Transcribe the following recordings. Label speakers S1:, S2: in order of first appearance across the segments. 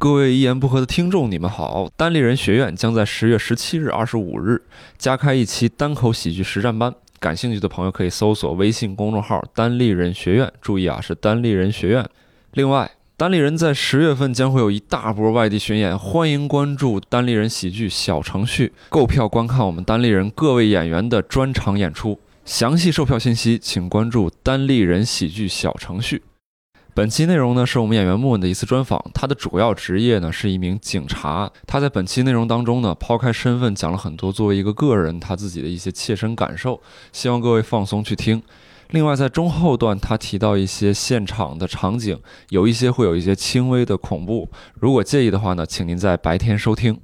S1: 各位一言不合的听众，你们好！单立人学院将在十月十七日、二十五日加开一期单口喜剧实战班，感兴趣的朋友可以搜索微信公众号“单立人学院”，注意啊，是单立人学院。另外，单立人在十月份将会有一大波外地巡演，欢迎关注单立人喜剧小程序购票观看我们单立人各位演员的专场演出。详细售票信息，请关注单立人喜剧小程序。本期内容呢是我们演员莫文的一次专访，他的主要职业呢是一名警察。他在本期内容当中呢，抛开身份讲了很多作为一个个人他自己的一些切身感受，希望各位放松去听。另外，在中后段，他提到一些现场的场景，有一些会有一些轻微的恐怖。如果介意的话呢，请您在白天收听。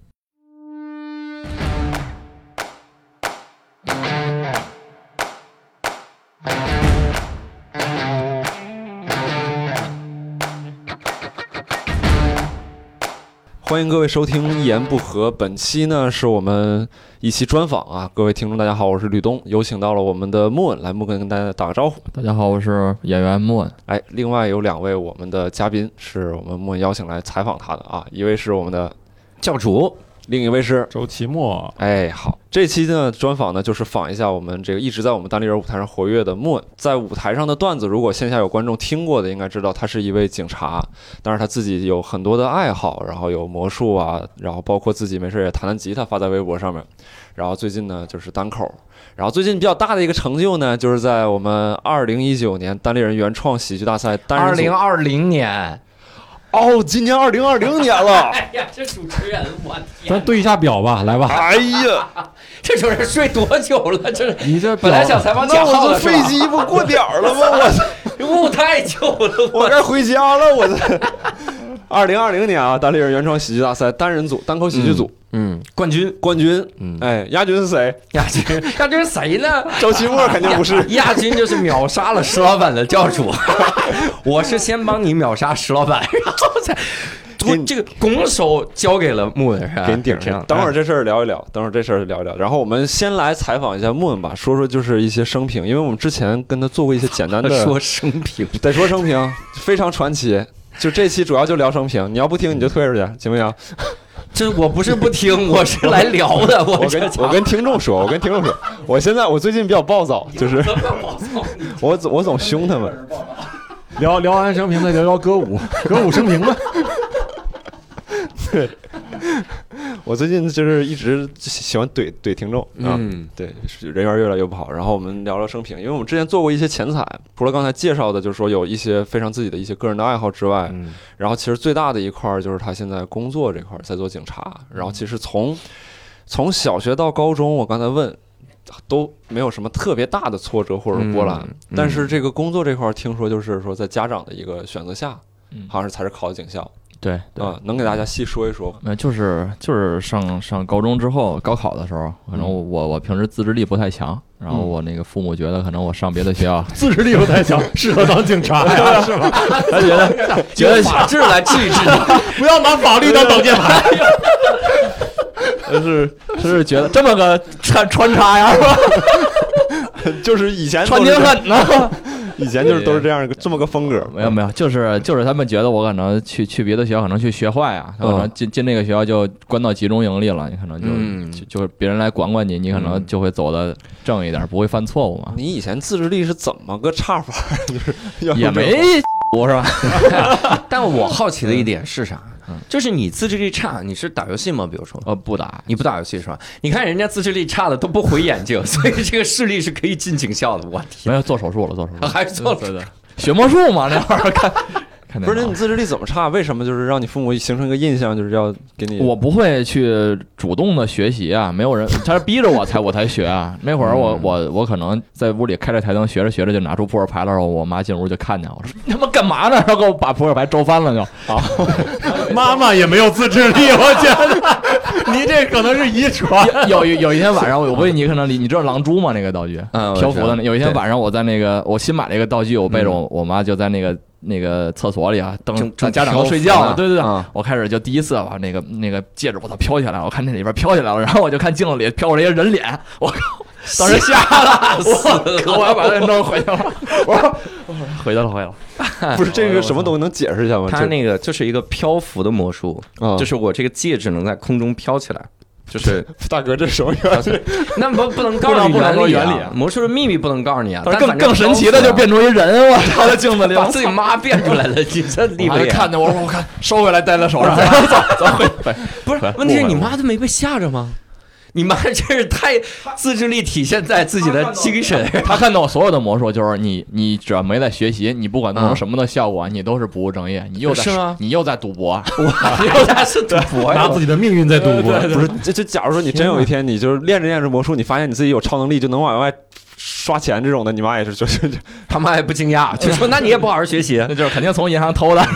S1: 欢迎各位收听《一言不合》，本期呢是我们一期专访啊，各位听众大家好，我是吕东，有请到了我们的莫恩来，莫恩跟大家打个招呼。
S2: 大家好，我是演员莫恩。
S1: 哎，另外有两位我们的嘉宾是我们莫恩邀请来采访他的啊，一位是我们的教主，另一位是
S3: 周奇墨，
S1: 哎好，这期呢专访呢就是访一下我们这个一直在我们单立人舞台上活跃的莫恩，在舞台上的段子，如果线下有观众听过的应该知道，他是一位警察，但是他自己有很多的爱好，然后有魔术啊，然后包括自己没事也弹弹吉他，发在微博上面。然后最近呢就是单口，然后最近比较大的一个成就呢，就是在我们二零一九年单立人原创喜剧大赛单人
S2: 二
S1: 组
S2: 零二零年，
S1: 哦，今年二零二零年了，
S4: 哎呀，这主持人，我
S3: 咱对一下表吧，来 吧。
S1: 哎呀，
S4: 这主持人睡多久了？这啊是
S3: 你这表
S4: 本来想采访
S1: 那
S4: 贾浩
S1: 我
S4: 的
S1: 这
S4: 是
S1: 飞
S4: 吧？
S1: 机不过点儿了吗？
S4: 误太久了，
S1: 我我该回家了，我 这。二零二零年啊，单立人原创喜剧大赛单人组单口喜剧组、
S2: 嗯，
S1: 冠军，冠军，
S2: 嗯
S1: 哎，亚军是谁？
S2: 亚军，。
S4: 那这是谁呢？
S1: 周奇墨肯定不是
S2: 亚军就是秒杀了石老板的教主。 我是先帮你秒杀石老板，然后再
S1: 给你
S2: 这个拱手交给了穆恩，是吧
S1: 给你 顶
S2: 这样
S1: 上，。等会儿这事儿聊一聊，
S2: 哎
S1: 等会儿这事儿聊一聊。然后我们先来采访一下莫文吧，说说就是一些生平，因为我们之前跟他做过一些简单的
S2: 说生平，
S1: 得说生平，非常传奇。就这期主要就聊生平，你要不听你就退出去，行不行？
S2: 这我不是不听， 我是来聊的。 我
S1: 我
S2: 这
S1: 跟我跟听众说，我跟听众说，我现在我最近比较暴躁， 就是
S4: 怎么保送你？
S1: 我总我总凶他们。
S3: 哦聊聊完生平，再聊聊歌 舞，歌舞生平吧。
S1: 我最近就是一直喜欢怼怼听众啊，
S2: 嗯
S1: 对，是人缘越来越不好。然后我们聊聊生平，因为我们之前做过一些前采，除了刚才介绍的，就是说有一些非常自己的一些个人的爱好之外，
S2: 嗯
S1: 然后其实最大的一块儿就是他现在工作这块儿在做警察，然后其实从从小学到高中，我刚才问都没有什么特别大的挫折或者波澜，
S2: 嗯嗯
S1: 但是这个工作这块儿听说就是说在家长的一个选择下，
S5: 嗯
S1: 好像是才是考的警校
S5: 对对，
S1: 啊、能给大家细说一说吗？
S5: 呃，就是就是上上高中之后，高考的时候，可
S3: 嗯
S5: 能我我平时自制力不太强，然后我那个父母觉得可能我上别的学校，
S3: 自制力不太强，适合当警察呀，是吧？
S5: 他觉得觉
S2: 用
S5: 得
S2: 法治来治一治你。
S3: 不要拿 法律当挡箭 牌。
S5: 是是觉得这么个穿穿插呀，是吧？
S1: 就是以前
S5: 穿挺狠呢。
S1: 以前就是都是这样一个这么个风格，
S5: 没有没有，就是就是他们觉得我可能去去别的学校，可能去学坏啊，他可能
S1: 嗯
S5: 进进那个学校就关到集中营里了，你可能就、
S2: 嗯
S5: 就就是别人来管管你，你可能
S2: 嗯
S5: 就会走的正一点，不会犯错误嘛。
S1: 你以前自制力是怎么个差法儿？就是要
S5: 也没我是 吧？
S2: 但我好奇的一点是啥
S5: 嗯？
S2: 就是你自制力差，你是打游戏吗？比如说，
S1: 哦
S5: 呃，不打，
S2: 你不打游戏是吧？你看人家自制力差的都不回眼 睛，所以这个视力是可以进警校的。我天，
S5: 没有做手术了，做手术了
S2: 还是做
S5: 对对，对学魔术嘛，那会儿看， 看
S1: 不是，
S5: 电
S1: 那
S5: 脑
S1: 你自制力怎么差？为什么就是让你父母形成一个印象，就是要给你
S5: 我不会去主动的学习啊，没有人，他是逼着我才我才学啊。那会儿我我我可能在屋里开着台灯学着学着就拿出扑克牌了，然后我妈进屋就看见我说 你他妈干嘛呢？然后给我把扑克牌周翻 了就。
S3: 妈妈也没有自制力，我觉得 你这可能是遗传。
S5: 有有有一天晚上，我问你可能你你知道狼蛛吗？那个道具，
S2: 嗯我
S5: 漂
S2: 知
S5: 浮
S2: 道
S5: 的那。有一天
S2: 对嗯
S5: 晚上，我在那个我新买了一个道具，我背着我我妈就在那个那个厕所里啊，
S2: 正
S5: 等
S2: 正
S5: 家长
S2: 漂
S5: 都
S2: 浮
S5: 睡觉
S2: 呢
S5: 了，对对对
S2: 嗯，
S5: 我开始就第一次把那个那个戒指我操飘起来了，我看那里边飘起来了，然后我就看镜子里飘过来一个人脸，我靠！当时吓 了，
S6: 死
S5: 我我要把他弄回去了。我说我说 回去了，回去了。
S1: 不是这个什么东西能解释一下吗？
S2: 他那个就是一个漂浮的魔术，
S5: 嗯
S1: 那
S2: 就是我这个戒指能在空中飘起来，就是
S1: 大哥，这什么原理？
S2: 那不不能告诉你
S5: 不能不能说
S2: 原
S5: 原
S2: 理
S5: 理啊，
S2: 啊魔术的秘密不能告诉你啊。
S5: 但是
S2: 但
S5: 更
S2: 反正
S5: 更神奇的就变成一人，我操，在镜子里
S2: 把自己妈变出来了，你这厉
S5: 我
S2: 害
S5: 还
S2: 呀！
S5: 看见我说我看收回来戴在手 上，走走回回。
S2: 不是，问题是你妈都没被吓着吗？你妈真是太自制力体现在自己的精 神。
S5: 他看到所有的魔术，就是你，你只要没在学习，你不管弄成什么的效果，你都是不务正业，你又在
S2: 啊是吗
S5: 你又在赌博，
S2: 人家是赌博呀
S7: 拿！自己的命运在赌博，
S1: 不是，这这，假如说你真有一天，你就是练着练着魔术，你发现你自己有超能力，就能往外刷钱这种的，你妈也是，就就就
S2: 他妈也不惊讶，就说那你也不好好学习。
S5: 那就是肯定从银行偷的。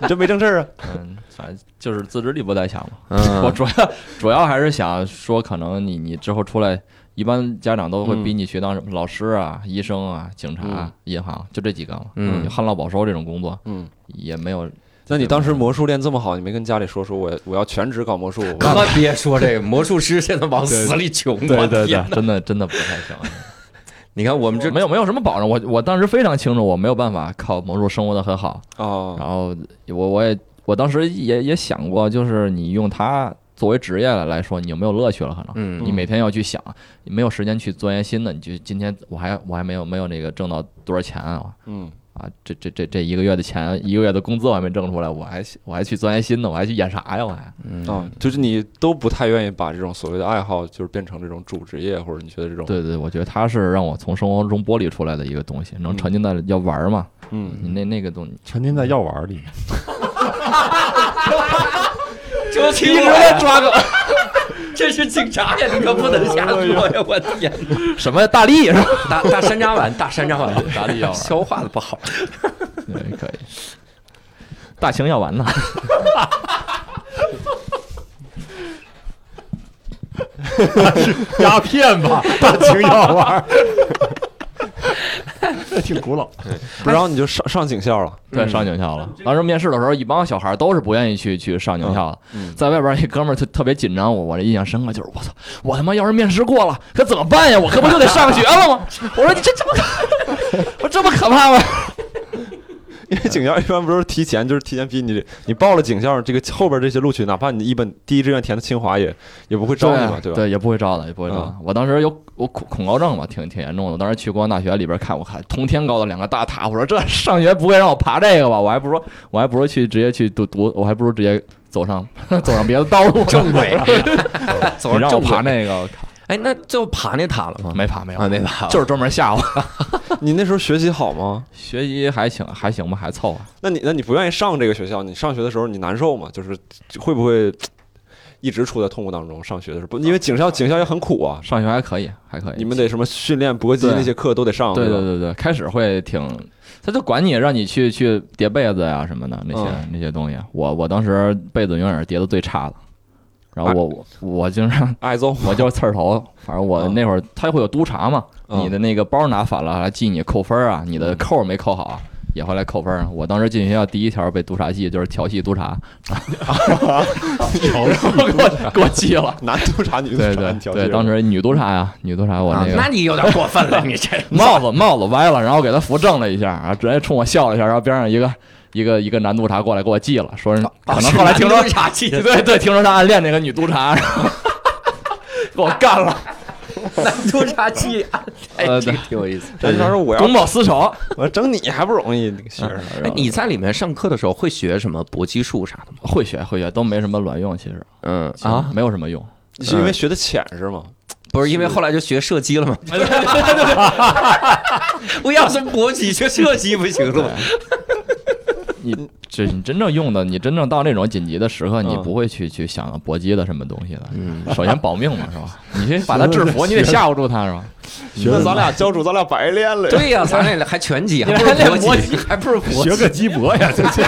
S1: 你这没正事儿啊。
S5: 嗯，反正就是自制力不太强嘛。我
S2: 嗯，
S5: 主要主要还是想说，可能你你之后出来，一般家长都会逼你学当什么老师啊、医生啊、警察啊、银行，就这几个嘛。
S2: 嗯
S5: 旱涝保收这种工作
S1: 嗯，
S5: 也没 有。
S1: 那你当时魔术练这么好，你没跟家里说说我我要全职搞魔术？我
S2: 可别说这个魔术师现在往死里穷，我天！
S5: 真的真的不太 行。
S2: 你看我们这
S5: 没有没有什么保证，我我当时非常清楚，我没有办法靠魔术生活的很好。
S1: 哦，
S5: 然后我我也我当时也也想过，就是你用它作为职业来来说，你有没有乐趣了？可能
S2: 嗯
S5: 你每天要去想，你没有时间去钻研新的。你就今天我还我还没有没有那个挣到多少钱啊
S1: 嗯，
S5: 啊！这这这这一个月的钱，一个月的工资我还没挣出来，我还我还去钻研新的，我还去演啥呀？我还
S1: 哦，就是你都不太愿意把这种所谓的爱好，就是变成这种主职业，或者你觉得这种，
S5: 对对，我觉得它是让我从生活中剥离出来的一个东西，能沉浸在要玩儿嘛？
S1: 嗯，
S5: 你那那个 东西，
S7: 沉浸在药丸里。
S6: 这听我抓个， 这是警察呀！你可不能瞎说呀！我天哪，
S5: 哎 什么大力是吧？
S2: 大大山楂丸，大山楂丸，
S5: 大 力药丸
S2: 消化的 不好。
S5: 对，可以。大型药丸呢？
S7: 鸦片吧，大清药丸儿，挺古老。
S1: 不然后你就上上警校了。
S5: 对，上警校了。当时面试的时候，一帮小孩都是不愿意去去上警校的。
S1: 嗯
S5: 在外边儿一哥们儿特特别紧张，我我这印象深刻就是我操，我他妈要是面试过了，可怎么办呀？我可不就得上学了吗？ 我说你这这么可，我这么可怕 吗？
S1: 因为警校一般不是提前，就是提前批你这，你报了警校，这个后边这些录取，哪怕你一本第一志愿填的清华也，也不会招你嘛，
S5: 对
S1: 吧？
S5: 也不会招的，也不会招的。
S1: 嗯
S5: 我当时有我恐恐高症嘛，挺挺严重的。我当时去国光大学里边看，我看通天高的两个大塔，我说这上学不会让我爬这个吧？我还不如我还不如去直接去读读，我还不如直接走上 走上别的道路。
S2: 正轨， 走
S5: 你
S2: 上
S5: 让我
S2: 正
S5: 爬
S2: 轨。
S5: 那个，我靠
S2: 哎，那最后爬那塔了吗？
S5: 没爬没有
S2: 啊，没爬，
S5: 就是专门吓我。
S1: 你那时候学习好吗？
S5: 学习还行，还行吧，还凑合、
S1: 那你那你不愿意上这个学校，你上学的时候你难受吗？就是会不会一直处在痛苦当中？上学的时候不，因为警校警校也很苦啊，
S5: 上学还可以，还可以。
S1: 你们得什么训练搏击
S5: 对
S1: 那些课都得上，
S5: 对
S1: 吧
S5: 对对对，开始会挺，他就管你，让你去去叠被子呀、什么的那些、
S1: 嗯
S5: 那些东西。我我当时被子永远是叠的最差的，然后我、
S1: 啊
S5: 我我经常
S1: 挨揍
S5: 我就是刺儿头，反正我
S1: 嗯
S5: 那会儿他会有督察嘛，
S1: 嗯
S5: 你的那个包拿反了还记你扣分儿啊，你的扣儿没扣好。也会来扣分儿。啊我当时进学校第一条被督察系，就是调戏 督察，然后给我给我记了。
S1: 男督察女督
S5: 对
S1: 察，
S5: 对
S1: 你调戏
S5: 对，
S1: 人
S5: 当时女督察呀，女督察，我
S2: 啊
S5: 那个
S2: 那你有点过分了，你 这
S5: 帽子帽子歪了，然后给他扶正了一下，然后直接冲我笑了一下，然后边上一个一个一个男督察过来给我记了，说是可能后来听说，
S2: 啊是 啥气
S5: 对对，听说他暗恋那个女督察，然后给我干了，
S2: 男督察气，哎，
S5: 呃
S2: 这
S5: 对
S2: 个挺有意思。
S1: 对当时我要
S5: 公报嗯私仇。
S1: 我整你还不容易，那个学生。
S5: 然
S2: 哎，
S5: 后
S2: 你在里面上课的时候会学什么搏击术啥的吗？
S5: 会学会学都没什么卵用，其实
S2: 嗯
S5: 其实
S2: 啊，
S5: 没有什么用。
S1: 你是因为学的浅是吗？
S2: 不是因为后来就学射击了 吗？我要是搏击学射击不行了吗？
S5: 你这你真正用的，你真正到那种紧急的时刻，你
S1: 嗯
S5: 不会去去想搏击的什么东西的。
S2: 嗯，
S5: 首先保命嘛，是吧？你先把他制服，你得吓唬住他，是吧？
S1: 那咱俩教主，咱俩白练了呀。
S2: 对呀，咱俩还拳击， 还
S5: 你
S2: 不
S5: 还练
S2: 如搏
S5: 搏
S2: 击，还不如 搏击。
S7: 学个鸡脖呀，这 这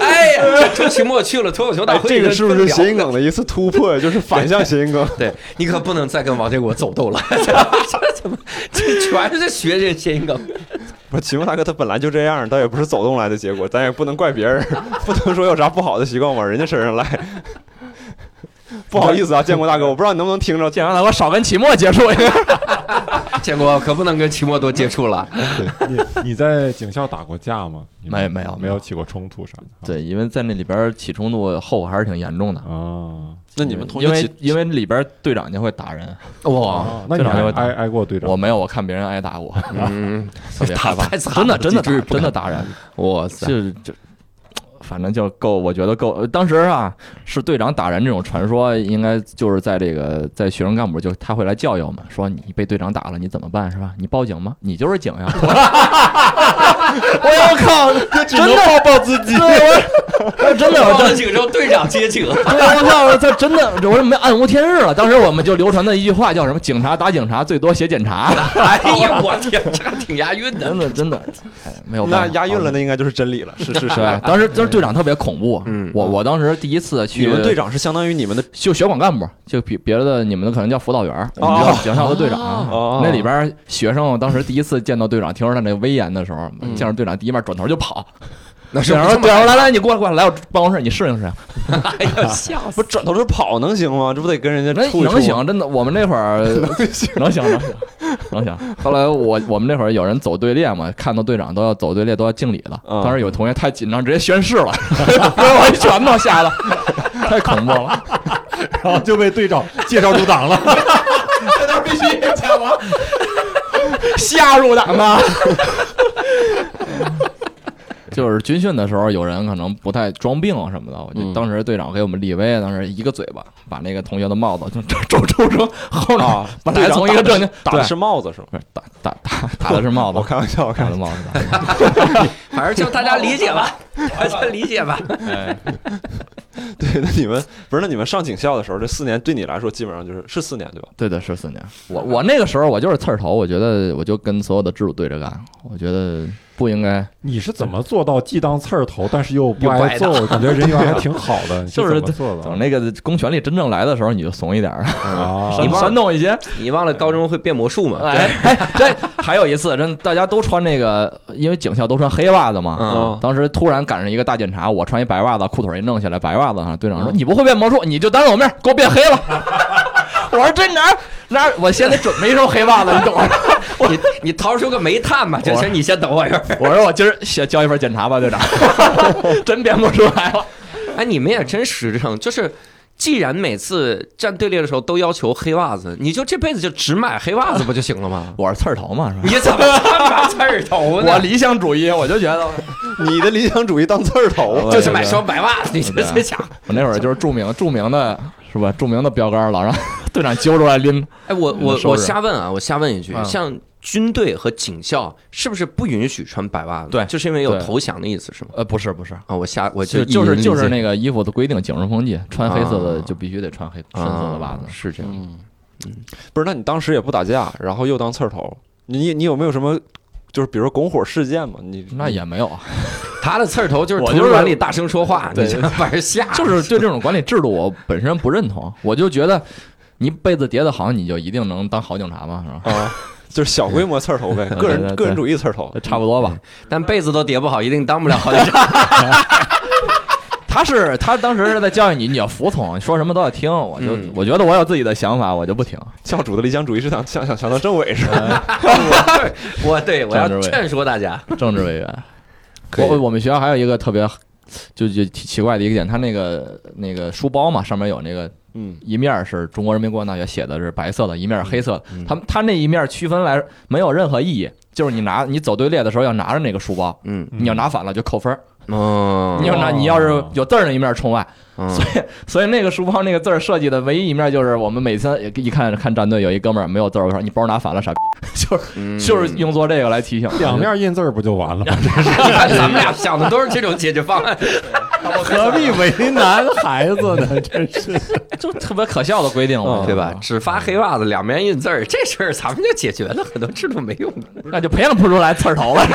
S2: 哎呀，这周奇墨去了脱口秀大
S1: 哎，
S2: 会，
S1: 这个是不是谐
S2: 行？
S1: 音梗的一次突 破呀？就是反向谐 音梗。
S2: 对你可不能再跟王建国走斗了， 这怎么这全是学这谐音梗？
S1: 不是，启蒙大哥他本来就这样，倒也不是走动来的结果， 咱也不能怪别人，不能说有啥不好的习惯往人家身上赖。
S8: 不好意思啊，建国大哥，我不知道你能不能听着。
S5: 建阳大哥少跟齐墨接触一下。
S2: 建国可不能跟齐墨多接触了。
S9: 对你你在警校打过 架吗？你们
S5: 没没有
S9: 没有起过冲突啥
S1: 啊
S9: 的
S5: 对，因为在那里边起冲突后果还是挺严重的。
S9: 啊？
S8: 那你们同
S5: 因
S8: 学
S5: 为
S8: 起
S5: 因为里边队长就会打人，
S2: 哇，
S9: 那你
S5: 队长
S9: 还
S5: 就会打
S9: 挨挨过队长？
S5: 我没有，我看别人挨打过，
S2: 嗯，
S5: 特别害怕，
S2: 太惨
S5: 真的
S2: 了
S5: 真的
S2: 这至于
S5: 打
S2: 不
S5: 真的
S2: 敢
S5: 打人，
S2: 哇塞，
S5: 就就。反正就够，我觉得够。呃当时啊，是队长打人这种传说，应该就是在这个在学生干部就他会来教育我们，说你被队长打了，你怎么办是吧？你报警吗？你就是警呀！我要靠，真的
S9: 抱自己
S5: 对，我我真的我
S4: 报
S5: 真
S4: 了警之后，队长接警，
S5: 对，我操！我操，真的，我这没暗无天日了。当时我们就流传的一句话叫什么？警察打警察，最多写检查。
S4: 哎呀，我天，这还挺押韵的。
S5: 真的，真的，哎，没有
S8: 那
S5: 办法。
S8: 押韵了，那啊应该就是真理了。是是
S5: 是
S8: 是
S5: 吧？。 当时当时队长特别恐怖。
S2: 嗯
S5: 我我当时第一次去
S8: 你们队长是相当于你们的
S5: 就学管干部，就别别的你们的可能叫辅导员，我们叫警校的队长。啊
S8: 哦
S5: 那里边学生当时第一次见到队长，听说他那威严的时候，
S8: 嗯
S5: 见着队长第一面转头就跑。
S2: 那
S5: 队长说：“队长说来来，你过来过来，来我办公室，你适应适应。
S4: 哎呀，吓死！
S8: 不转头就跑能行吗？这不得跟人家
S5: 能
S8: 处一处吗
S5: 哎能行，真的，我们那会 儿能行能行能行。后来我我们那会儿有人走队列嘛，看到队长都要走队列都要敬礼了。
S8: 嗯
S5: 当时有同学太紧张，直接宣誓了， 给我一拳头吓的，太恐怖了。
S9: 然后就被队长介绍 入党了。
S5: 必须前王，下入党吧。 就是军训的时候，有人可能不太装病啊什么的。我就
S8: 嗯
S5: 当时队长给我们立威，啊当时一个嘴巴把那个同学的帽子就 抽抽成后脑
S8: 啊，？
S5: 本来从一个正经
S8: 打的是帽子是吗？
S5: 不是打打打打的是帽子，
S8: 我开玩笑，我开
S5: 打
S8: 玩笑。
S5: 的帽子。打的帽
S4: 反正就大家理解吧，大家理解吧。
S5: 子哎，
S8: 对，那你们不是？那你们上警校的时候，这四年对你来说基本上就是是四年对吧？
S5: 对的，十四年。我我那个时候我就是刺儿头，我觉得我就跟所有的制度对着干，我觉得不应该。
S9: 你是怎么做到既当刺儿头，但是又不挨
S4: 又
S9: 揍？感觉人缘还挺好的，你
S5: 就是
S9: 怎么做
S5: 等
S9: 的
S5: 那个公权力真正来的时候，你就怂一点儿，
S9: 啊？
S5: 煽煽动一些。
S2: 你忘了高中会变魔术吗？
S5: 哎哎，这还有一次，真大家都穿那个，因为警校都穿黑袜子嘛。
S2: 嗯，
S5: 当时突然赶上一个大检查，我穿一白袜子，裤腿一弄下来，白袜子啊。队长说：“你不会变魔术，你就当着我面给我变黑了。”我说：“这哪儿哪儿？我先得准备一双黑袜子，你懂吗？”
S2: 你 你掏出个煤炭吧，这事你先等我一会 儿。
S5: 我说我今儿写交一份检查吧，队 长，真编不出来了。
S2: 哎，你们也真实诚，就是。既然每次站队列的时候都要求黑袜子，你就这辈子就只买黑袜子不就行了吗？
S5: 我是刺儿头嘛，是吧？
S2: 你怎么这么买刺儿 头呢？
S5: 我理想主义， 我就觉得
S8: 你的理想主义当刺儿头，
S2: 就是买双白袜子，你这这家伙。
S5: 我那会儿就是著名著名的，是吧？著名的标杆，老让 队长揪出来拎。
S2: 哎，我我
S5: 收
S2: 我
S5: 拾
S2: 瞎问啊，我瞎问一句，
S5: 嗯
S2: 像军队和警校是不是不允许穿白袜子？
S5: 对
S2: 就是因为有
S5: 对
S2: 投降的意思是吗？
S5: 呃，不是不是，
S2: 啊，我瞎我
S5: 就
S2: 一
S5: 就是
S2: 人
S5: 就是
S2: 理解
S5: 那个衣服的规定，警示风纪，穿黑色的
S2: 啊
S5: 就必须得穿黑深
S2: 啊
S5: 色的袜子。嗯
S2: 是这样。
S8: 不是？那你当时也不打架，然后又当刺儿头，你你你有没有什么就是比如说拱火事件嘛？你
S5: 那
S2: 嗯
S5: 也没有，
S2: 他的刺儿头就是
S5: 我
S2: 图
S5: 就是
S2: 书馆里大声说话，
S5: 对
S2: 你这把人吓着。
S5: 就是对这种管理制度我本身不认同，我就觉得你被子叠得好，你就一定能当好警察嘛，是吧？
S8: 啊，就是小规模刺儿 头呗，
S5: 对
S8: 个
S5: 对
S8: 人
S5: 对
S8: 个人主义刺儿头。
S5: 差不多
S2: 嗯
S5: 吧。
S2: 但被子都叠不好，一定当不了好警察。
S5: 他是他当时是在教育你，你要服从，你说什么都要听。我就、
S2: 嗯
S5: 我觉得我有自己的想法，我就不听。
S8: 教主的理想主义是想想想想当政委是吧？
S2: 我对我要
S5: 站着位
S2: 劝说大家，
S5: 政治委 员，
S8: 可以
S5: 我我们学校还有一个特别就就奇奇怪的一个点，他那个那个书包嘛，上面有那个
S8: 嗯，
S5: 一面是中国人民共和国大学写的是白色的，一面是黑色的。
S2: 嗯
S5: 他们他那一面区分来没有任何意义，就是你拿你走队列的时候要拿着那个书包。
S2: 嗯
S5: 你要拿反了就扣分儿，
S2: 嗯，
S5: 你要拿
S9: 哦
S5: 你要是有字儿那一面冲外，
S2: 嗯
S5: 所以所以那个书包那个字儿设计的唯一一面就是我们每次一看看战队有一哥们儿没有字儿，我说你包拿反了傻逼，就是
S2: 嗯
S5: 就是用作这个来提醒
S9: 两面印字儿不就完 了？
S2: 你看咱们俩想的都是这种解决方 案，
S9: 何必为难孩 子呢？真是
S5: 就特别可笑的规定嘛，
S2: 对吧？？只发黑袜子，两面印字儿，这事儿咱们就解决了，很多制度没用的。
S5: 那就培养不出来刺儿头了。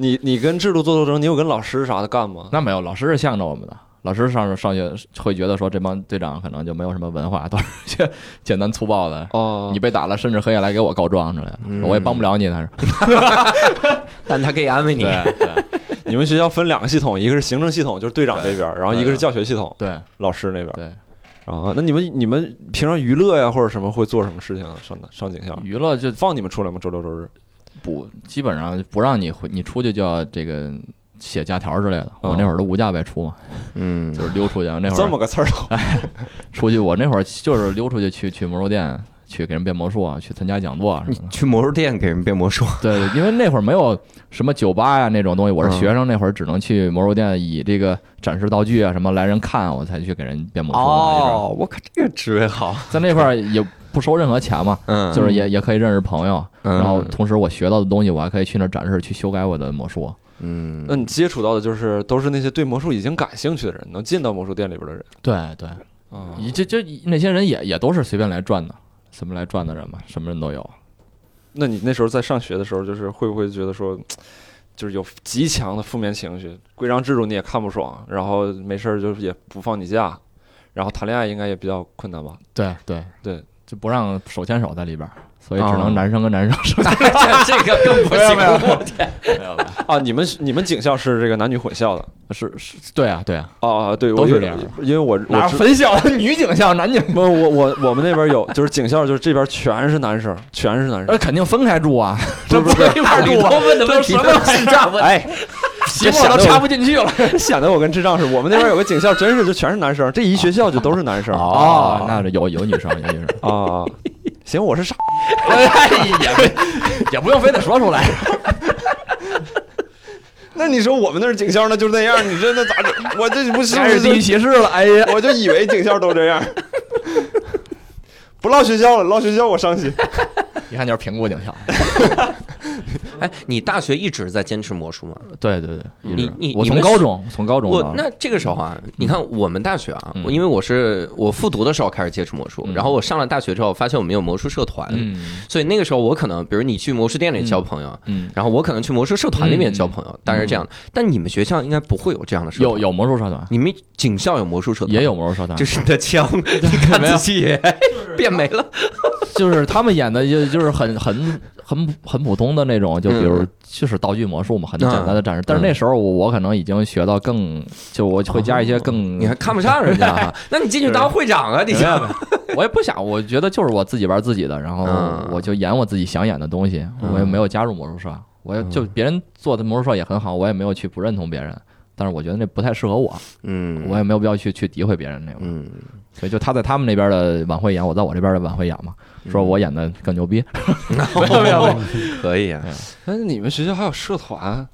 S8: 你你跟制度做斗争，你有跟老师啥的干吗？
S5: 那没有，老师是向着我们的。老师上上学会觉得说这帮队长可能就没有什么文化，都是一些简单粗暴的。
S8: 哦
S5: 你，被打了，甚至可以来给我告状之类的，我也帮不了你。他说，
S2: 但他可以安慰你。
S5: 对对
S8: 你们学校分两个系统，一个是行政系统，就是队长这边，然后一个是教学系统，
S5: 对
S8: 老师那边。
S5: 对，
S1: 啊，那你们你们平常娱乐呀或者什么会做什么事情啊？上上警校
S5: 娱乐就
S1: 放你们出来吗？周六周日
S5: 不基本上不让你回，你出去就要这个写假条之类的。我那会儿都无假外出嘛，
S2: 嗯
S5: 就是溜 出去。那会
S1: 这
S5: 儿
S1: 么个刺儿头，
S5: 出去，我那会儿就是溜出去去去魔术店，去给人变魔术啊，去参加讲座啊什
S2: 你
S5: 么 的。
S2: 去魔术店给人变魔术，
S5: 对，因为那会儿没有什么酒吧呀、那种东西，我是学生，那会儿只能去魔术店以这个展示道具啊什么来人看，我才去给人变魔术啊。也是，
S2: 哦我靠，这个职位好，
S5: 在那块儿也不收任何钱嘛，
S2: 嗯，
S5: 就是也也可以认识朋友，
S2: 嗯
S5: 然后同时我学到的东西，我还可以去那儿展示，去修改我的魔术。
S2: 嗯
S1: 那你接触到的就是都是那些对魔术已经感兴趣的人，能进到魔术店里边的人
S5: 对对，
S1: 啊。
S5: 嗯你这这那些人也也都是随便来转的，随便来转的人嘛，什么人都有。
S1: 那你那时候在上学的时候，就是会不会觉得说，就是有极强的负面情绪，规章制度你也看不爽，然后没事儿就是也不放你假，然后谈恋爱应该也比较困难吧？
S5: 对对
S1: 对，
S5: 就不让手牵手在里边儿，所以只
S2: 啊
S5: 能男生跟男生 手牵手。
S4: 这这个更不行，我天，
S1: 啊，你们你们警校是这个男女混校的
S5: 是是，对啊对啊，
S1: 啊？对，
S5: 都
S1: 我
S5: 是
S1: 有
S5: 这样
S1: 因为我
S5: 哪
S1: 我
S5: 有
S1: 知
S5: 分校的女警校、男警？
S1: 不是我我我们那边有，就是警校就是这边全是男生，全是男生
S5: 那。肯定分开住啊，
S1: 不呃是不
S5: 这一块
S4: 里
S5: 住
S4: 头
S5: 啊，
S4: 问的问题
S5: 这
S4: 都
S5: 什么玩意
S4: 是炸问题。
S1: 哎，
S5: 题目都插不进去了。
S1: 显得我跟智障似的。我们那边有个警校，真是就全是男生，这一学校就都是男生啊
S5: 哦，那是有有女生，有女生，
S1: 啊！行，我是傻
S5: 哎也也不用非得说出来。
S1: 那你说我们那儿警校那就那样，你这那咋整？我这不是
S5: 开始地域歧视了，哎呀，
S1: 我就以为警校都这样， 不唠学校了，唠学校我伤 心。
S5: 一看就是平谷警校。
S2: 哎，你大学一直在坚持魔术吗？
S5: 对对对，一
S2: 你
S5: 直
S2: 你
S5: 我
S2: 你
S5: 从
S2: 们
S5: 高
S2: 是
S5: 中从高中
S2: 我
S5: 到
S2: 那这个时候啊，你看我们大学啊，
S5: 嗯
S2: 我因为我是我复读的时候开始接触魔术，
S5: 嗯
S2: 然后我上了大学之后发现我们有魔术社团，
S5: 嗯
S2: 所以那个时候我可能，比如你去魔术店里交朋友，啊
S5: 嗯，
S2: 然后我可能去魔术社团里面交朋友，大概是这样的。但你们学校应该不会有这样的社团，
S5: 有有魔术社团，
S2: 你们警校有魔术社团
S5: 也有，魔术社团，
S2: 这是你的枪， 你看自己也变没了。
S5: 就是他们演的就就是很很很很普通的那种，就比如
S2: 嗯
S5: 就是道具魔术嘛，很简单的展示。但是
S2: 嗯
S5: 那时候我我可能已经学到更，就我会加一些更，
S2: 哦你还看不上人家 啊？那你进去当会长啊？你
S5: 嗯没有没
S2: 想
S5: 有我也不想，我觉得就是我自己玩自己的，然后
S2: 嗯
S5: 我就演我自己想演的东西，
S2: 嗯
S5: 我也没有加入魔术社，我也就别人做的魔术社也很好，我也没有去不认同别人。但是我觉得那不太适合我，
S2: 嗯
S5: 我也没有必要去去诋毁别人那种，
S2: 嗯，
S5: 所以就他在他们那边的晚会演，我在我这边的晚会演嘛，
S2: 嗯
S5: 说 我演的更牛逼，
S2: 可以啊。
S1: 哎，你们学校还有社团？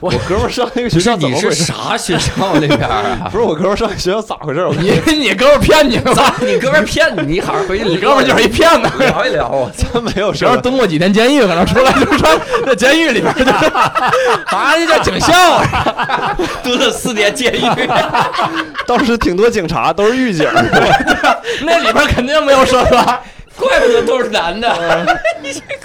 S5: 我
S1: 我哥们儿上那个学
S2: 不是
S1: 校怎
S2: 你
S1: 么
S2: 是
S1: 回事？
S2: 啥学校那边啊？
S1: 不是我哥们儿上学校咋回事？我
S5: 你你哥们儿骗你了，
S2: 咋？你哥们儿骗你，你好好回去。
S5: 你哥们儿就是一骗子，
S2: 聊一聊啊！
S1: 真没有
S5: 只
S1: 社
S5: 要
S1: 团。
S5: 蹲过几天监狱，可能出来就是说 在监狱里边就是啊，这叫警 校，
S4: 蹲了四年监狱，
S1: 当时挺多警察，都是狱警。
S5: 那里边肯定没有社团，
S4: 怪不得都是男的。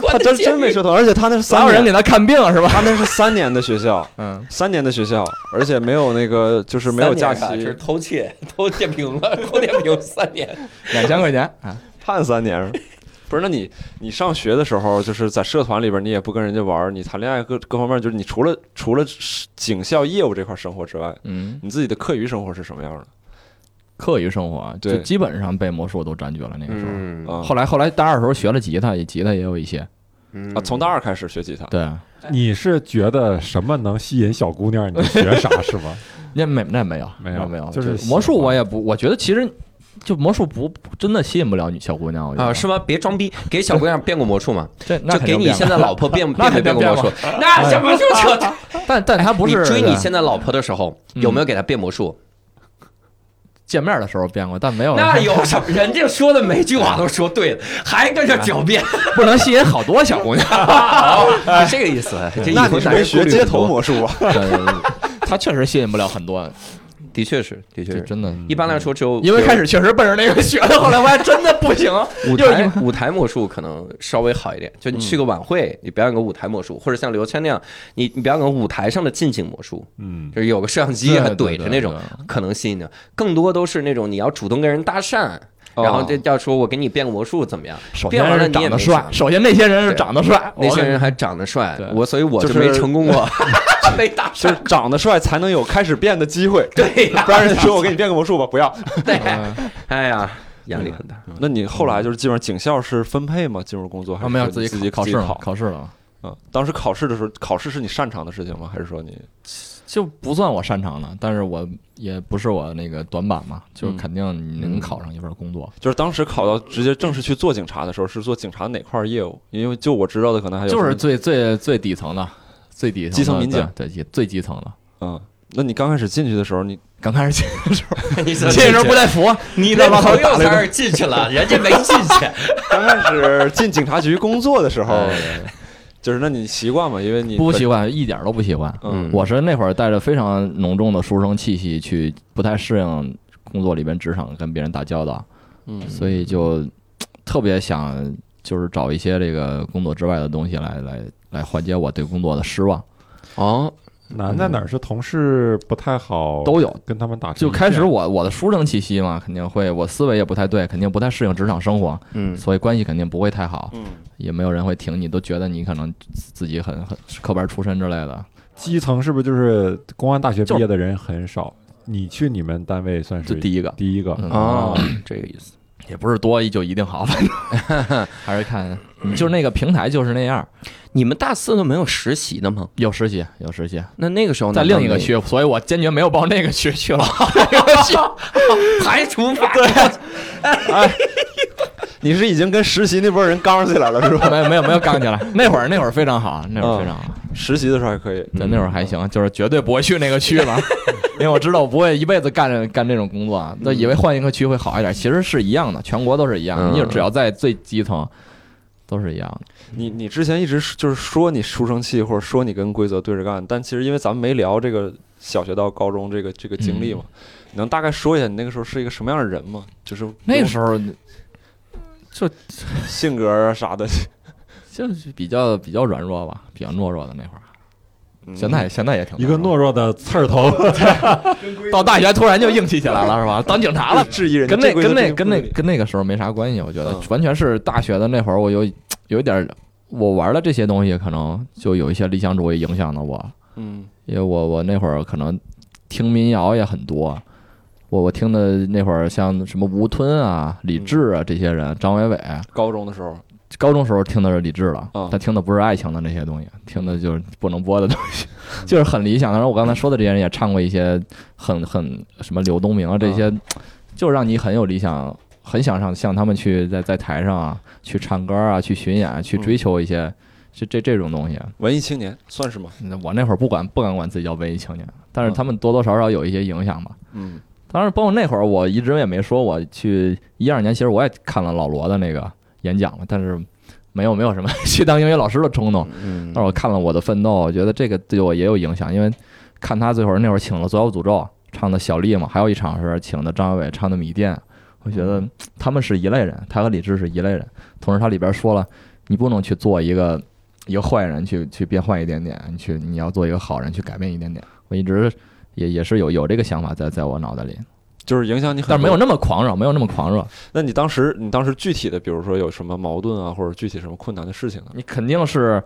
S1: 他真真没社团，而且他那是
S5: 哪
S1: 三
S5: 有人
S1: 年
S5: 给，他看病是吧？
S1: 他那是三年的学校，
S5: 嗯，
S1: 三年的学校，而且没有那个就是没有假期
S4: 啊是，偷窃、偷电瓶了，偷电瓶三年。
S5: 两千块钱啊，
S1: 判三年。 不是，那你你上学的时候，就是在社团里边，你也不跟人家玩儿，你谈恋爱各各方面，就是你除了除了警校业务这块生活之外，
S5: 嗯，
S1: 你自己的课余生活是什么样的？
S5: 课余生活啊就
S1: 对
S5: 基本上被魔术都占据了那个时候。
S2: 嗯
S1: 啊、
S5: 后来后来大二的时候学了吉他，也吉他也有一些，
S2: 嗯
S1: 啊，从大二开始学吉他，
S5: 对，
S9: 你是觉得什么能吸引小姑娘，你就学啥是 吗？
S5: 那没那没有
S9: 没有
S5: 有没
S9: 就是
S5: 魔术
S9: 喜欢
S5: 我也不，我觉得其实就魔术不真的吸引不了女小姑娘，我觉得
S2: 啊，是吗？别装逼，给小姑娘变过魔术吗？
S5: 这那
S2: 就
S5: 肯
S2: 给
S5: 定
S2: 你
S5: 变
S2: 现
S5: 了
S2: 在老婆变
S5: 那
S2: 变没
S5: 肯定
S2: 变过魔术？
S4: 那怎么就扯淡？
S5: 但但他不
S2: 你
S5: 是
S2: 追
S5: 对
S2: 你现在老婆的时候，
S5: 嗯
S2: 有没有给她变魔术？
S5: 见面的时候变过，但没有
S4: 那有什么？人家说的每句话都说对了，还跟着狡 辩。
S5: 不能吸引好多小姑娘。
S2: 哎是这个意
S5: 哎
S2: 思。这以
S1: 那
S2: 后
S1: 你是
S2: 男
S1: 没
S2: 人
S1: 学
S2: 顾虑
S1: 街
S2: 很多
S1: 头魔术啊？
S5: 对对对他确实吸引不了很多，
S2: 的确是，的确
S5: 这
S2: 是。
S5: 真的。
S2: 一般来说，只有
S5: 因为开始确实奔着那个学的，后来发现真的不行。
S2: 舞
S5: 又
S2: 台舞台魔术可能稍微好一点，
S5: 嗯
S2: 就你去个晚会，你表演个舞台魔术，或者像刘谦那样，你你表演个舞台上的近景魔术，
S9: 嗯，
S2: 就是有个摄像机
S5: 对
S2: 还
S5: 对
S2: 怼着
S5: 对
S2: 那种
S5: 对，
S2: 可能吸引的。更多都是那种你要主动跟人搭讪，
S5: 哦
S2: 然后这要说我给你变个魔术怎么样？
S5: 首
S2: 变完
S5: 先
S2: 了
S5: 是
S2: 你
S5: 长
S2: 也
S5: 得
S2: 没
S5: 帅，
S2: 事
S5: 首先那些人是
S2: 对
S5: 长得帅，
S2: 那
S5: 我
S2: 些
S5: 跟
S2: 人还长得帅
S5: 对，
S2: 我所以我
S1: 就
S2: 就没
S1: 是
S2: 成功过。
S4: 完美搭
S1: 就是
S4: 讪。
S1: 长得帅才能有开始变的机会，
S4: 对呀、
S1: 不然人家说我给你变个魔术吧，不要。
S4: 对，
S5: 嗯
S4: 哎呀，压力很大。
S1: 那你后来就是基本上警校是分配吗？进入工作还
S5: 啊，
S1: 是
S5: 没有
S1: 说你自
S5: 己
S1: 己
S5: 考
S1: 自
S5: 试
S1: 己
S5: 了
S1: 考？
S5: 考试了，
S1: 嗯，当时考试的时候，考试是你擅长的事情吗？还是说你
S5: 就不算我擅长的，但是我也不是我那个短板嘛，就
S1: 嗯
S5: 肯定你能考上一份工作，
S1: 就是当时考到直接正式去做警察的时候，是做警察哪块儿业务？因为就我知道的，可能还有
S5: 就
S1: 什
S5: 是
S1: 么
S5: 最最最底层的，最底层的
S1: 基层民警
S5: 对，对基最基层的。
S1: 嗯。那你刚开始进去的时候，你
S5: 刚开始进，
S4: 你这
S5: 这人不太服，
S4: 你的朋友才是进去了，人家没进去。
S1: 刚开始进警察局工作的时候，
S5: 哎
S1: 就是那你习惯吗？因为哦你
S5: 不习惯，一点都不习惯。
S1: 嗯
S5: 我是那会儿带着非常浓重的书生气息去，不太适应工作里边职场跟别人打交道，
S1: 嗯
S5: 所以就嘖特别想就是找一些这个工作之外的东西来来来缓解我对工作的失望。
S2: 哦，
S9: 难在哪儿？是同事不太好，
S5: 都有，
S9: 跟他们打成
S5: 就
S9: 一片。
S5: 开始我我的书生气息嘛，肯定会，我思维也不太对，肯定不太适应职场生活，
S2: 嗯，
S5: 所以关系肯定不会太好，
S1: 嗯，
S5: 也没有人会挺你，都觉得你可能自自己很很是科班出身之类的，
S9: 基层是不是就是公安大学
S5: 就
S9: 毕业的人很少？你去你们单位算
S5: 这
S9: 是
S5: 第一个。
S9: 第一个，
S5: 嗯
S2: 哦，这个意思。
S5: 也不是多就一定好，反正还是看，就是那个平台就是那样，
S2: 你们大四都没有实习的吗？
S5: 有实习有实习，
S2: 那那个时候
S5: 在
S2: 难道
S5: 另一个
S2: 没有
S5: 区，所以我坚决没有报那个区去了。
S4: 排除法，
S1: 你是已经跟实习那波人刚起来了是吧？
S5: 没有没有没有杠起来，那会儿那会儿非常好，那会儿非常好，
S1: 实习的时候还可以，
S5: 对那会儿还行，就是绝对不会去那个区了，因为我知道我不会一辈子干这干这种工作啊，那以为换一个区会好一点，其实是一样的，全国都是一样的，
S2: 嗯
S5: 你只要在最基层。都是一样的，
S1: 你你之前一直是就是说你书生气，或者说你跟规则对着干，但其实因为咱们没聊这个小学到高中这个这个经
S5: 嗯
S1: 历嘛，你能大概说一下你那个时候是一个什么样的人吗？就是
S5: 那时候
S1: 性格啊啥 的，
S5: 就是比较比较软弱吧，比较懦弱的那会儿，
S1: 嗯
S5: 现在现在也挺
S9: 一个
S5: 弱
S9: 懦弱的刺儿 头，
S5: 的， 到大学突然就硬气起来了 是吧？当警察了，
S1: 质疑人家
S5: 跟那
S1: 这规则
S5: 跟那
S1: 这个
S5: 跟
S1: 不
S5: 那
S1: 合理
S5: 跟那个时候没啥关系，我觉得
S1: 嗯
S5: 完全是大学的那会儿，我有有一点儿，我玩的这些东西，可能就有一些理想主义影响了我，
S1: 嗯
S5: 因为我我那会儿可能听民谣也很多，我我听的那会儿像什么吴吞啊、李
S1: 嗯
S5: 志啊这些人，张伟伟，啊
S1: 高中的时候，
S5: 高中时候听的是李志了
S1: 嗯，
S5: 他听的不是爱情的那些东西，听的就是不能播的东西， 就是很理想的。然后我刚才说的这些人也唱过一些很很什么刘东明啊这些，就让你很有理想，很想上向他们去在在台上啊去唱歌啊，去巡演啊，去追求一些这这这种东西。
S1: 文艺青年算是吗？
S5: 那我那会儿不管不敢管自己叫文艺青年，但是他们多多少少有一些影响吧。
S1: 嗯
S5: 当然，包括那会儿，我一直也没说我去一二年，其实我也看了老罗的那个演讲嘛，但是没有没有什么 去当英语老师的冲动。
S2: 嗯
S5: 但是我看了我的奋斗，我觉得这个对我也有影响，因为看他最后那会儿请了《左小诅咒》唱的小丽嘛，还有一场是请的张伟伟唱的《米店》，我觉得他们是一类人，他和李志是一类人。同时，他里边说了，你不能去做一个一个坏人去去变坏一点点，你去你要做一个好人去改变一点点。我一直也也是有有这个想法在在我脑袋里。
S1: 就是影响你很，
S5: 但是没有。那么狂热，没有那么狂热。
S1: 那你当时你当时具体的，比如说有什么矛盾啊，或者具体什么困难的事情啊呢？
S5: 你肯定是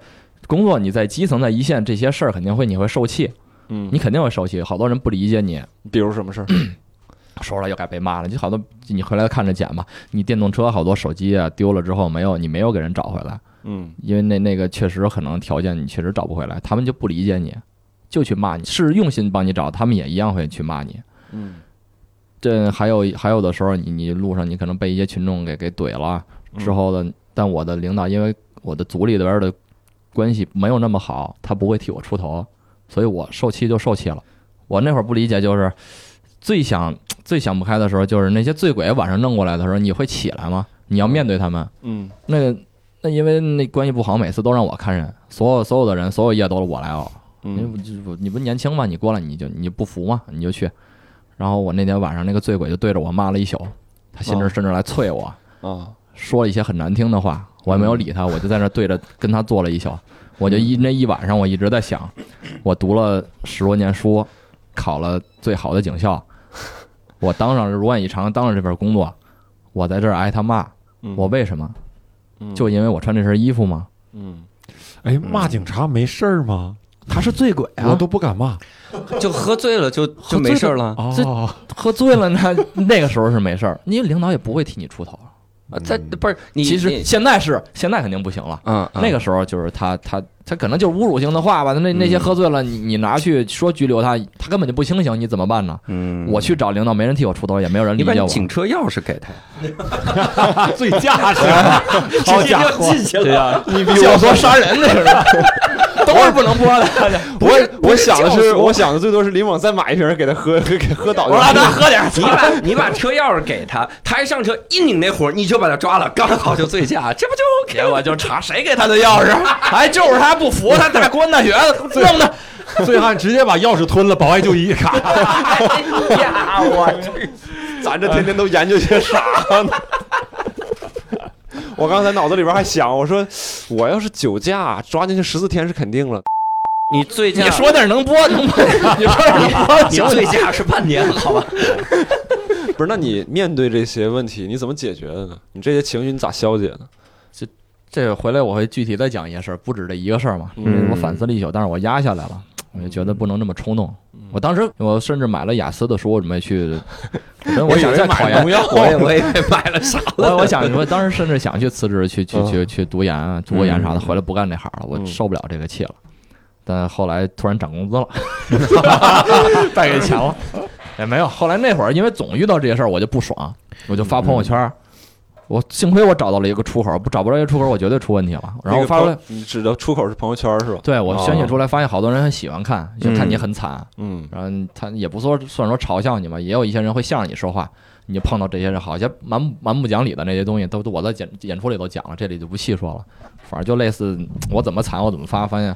S5: 工作，你在基层，在一线这些事儿，肯定会你会受气，
S1: 嗯
S5: 你，肯定会受气。好多人不理解你，
S1: 比如什么事儿？
S5: 说了又该被骂了。就好多你回来看着捡吧，你电动车好多手机啊丢了之后没有，你没有给人找回来，
S1: 嗯
S5: 因为那那个确实可能条件你确实找不回来，他们就不理解你，就去骂你，是用心帮你找，他们也一样会去骂你。
S1: 嗯
S5: 这还有还有的时候你，你路上你可能被一些群众给给怼了之后的，但我的领导因为我的组里边的关系没有那么好，他不会替我出头，所以我受气就受气了。我那会儿不理解，就是最想最想不开的时候，就是那些醉鬼晚上弄过来的时候，你会起来吗？你要面对他们。
S1: 嗯
S5: 那个那因为那关系不好，每次都让我看人，所有所有的人，所有夜都是我来哦熬。你
S1: 嗯
S5: 不就是不你不年轻吗？你过来你就你不服吗？你就去。然后我那天晚上那个醉鬼就对着我骂了一宿，他甚至
S1: 哦
S5: 甚至来啐我，
S1: 啊
S5: 说了一些很难听的话，我也没有
S1: 嗯
S5: 理他，我就在那对着跟他坐了一宿。我就一那一晚上我一直在想，我读了十多年书，考了最好的警校，我当上如愿以偿当上这份工作，我在这儿挨他骂，
S1: 嗯
S5: 我为什么？
S1: 嗯
S5: 就因为我穿这身衣服吗？
S1: 嗯
S9: 哎，骂警察没事儿吗？
S5: 他是醉鬼
S9: 我
S5: 啊，
S9: 都不敢骂。
S2: 就喝醉了就就没事儿了。
S9: 哦，
S5: 喝醉了那 那个时候是没事儿，因为领导也不会替你出头。
S2: 啊在
S5: 嗯
S2: 不是你
S5: 其
S2: 你
S5: 实现在是，现在肯定不行了。
S2: 嗯嗯
S5: 那个时候就是他他他可能就是侮辱性的话吧，那那些
S2: 嗯
S5: 喝醉了，你你拿去说拘留他，他根本就不清醒，你怎么办呢？
S2: 嗯
S5: 我去找领导，没人替我出头，也没有人理
S2: 你把
S5: 解
S2: 你
S5: 我。
S2: 警车钥匙给他，
S9: 醉 驾是好家伙，
S4: 进去了，
S9: 呀，你比
S5: 教唆杀人那是吧， 都是不能播的。
S9: 我我想的是，我想的最多是林猛再买一瓶给他喝，给喝倒就行。
S5: 他喝点
S2: 你把你把车钥匙给他，他一上车一拧那火，你就把他抓了，刚好就醉驾，这不就 OK 了？
S5: 我就查谁给他的钥匙，哎，就是他不服，他大官大学的，弄的。
S9: 醉汉直接把钥匙吞了，保外就医， 咔！
S4: 哎呀，我去，
S10: 咱这天天都研究些啥呢？ 我刚才脑子里边还想，我说我要是酒驾抓进去十四天是肯定了，
S2: 你醉驾，
S5: 你说点能播能播，你说点能播
S2: 你醉驾是半年，好吧？
S10: 不是？那你面对这些问题，你怎么解决的呢？你这些情绪你咋消解呢？
S5: 这个回来我会具体再讲一件事儿，不止这一个事儿嘛。
S10: 嗯
S5: 我反思了一宿，但是我压下来了，我就觉得不能这么冲动。我当时我甚至买了雅思的书，我准备去，我我想再考研，
S2: 我也我也买了啥
S5: 我我想 我当时甚至想去辞职，去去去去读研啊，读个研啥的，回来不干这行了，我
S10: 嗯
S5: 受不了这个气了。但后来突然涨工资了， 败给钱了，也没有。后来那会儿因为总遇到这些事儿，我就不爽，我就发朋友圈儿。
S10: 嗯
S5: 我幸亏我找到了一个出口，不找不着一个出口，我绝对出问题了。
S10: 那
S5: 然后
S10: 个
S5: 我发出来
S10: 朋，你指的出口是朋友圈是吧？
S5: 对我
S10: 哦
S5: 宣泄出来，发现好多人很喜欢看，就看你很惨，
S10: 嗯，
S5: 然后他也不说算说嘲笑你嘛，也有一些人会向着你说话，你就碰到这些人，好些蛮蛮不讲理的那些东西，都都我在演演出里都讲了，这里就不细说了。反正就类似我怎么惨我怎么发，发现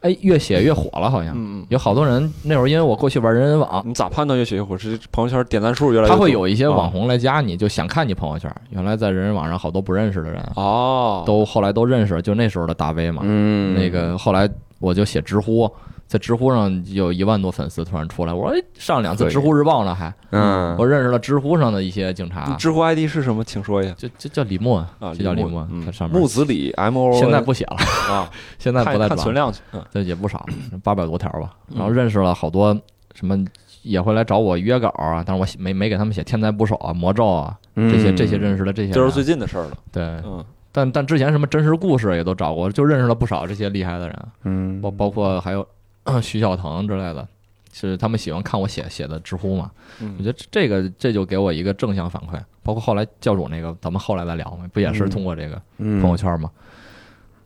S5: 哎越写越火了，好像、嗯
S10: 嗯嗯
S5: 有好多人那会儿因为我过去玩人人网。
S10: 你咋判断越写越火？是朋友圈点赞数越来越
S5: 他
S10: 多？
S5: 会有一些网红来加你，就想看你朋友圈。原来在人人网上好多不认识的人，
S10: 哦，
S5: 都后来都认识，就那时候的大 V 嘛。
S2: 嗯
S5: 那个后来我就写知乎，在知乎上有一万多粉丝突然出来，我说哎上两次
S2: 对
S5: 知乎日报呢还，
S2: 嗯，
S5: 我认识了知乎上的一些警
S10: 你
S5: 察，
S10: 知乎 ID 是什么？请说一下
S5: 就就叫李默
S10: 啊，
S5: 就叫李默
S10: 默，，嗯
S5: 他上面
S10: 木子李 M O，
S5: 现在不写了，
S10: 啊，
S5: 现在
S10: 看
S5: 不在
S10: 看
S5: 转
S10: 存
S5: 了，
S10: 量嗯去。嗯
S5: 这也不少， 八百多条吧。然后认识了好多什么也会来找我约稿啊，但是我写没没给他们写天才捕手啊、魔咒啊这
S2: 嗯
S5: 些这些认识了这些人，啊
S10: 这嗯是最近的事儿了，
S5: 对，
S10: 嗯，
S5: 但但之前什么真实故事也都找过，就认识了不少这些厉害的人。啊
S2: 嗯
S5: 包包括还有 徐小腾之类的，是他们喜欢看我写写的知乎嘛？
S10: 嗯
S5: 我觉得这个这就给我一个正向反馈，包括后来教主那个，咱们后来再聊嘛，不也是通过这个
S2: 嗯
S5: 朋友圈嘛？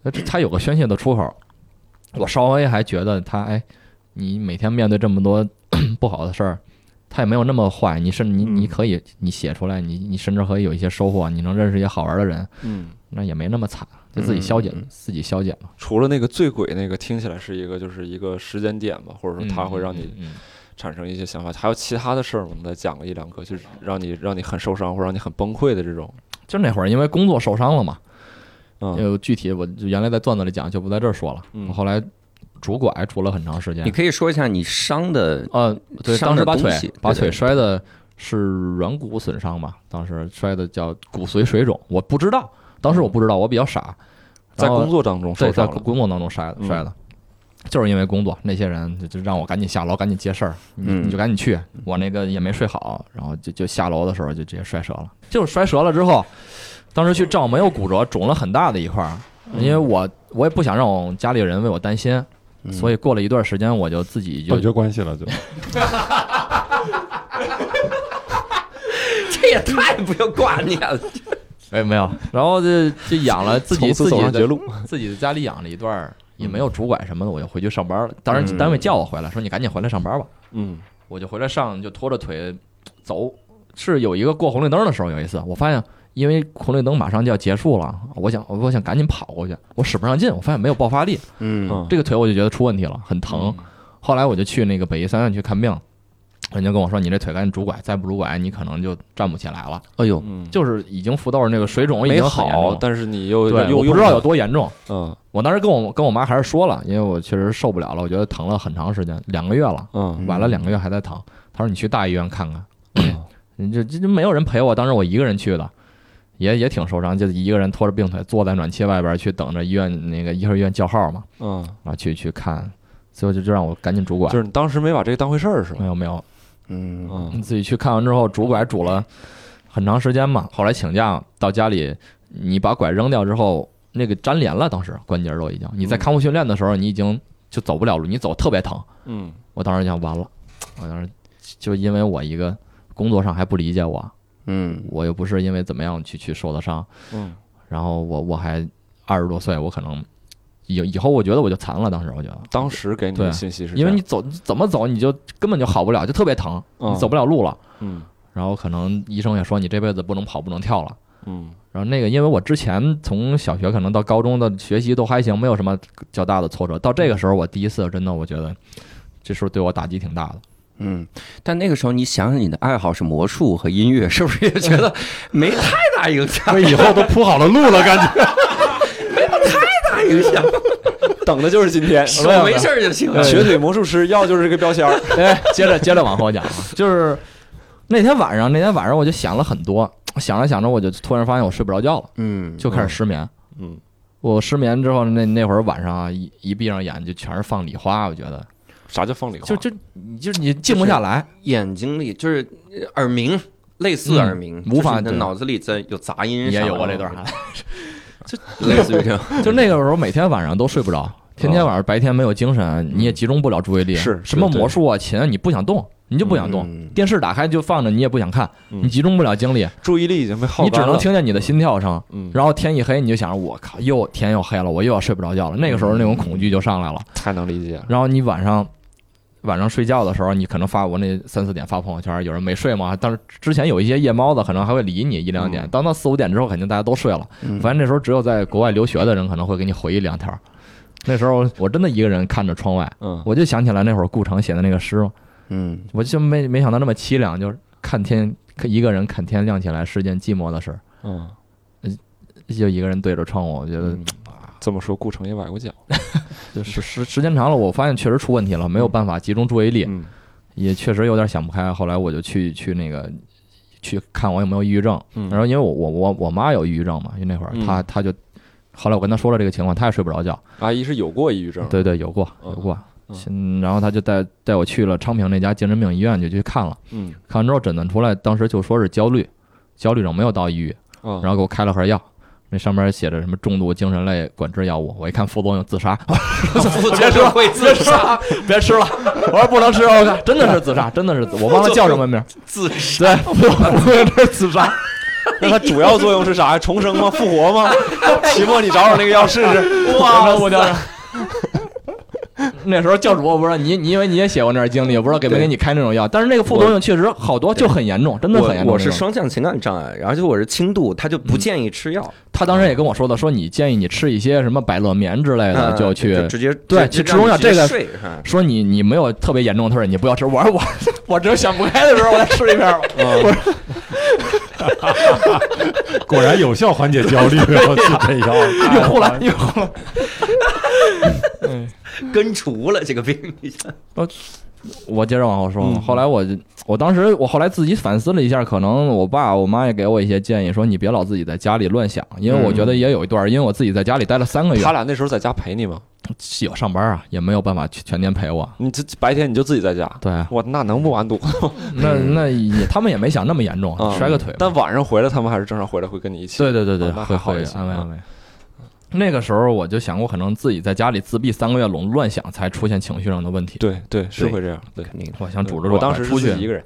S5: 那这他有个宣泄的出口，我稍微还觉得他哎，你每天面对这么多 不好的事儿。他也没有那么坏，你甚至你
S10: 嗯
S5: 你可以你写出来，你你甚至可以有一些收获，你能认识一些好玩的人，
S10: 嗯，
S5: 那也没那么惨，就自己
S2: 嗯
S5: 消解、自己消解嘛。
S10: 除了那个醉鬼那个听起来是一个就是一个时间点吧，或者说它会让
S5: 嗯
S10: 你
S5: 嗯嗯
S10: 产生一些想法，还有其他的事儿吗，我们再讲个一两个，就是让
S5: 嗯
S10: 你让你很受伤或者让你很崩溃的这种，
S5: 就那会儿因为工作受伤了嘛，
S10: 嗯
S5: 呃，具体我就原来在段子里讲，就不在这儿说了。
S10: 嗯
S5: 我后来拄拐拄了很长时
S2: 你
S5: 间，
S2: 可以说一下你伤的
S5: 呃，对，
S2: 伤
S5: 当时
S2: 的
S5: 把
S2: 东
S5: 腿
S2: 西
S5: 把
S2: 对
S5: 腿
S2: 对
S5: 摔的是软骨损伤吧，当时摔的叫骨髓水肿，我不知道，当时我不知道，我比较傻，
S10: 在
S5: 然后
S10: 工作当中
S5: 对，
S10: 受
S5: 在
S10: 伤了，
S5: 工作当中摔的
S10: 嗯
S5: 摔的，就是因为工作，那些人就就让我赶紧下楼，赶紧接事儿，你
S2: 嗯
S5: 你就赶紧去。我那个也没睡好，然后就就下楼的时候就直接摔折了。就是摔折了之后，当时去照没有骨折，肿了很大的一块儿，
S10: 嗯
S5: 因为我我也不想让我家里人为我担心，
S10: 嗯
S5: 所以过了一段时间我就自己就
S9: 断绝关系哦了就。
S2: 这也太不用挂念了。
S5: 哎没有，然后就就养了自己
S10: 从此
S5: 自
S10: 走
S5: 己
S10: 上
S5: 的
S10: 绝路，
S5: 自己在家里养了一段儿，也
S10: 嗯
S5: 没有拄拐什么的，我就回去上班了。当然单位叫我回来，说你赶紧回来上班吧。
S10: 嗯
S5: 我就回来上就拖着腿走，是有一个过红绿灯的时候，有一次我发现，因为红绿灯马上就要结束了，我想我想赶紧跑过去，我使不上劲，我发现没有爆发力，
S2: 嗯
S10: 嗯，
S5: 这个腿我就觉得出问题了，很疼。后来我就去那个北医三院去看病，人家跟我说你这腿赶紧拄拐，再不拄拐你可能就站不起来了。哎呦，
S10: 嗯
S5: 就是已经腹豆那个水肿已
S10: 没
S5: 经很严重
S10: 好，
S5: 了，
S10: 但是你又
S5: 对，
S10: 又
S5: 我不
S10: 用
S5: 知道
S10: 了
S5: 有多严重。
S10: 嗯
S5: 我当时跟我跟我妈还是说了，因为我确实受不了了，我觉得疼了很长时间，两个月了。
S10: 嗯
S5: 晚了两个月还在躺。他说你去大医院看看，你这这这没有人陪我，当时我一个人去的，也也挺受伤，就一个人拖着病腿坐在暖气外边去等着医院那个一号医院叫号嘛，
S10: 嗯
S5: 啊去去看，最后就就让我赶紧拄拐
S10: 就。是你当时没把这个当回事儿是吧？
S5: 没有没有，
S2: 嗯，
S10: 嗯，
S5: 你自己去看完之后，拄拐拄了很长时间嘛。后来请假到家里，你把拐扔掉之后，那个粘连了，当时关节都已经。你在康复训练的时候，你已经就走不了路，你走特别疼。
S10: 嗯，
S5: 我当时想完了，我当时就因为我一个工作上还不理解我，
S2: 嗯，
S5: 我又不是因为怎么样去去受的伤，
S10: 嗯，
S5: 然后我我还二十多岁，我可能以以后我觉得我就残了，当时我觉得，
S10: 当时给你的
S5: 对
S10: 信息是这
S5: 因
S10: 样，
S5: 为你走你怎么走你就根本就好不了，就特别疼，
S10: 嗯
S5: 你走不了路了，
S10: 嗯
S5: 然后可能医生也说你这辈子不能跑不能跳了。
S10: 嗯
S5: 然后那个，因为我之前从小学可能到高中的学习都还行，没有什么较大的挫折。到这个时候，我第一次真的我觉得，这时候对我打击挺大的。
S2: 嗯，但那个时候你想想你的爱好是魔术和音乐，是不是也觉得没太大影响？嗯
S9: 所以以后都铺好了路了，感觉
S2: 大影响，
S10: 等的就是今 天。
S2: 手没事儿就行了。
S10: 瘸腿魔术师要就是这个标签儿。
S5: 哎，接着接着往后讲啊，就是那天晚上，那天晚上我就想了很多，想着想着我就突然发现我睡不着觉了，
S2: 嗯，
S5: 就开始失眠。
S10: 嗯，
S5: 我失眠之后，那那会儿晚上啊，一一闭上眼就全是放礼花，我觉得
S10: 啥叫放礼花？
S5: 就就你就是你静不下来，
S2: 眼睛里就是耳鸣，类似耳鸣，
S5: 嗯无法
S2: 就是你的脑子里在有啊杂音。
S5: 也有过这段，
S2: 类似于这样。
S5: 就那个时候每天晚上都睡不着，天天晚上白天没有精神，你也集中不了注意力，
S10: 嗯是
S5: 什么
S10: 对对
S5: 魔术啊琴啊，你不想动，你就不想动。
S2: 嗯
S5: 电视打开就放着，你也不想看，
S10: 嗯
S5: 你集中不了精力，
S10: 注意力已经被耗
S5: 你只
S10: 干
S5: 能
S10: 了。
S5: 听见你的心跳声，
S10: 嗯，
S5: 然后天一黑，你就想着我靠，又天又黑了，我又要睡不着觉了。那个时候那种恐惧就上来了。
S10: 太能理解了。
S5: 然后你晚上晚上睡觉的时候，你可能发我那三四点发朋友圈，有人没睡吗？但是之前有一些夜猫子可能还会理你一两点，当到四五点之后，肯定大家都睡了。
S2: 嗯
S5: 反正那时候只有在国外留学的人可能会给你回一两条。那时候我真的一个人看着窗外，
S10: 嗯
S5: 我就想起来那会儿顾城写的那个诗嘛，
S2: 嗯
S5: 我就没没想到那么凄凉，就是看天一个人看天亮起来是件寂寞的事儿，
S10: 嗯，
S5: 就一个人对着窗户，我觉得。
S10: 嗯这么说顾城也崴过脚。
S5: 就是时时间长了，我发现确实出问题了，没有办法集中注意力，
S10: 嗯
S5: 也确实有点想不开。后来我就去去那个去看我有没有抑郁症，
S10: 嗯
S5: 然后因为我我我我妈有抑郁症嘛，因为那会儿
S10: 嗯
S5: 她她就，后来我跟她说了这个情况，她也睡不着觉，
S10: 阿姨是有过抑郁症。
S5: 对对，有过
S10: 嗯
S5: 有过
S10: 嗯，
S5: 嗯，然后她就带带我去了昌平那家精神病医院就去看了，
S10: 嗯
S5: 看完之后诊断出来，当时就说是焦虑，焦虑症没有到抑郁，
S10: 啊，
S5: 然后给我开了盒药。那上面写着什么重度精神类管制药物，我一看副作用自杀，
S2: 副作用会自杀，
S5: 别吃了，我说不能吃，我靠，真的是自杀，真的是自，我忘了叫什么名儿，
S2: 自杀。
S5: 对，这是自杀，
S10: 那它主要作用是啥呀？重生吗？复活吗？期末你找找那个药试试。
S5: 哇，我叫。那时候教主我不知道你，你因为你也写过那样经历，我不知道给没给你开那种药，但是那个副作用确实好多就很严重，真的很严
S2: 我
S5: 重。
S2: 我是
S5: 那种，嗯
S2: 双向情感障碍，而且我是轻度，他就不建议吃药，
S5: 他当时也跟我说的，说你建议你吃一些什么百乐眠之类 的，
S2: 嗯
S5: 哎就去
S2: 就直接
S5: 对
S2: 直
S5: 去
S2: 接
S5: 吃中药
S2: 让你直接
S5: 这个
S2: 睡嗯
S5: 说你你没有特别严重的事儿，你不要吃。我说我 我只有想不开的时候我再吃一片吧。
S9: 果然有效缓解焦虑，我去这药。
S5: 用护栏，用护栏。
S2: 根除了这个病。
S5: 我接着往后说，
S10: 嗯
S5: 后来我就，我当时我后来自己反思了一下，可能我爸我妈也给我一些建议，说你别老自己在家里乱想，因为我觉得也有一段，因为我自己在家里待了三个月
S10: 他，俩那时候在家陪你吗？
S5: 室友上班啊，也没有办法去全天陪我。
S10: 你这白天你就自己在家。
S5: 对啊，
S10: 我那能不完犊 子？
S5: 那那也他们也没想那么严重，
S10: 嗯
S5: 摔个腿嘛。
S10: 但晚上回来，他们还是正常回来，会跟你一起。
S5: 对对对对，
S10: 哦那还
S5: 会
S10: 好
S5: 会
S10: 一些
S5: 安慰
S10: 嗯
S5: 安慰。那个时候我就想过，可能自己在家里自闭三个月，拢乱想，才出现情绪上的问题。
S10: 对对，是
S2: 对
S10: 会这样。对，
S2: 肯定
S5: 我想拄着
S10: 我
S5: 我
S10: 当时是
S5: 出去
S10: 自己一个人。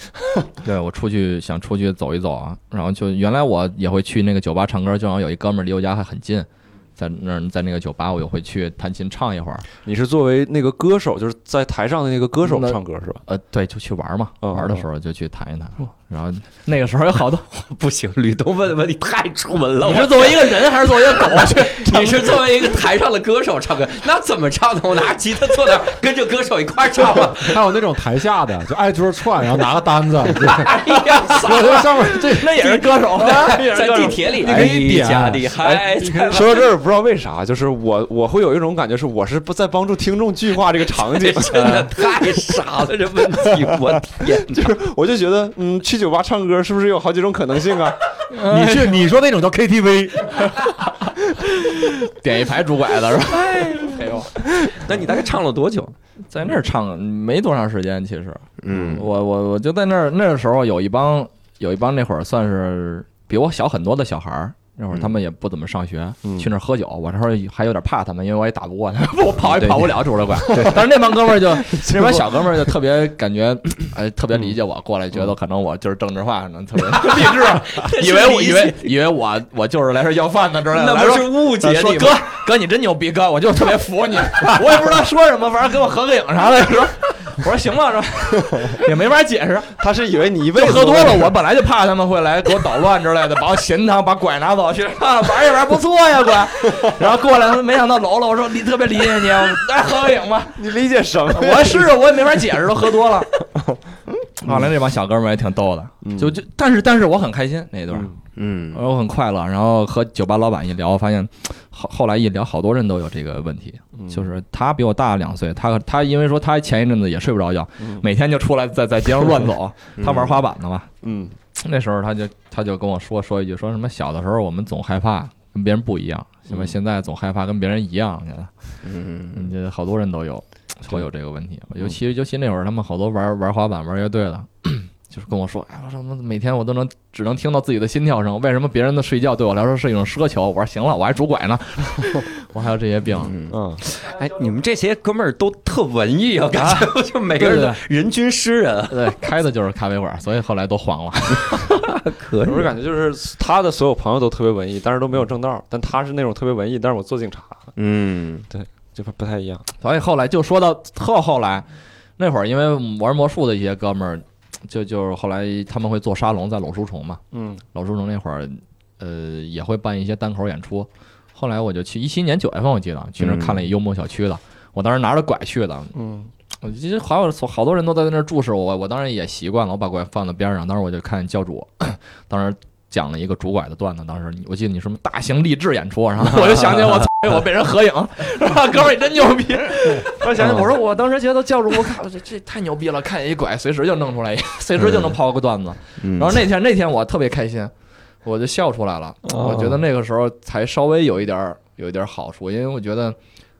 S5: 对我出去想出去走一走啊，然后就原来我也会去那个酒吧唱歌，正好有一哥们儿离我家还很近，在那儿在那个酒吧我就会去弹琴唱一会儿，
S10: 你是作为那个歌手，就是在台上的那个歌手唱歌是吧？
S5: 呃，对，就去玩嘛，
S10: 嗯
S5: 玩的时候就去弹一弹，然后哦那个时候有好多，
S2: 不行，吕东问的问题太出门了。我
S5: 作为一个人还是作为一个狗？
S2: 你是作为一个台上的歌手唱歌，那怎么唱呢？我拿吉他坐那儿跟着歌手一块儿唱吧。
S9: 还有那种台下的，就挨桌串，然后拿个单子，
S2: 哎呀，
S9: 我 在上面这
S5: 那也是歌手，
S2: 在地铁里，
S9: 你可以点
S2: 哎家里还在
S10: 说到这 儿，不知道为啥，就是我我会有一种感觉，是我是不在帮助听众具化这个场景
S2: 这，真的太傻了，这问题，我天！
S10: 就是我就觉得，嗯，去酒吧唱歌是不是有好几种可能性啊？
S9: 你去你说那种叫 KTV，
S5: 点一排拄拐子是吧？
S2: 那你大概唱了多久？
S5: 在那儿唱没多长时间，其实，
S2: 嗯
S5: 我我我就在那儿那时候有一帮有一帮那会儿算是比我小很多的小孩儿。那会儿他们也不怎么上学，去那儿喝酒。我那时候还有点怕他们，因为我也打不过他们，我 跑也跑不了拄着拐。但是那帮哥们儿就，那帮小哥们儿就特别感觉，哎，特别理解我过来，觉得可能我就是政治化，可能特别 励
S2: 啊
S5: 志，以为我以为以为我我就是来这儿要饭的之类的。
S2: 那
S5: 来
S2: 不
S5: 说
S2: 是 误解
S5: 啊说
S2: 你
S5: 哥
S2: 吗？
S5: 哥你真牛逼哥，我就特别服 你，我也不知道说什么，反正给我合个影啥的。说我说行吧， 说也没法解释，
S10: 他是以为你一辈
S5: 就
S10: 子
S5: 喝多了，我本来就怕他们会来给我捣乱之类的，把我琴堂把拐拿走去啊，玩一玩不错呀拐，然后过来他们没想到楼了，我说你特别理解你，我们来合个影吧。
S10: 你理解什么？
S5: 我是我也没法解释，都喝多 了。后来那帮小哥们儿也挺逗的，就就但是但是我很开心那一段。
S2: 嗯
S5: 然后很快乐，然后和酒吧老板一聊，发现后后来一聊，好多人都有这个问题，
S1: 嗯
S10: 嗯
S5: 就是他比我大两岁，他他因为说他前一阵子也睡不着觉，每天就出来在在街上乱走，他玩滑板的嘛，
S10: 嗯，
S5: 那时候他就他就跟我说说一句，说什么小的时候我们总害怕跟别人不一样，什么现在总害怕跟别人一样，你看，
S2: 嗯，
S5: 嗯，这好多人都有会有这个问题，尤其尤其那会儿他们好多玩玩滑板玩乐队的。 就是跟我说，哎，我说怎么每天我都能只能听到自己的心跳声，为什么别人的睡觉对我来说是一种奢求？我说行了，我还拄拐呢，我还有这些病，
S2: 嗯
S10: 嗯
S2: 哎，你们这些哥们儿都特文艺啊，感觉就每个人
S5: 对
S2: 都人均诗人，啊
S5: 对，开的就是咖啡馆，所以后来都黄了。
S2: 可以
S10: 我是感觉就是他的所有朋友都特别文艺，但是都没有正道，但他是那种特别文艺，但是我做警察，
S2: 嗯
S10: 就不不太一样。
S5: 所以后来就说到特后来那会儿，因为玩魔术的一些哥们儿，就就是后来他们会做沙龙，在老书虫嘛，
S10: 嗯，
S5: 老书虫那会儿，呃，也会办一些单口演出。后来我就去一七年九月份，我记得去那儿看了一幽默小区的，我当时拿着拐去的，
S10: 嗯，
S5: 我其实好有好多人都在那儿注视我，我当然也习惯了，我把拐放在边上，当时我就看教主，当时。讲了一个拄拐的段子，当时你我记得你什么大型励志演出，然后我就想起我操，我被人合影，是吧？哥们儿你真牛逼！嗯我
S10: 嗯
S5: 想起我说我当时觉得教主，我靠，这这太牛逼了，看一拐随时就弄出来一，随时就能抛个段子。
S2: 嗯
S5: 然后那天那天我特别开心，我就笑出来了。我觉得那个时候才稍微有一点儿有一点儿好处，因为我觉得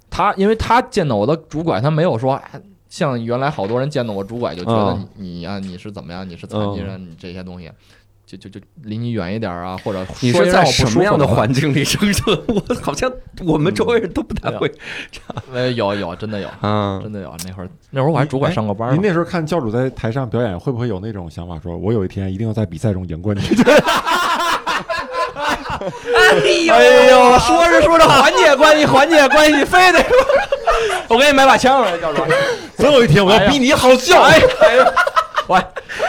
S5: 他，因为他见到我的主管，他没有说。哎像原来好多人见到我主管就觉得
S10: 嗯
S5: 你你呀、你是怎么样，你是残疾人，你这些东西，就就就离你远一点儿啊，或者
S2: 你
S5: 说
S2: 是
S5: 一让
S2: 在
S5: 我不
S2: 什
S5: 舒
S2: 么样
S5: 服
S2: 的
S5: 话
S2: 环境里生存？我好像我们周围人都不太会
S5: 呃，有有真的有
S2: 啊。
S5: 真的有，那会儿那会儿我还主管上过班儿
S9: 您
S5: 嘛，
S9: 那时候看教主在台上表演，会不会有那种想法说，我有一天一定要在比赛中赢过你？
S5: 哎呦，说着说着 缓解关系，缓解关系，非得我给你买把枪来，教主。
S9: 总有一天我要比你好笑。
S5: 哎呀，哎呀，喂，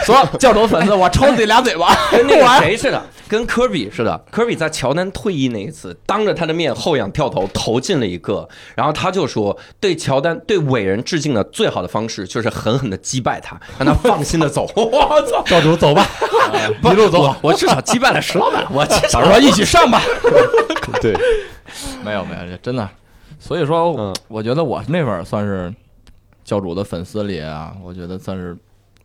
S5: 所有教主粉丝，我抽自己俩嘴巴。
S2: 跟那个谁似的，跟科比似的。科比在乔丹退役那一次，当着他的面后仰跳投投进了一个，然后他就说，对乔丹对伟人致敬的最好的方式就是狠狠的击败他，让他放心的走。 我操，
S9: 教主走吧，
S2: 一路走，我至少击败了石老板，我至少
S5: 我说一起上吧。
S10: 对，
S5: 没有没有，这真的。所以说，
S2: 嗯
S5: 我觉得我那会儿算是教主的粉丝里啊，我觉得算是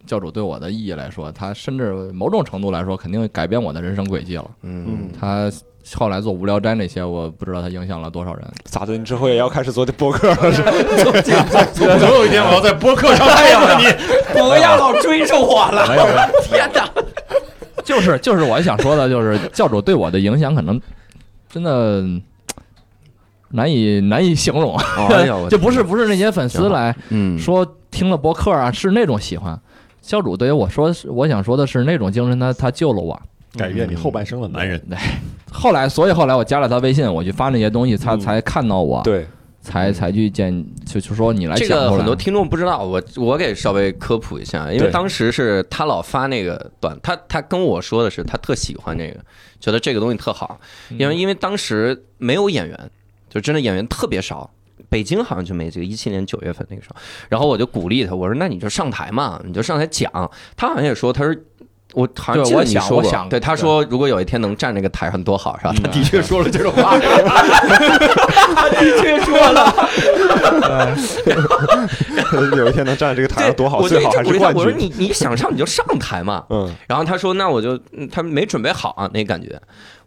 S5: 教主对我的意义来说，他甚至某种程度来说，肯定改变我的人生轨迹了。
S2: 嗯，
S5: 他后来做无聊斋那些，我不知道他影响了多少人。
S10: 咋的？你之后也要开始做播客了是吧？
S9: 总有一天我要在播客上看
S2: 哎
S9: 到你。
S2: 不要老追着我了，
S5: 没有没有。
S2: 天哪！
S5: 就是就是我想说的，就是教主对我的影响可能真的难以难以形容，
S2: 哎呀我
S5: 就不是不是那些粉丝来
S2: 嗯
S5: 说听了博客啊，是那种喜欢。教主对于我说，我想说的是那种精神，他他救了我。
S9: 改变你后半生的
S2: 嗯
S9: 男人，
S5: 后来，所以后来我加了他微信，我去发那些东西，
S2: 嗯
S5: 他才看到我，
S10: 对，
S5: 才才去见，就就说你来
S2: 这
S5: 讲
S2: 个
S5: 出
S2: 很
S5: 来
S2: 多。听众不知道，我我给稍微科普一下，因为
S10: 对
S2: 当时是他老发那个短，他他跟我说的是他特喜欢这个，觉得这个东西特好，
S5: 嗯
S2: 因为因为当时没有演员，就真的演员特别少。北京好像就没这个，一七年九月份那个时候，然后我就鼓励他，我说那你就上台嘛，你就上台讲。他好像也说，他说我好像
S5: 对
S2: 记得
S5: 我
S2: 你
S5: 想
S2: 说
S5: 我
S2: 过
S5: 想
S2: 对他
S5: 对嗯
S2: 说，如果有一天能站那个台上多好，是吧？他的确说了这种 话，
S9: 哎有一天能站在这个 台
S2: 对
S9: 上，多好，
S2: 我就
S9: 最
S2: 一
S9: 好
S2: 直
S9: 还
S2: 鼓
S9: 是
S2: 励他，
S9: 冠
S2: 我说
S9: 军。
S2: 你你想上你就上台嘛。
S9: 嗯，
S2: 然后他说那我就嗯他没准备好啊，那感觉。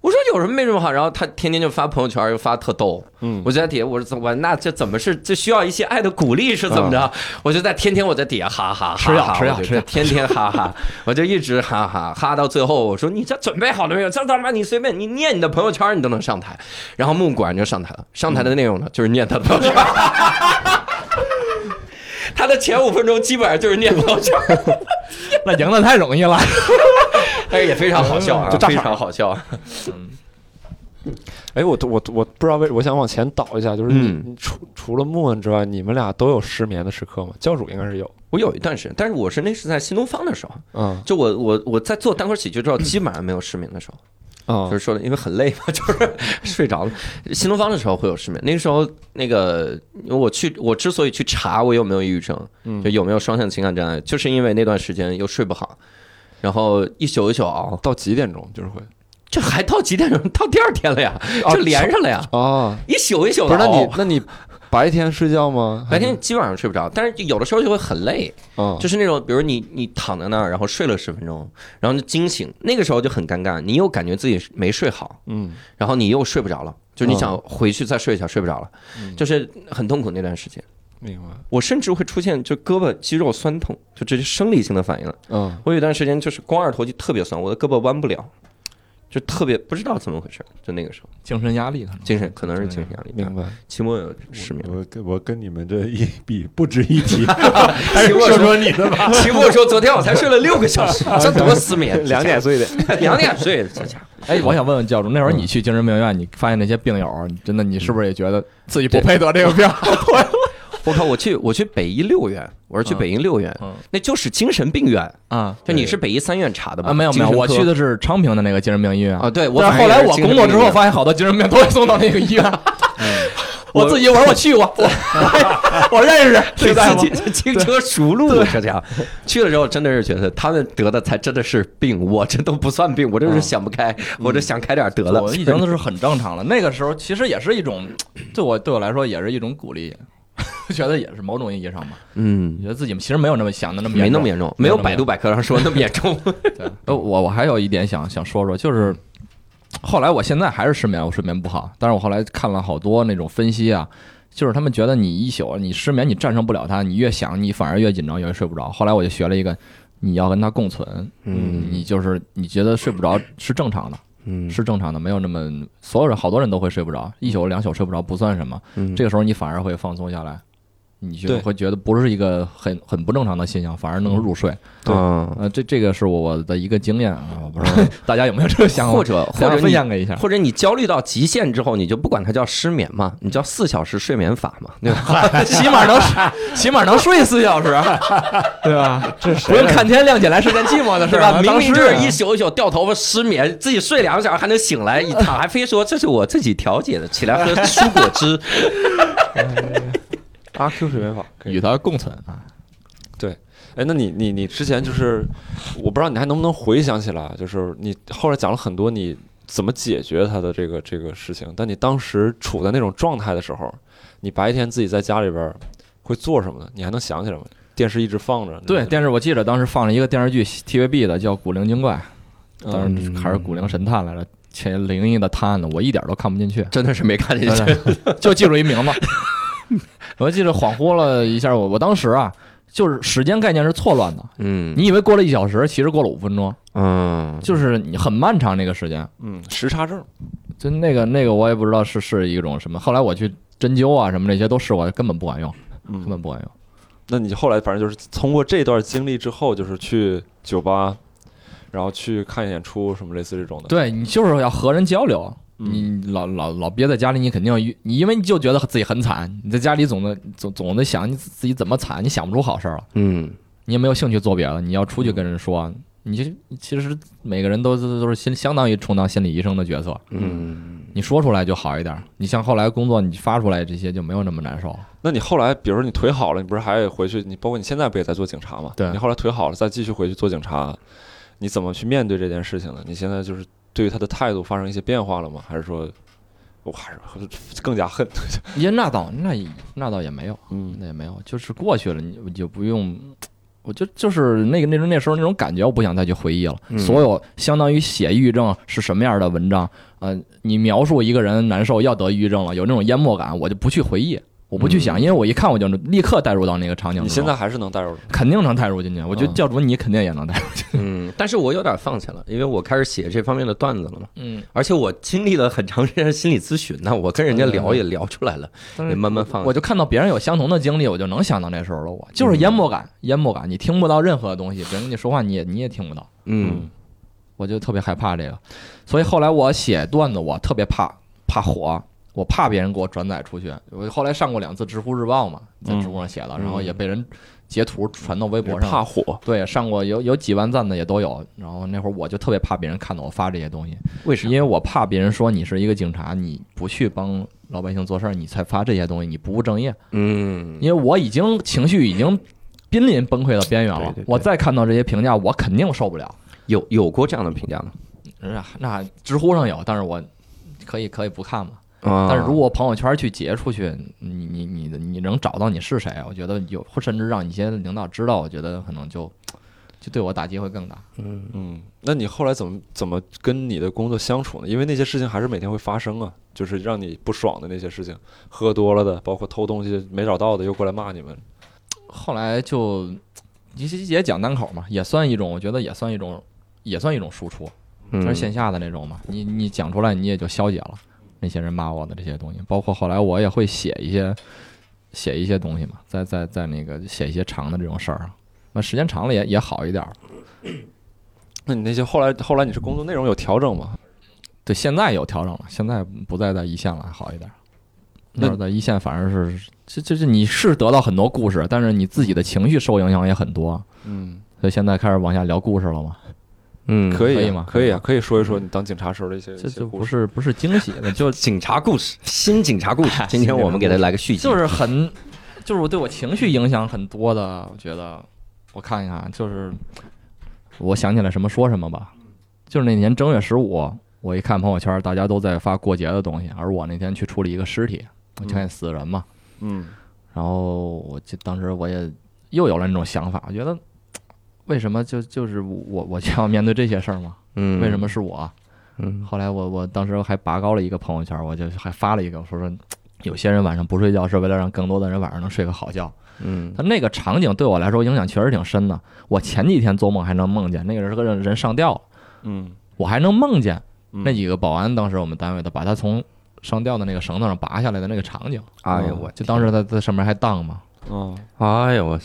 S2: 我说有什么没什么好，然后他天天就发朋友圈，又发特逗。
S9: 嗯
S2: 我就在底下我说我那这怎么是这需要一些爱的鼓励是怎么着？我就在天天我在底下哈哈哈哈，
S5: 吃药吃药
S2: 我就
S5: 吃药
S2: 天天哈 哈，我就一直哈哈哈到最后，我说你这准备好了没有？这他妈你随便你念你的朋友圈你都能上台，然后木果然就上台了，上台的内容呢就是念他的朋友圈。 他的前五分钟基本上就是念朋友圈，
S5: 那赢的太容易了。
S2: 但哎是也非常好笑啊，非常好笑。
S1: 哎，我我我不知道为，我想往前倒一下，就是你、
S2: 嗯
S1: 你除除了莫恩之外，你们俩都有失眠的时刻吗？教主应该是有，
S2: 我有一段时间，但是我是那是在新东方的时候，
S1: 嗯
S2: 就我我我在做单口喜剧之后，基本上没有失眠的时候，
S1: 嗯
S2: 就是说的，因为很累嘛， 就是睡着了。新东方的时候会有失眠，那个时候那个我去，我之所以去查我有没有抑郁症，
S1: 嗯
S2: 就有没有双向情感障碍，就是因为那段时间又睡不好，然后一宿一宿熬，
S1: 到几点钟就是会
S2: 这还到几点钟？到第二天了呀，就连上了呀，
S1: 啊？
S2: 一宿一宿
S1: 不哦是，
S2: 的
S1: 那
S2: 熬
S1: 你。那你白天睡觉 吗？
S2: 白天基本上睡不着，但是有的时候就会很累，
S1: 嗯
S9: 啊
S2: 就是那种，比如你你躺在那儿，然后睡了十分钟，然后就惊醒，那个时候就很尴尬，你又感觉自己没睡好，
S1: 嗯，
S2: 然后你又睡不着了，就是你
S1: 嗯
S2: 想回去再睡一觉，睡不着了，
S9: 嗯
S2: 就是很痛苦那段时间。
S1: 明白。
S2: 我甚至会出现就胳膊肌肉酸痛，就这是生理性的反应了。
S1: 嗯，
S2: 我有一段时间就是肱二头肌特别酸，我的胳膊弯不了，就特别不知道怎么回事，就那个时候
S5: 精神压力可能
S2: 精神可能是精神压力大
S1: 明。白。
S2: 期末有失眠，
S9: 我跟我跟你们这一比不值一 提，
S2: 哎
S4: 还是说说你的吧。
S2: 期末说昨天我才睡了六个小时， 这多失眠，
S9: 啊 两点睡的，
S2: 两点睡的，这家伙。
S5: 哎，我想问问教主，那会儿
S2: 嗯
S5: 你去精神病院，你发现那些病友，你真的你是不是也觉得自己不配得这个病？
S2: 我靠，我去我去北医六院，我是去北医六院，
S5: 嗯
S2: 那就是精神病院。
S5: 啊
S2: 就你是北医三院查的吧？
S5: 啊，没有没有，
S2: 精神科
S5: 我去的是昌平的那个精神病医院
S2: 啊，。对，我
S5: 但是后来我工作之后，
S2: 发
S5: 发现好多精神病都会送到那个 医院。
S2: 嗯
S5: 我自己我说我去过，我我认识这
S2: 对
S5: 大夫
S2: 自。己轻车熟路，这家伙去了之后真的是觉得他们得的才真的是病，我这都不算病，我这是想不开，我这想开点得了
S5: 嗯我。已经是很正常了。那个时候其实也是一种，对我对我来说也是一种鼓励， 觉得也是某种意义上吧。
S2: 嗯
S5: 你，觉得自己其实没有那么想的那么
S2: 没那么
S5: 严
S2: 严重，
S5: 没
S2: 没有
S5: 有
S2: 百度百科上说那么严重。
S5: 重。呃，我我还有一点想想说说，就是后来我现在还是失眠，我睡眠不好，但是我后来看了好多那种分析啊。就是他们觉得你一宿你失眠，你战胜不了它，你越想你反而越紧张，越睡不着。后来我就学了一个，你要跟它共存，
S2: 嗯
S5: 你就是你觉得睡不着是正常的，
S2: 嗯
S5: 是正常的，没有那么所有人好多人都会睡不着，一宿两宿睡不着不算什么，
S2: 嗯
S5: 这个时候你反而会放松下来，你就
S1: 对
S5: 会觉得不是一个很很不正常的现象，反而能入睡。
S2: 嗯，
S5: 呃，这这个是我我的一个经验啊，我不 知道大家有没有这个想法，
S2: 或者或
S5: 大家
S2: 者
S5: 分
S2: 你
S5: 享给一下。
S2: 或者你焦虑到极限之后，你就不管它叫失眠嘛，你叫四小时睡眠法嘛，对 吧？
S5: 起码能睡起码能睡四小时， 啊对吧？ 这不用看天亮起来是件寂寞的事
S2: 是
S5: 儿
S2: 吧？
S5: 啊，
S2: 明
S5: 当时
S2: 明就是一宿一宿掉头发、失眠，自己睡两个小时还能醒来一躺，还非说这是我自己调节的，起来喝蔬果 汁。，
S1: 阿 Q 睡眠法可以
S5: 与。它共存啊。
S1: 哎，那你你你之前就是，我不知道你还能不能回想起来，就是你后来讲了很多你怎么解决他的这个这个事情，但你当时处在那种状态的时候，你白天自己在家里边儿会做什么呢？你还能想起来吗？电视一直放着。
S5: 对，电视我记得当时放了一个电视剧 TVB 的叫《古灵精怪》，
S1: 嗯
S5: 当时还是《古灵神探》来着，前灵异的探案的，我一点都看不进去
S2: 真的是没看进去。
S5: 就记住一名字。 我记得恍惚了一下，我我当时啊，就是时间概念是错乱的，
S2: 嗯
S5: 你以为过了一小时，其实过了五分钟，
S2: 嗯，
S5: 就是你很漫长那个时间。
S1: 嗯，时差症。
S5: 就那个那个我也不知道是是一种什么，后来我去针灸啊什么那些都试过，根本不管用，根
S1: 嗯，
S5: 本不管用。
S1: 那你后来反正就是通过这段经历之后，就是去酒吧，然后去看演出什么类似这种的。
S5: 对你就是要和人交流，
S1: 嗯
S5: 你老老老憋在家里，你肯定要遇你因为你就觉得自己很惨，你在家里总的总总得想你自己怎么惨，你想不出好事儿了，
S2: 嗯，
S5: 你也没有兴趣做别的，你要出去跟人说，你就其实每个人都都都是心相当于充当心理医生的角色，
S2: 嗯，
S5: 你说出来就好一点儿。你像后来工作，你发出来这些就没有那么难受了。
S1: 那你后来，比如说你腿好了，你不是还回去？你包括你现在不也在做警察吗？
S5: 对
S1: 你后来腿好了，再继续回去做警察，
S10: 你怎么去面对这件事情呢？你现在就是对于他的态度发生一些变化了吗？还是说，我还是更加恨？
S5: 也那倒那也那倒也没有，
S10: 嗯
S5: 那也没有，就是过去了，你你就不用。我就就是那个那种那时候那种感觉，我不想再去回忆了。
S10: 嗯
S5: 所有相当于写抑郁症是什么样的文章，呃，你描述一个人难受要得抑郁症了，有那种淹没感，我就不去回忆，我不去想，因为我一看我就立刻带入到那个场景
S10: 嗯你
S5: 之中。
S10: 现在嗯还是能带入的
S5: 肯定能带入进去，我觉得教主你肯定也能带入。
S2: 嗯，但是我有点放弃了，因为我开始写这方面的段子了嘛，
S5: 嗯，
S2: 而且我经历了很长时间的心理咨询呢，我跟人家聊也聊出来了，
S5: 但
S2: 也
S5: 是
S2: 慢慢放
S5: 嗯我就看到别人有相同的经历，我就能想到那时候了。我
S10: 嗯
S5: 就是淹没感，淹没感，你听不到任何东西，别人跟你说话你也你也听不到，
S2: 嗯
S5: 我就特别害怕这个。所以后来我写段子，我特别怕怕火，我怕别人给我转载出去。我后来上过两次知乎日报嘛，在知乎上写
S2: 嗯
S5: 的，然后也被人截图传到微博上，
S10: 怕火，
S5: 对，上过有有几万赞的也都有。然后那会儿我就特别怕别人看到我发这些东西，
S2: 为啥
S5: 因为我怕别人说你是一个警察，你不去帮老百姓做事儿，你才发这些东西，你不务正业。
S2: 嗯
S5: 因为我已经情绪已经濒临崩溃的边缘了，
S2: 对对对
S5: 我再看到这些评价，我肯定受不了。
S2: 有有过这样的评价吗？
S5: 那那知乎上有，但是我可以可以不看嘛。
S2: 啊
S5: 但是如果朋友圈去截出去，你你你你能找到你是谁，我觉得有，或甚至让一些领导知道，我觉得可能就就对我打击会更大。
S10: 嗯，那你后来怎么怎么跟你的工作相处呢？因为那些事情还是每天会发生啊，就是让你不爽的那些事情，喝多了的，包括偷东西没找到的，又过来骂你们。
S5: 后来就也也讲单口嘛，也算一种，我觉得也算一种，也算一种输出，
S2: 嗯
S5: 这是线下的那种嘛。你你讲出来，你也就消解了那些人骂我的这些东西。包括后来我也会写一些写一些东西嘛，在在在那个写一些长的这种事儿啊。那时间长了也也好一点儿。
S10: 那你那些后来后来你是工作内容有调整吗？
S5: 对，现在有调整了，现在不再在一线了，好一点儿。那会儿在一线反而是，这这这你是得到很多故事，但是你自己的情绪受影响也很多。
S10: 嗯，
S5: 所以现在开始往下聊故事了嘛。
S2: 嗯
S10: 可以啊
S5: 可以吗
S10: 可以啊，可以说一说你当警察时候的一些
S5: 这
S10: 一些
S5: 就
S10: 故
S5: 不
S10: 事。
S5: 是不是惊喜的，就
S2: 警察故事，新警察故 事。今天我们给他来个续集，
S5: 就是很，就是我对我情绪影响很多的。我觉得，我看一看，就是我想起来什么说什么吧。就是那年正月十五，我一看朋友圈，大家都在发过节的东西，而我那天去处理一个尸体，我看见死人嘛，
S10: 嗯，
S5: 然后我就当时我也又有了那种想法，我觉得为什么就就是我我就要面对这些事儿吗？
S2: 嗯
S5: 为什？么是我？
S2: 嗯
S5: 后来我我当时还拔高了一个朋友圈，我就还发了一个，我说说有些人晚上不睡觉是为了让更多的人晚上能睡个好觉。
S2: 嗯
S5: 但那个场景对我来说影响确实挺深的。我前几天做梦还能梦见那个人是个人人上吊了，
S10: 嗯，
S5: 我还能梦见
S10: 嗯
S5: 那几个保安，当时我们单位的把他从上吊的那个绳子上拔下来的那个场景，啊
S2: 哎
S10: 嗯
S2: 呦我，
S5: 就当时他在上面还荡嘛。
S10: 哦，
S2: 哎呦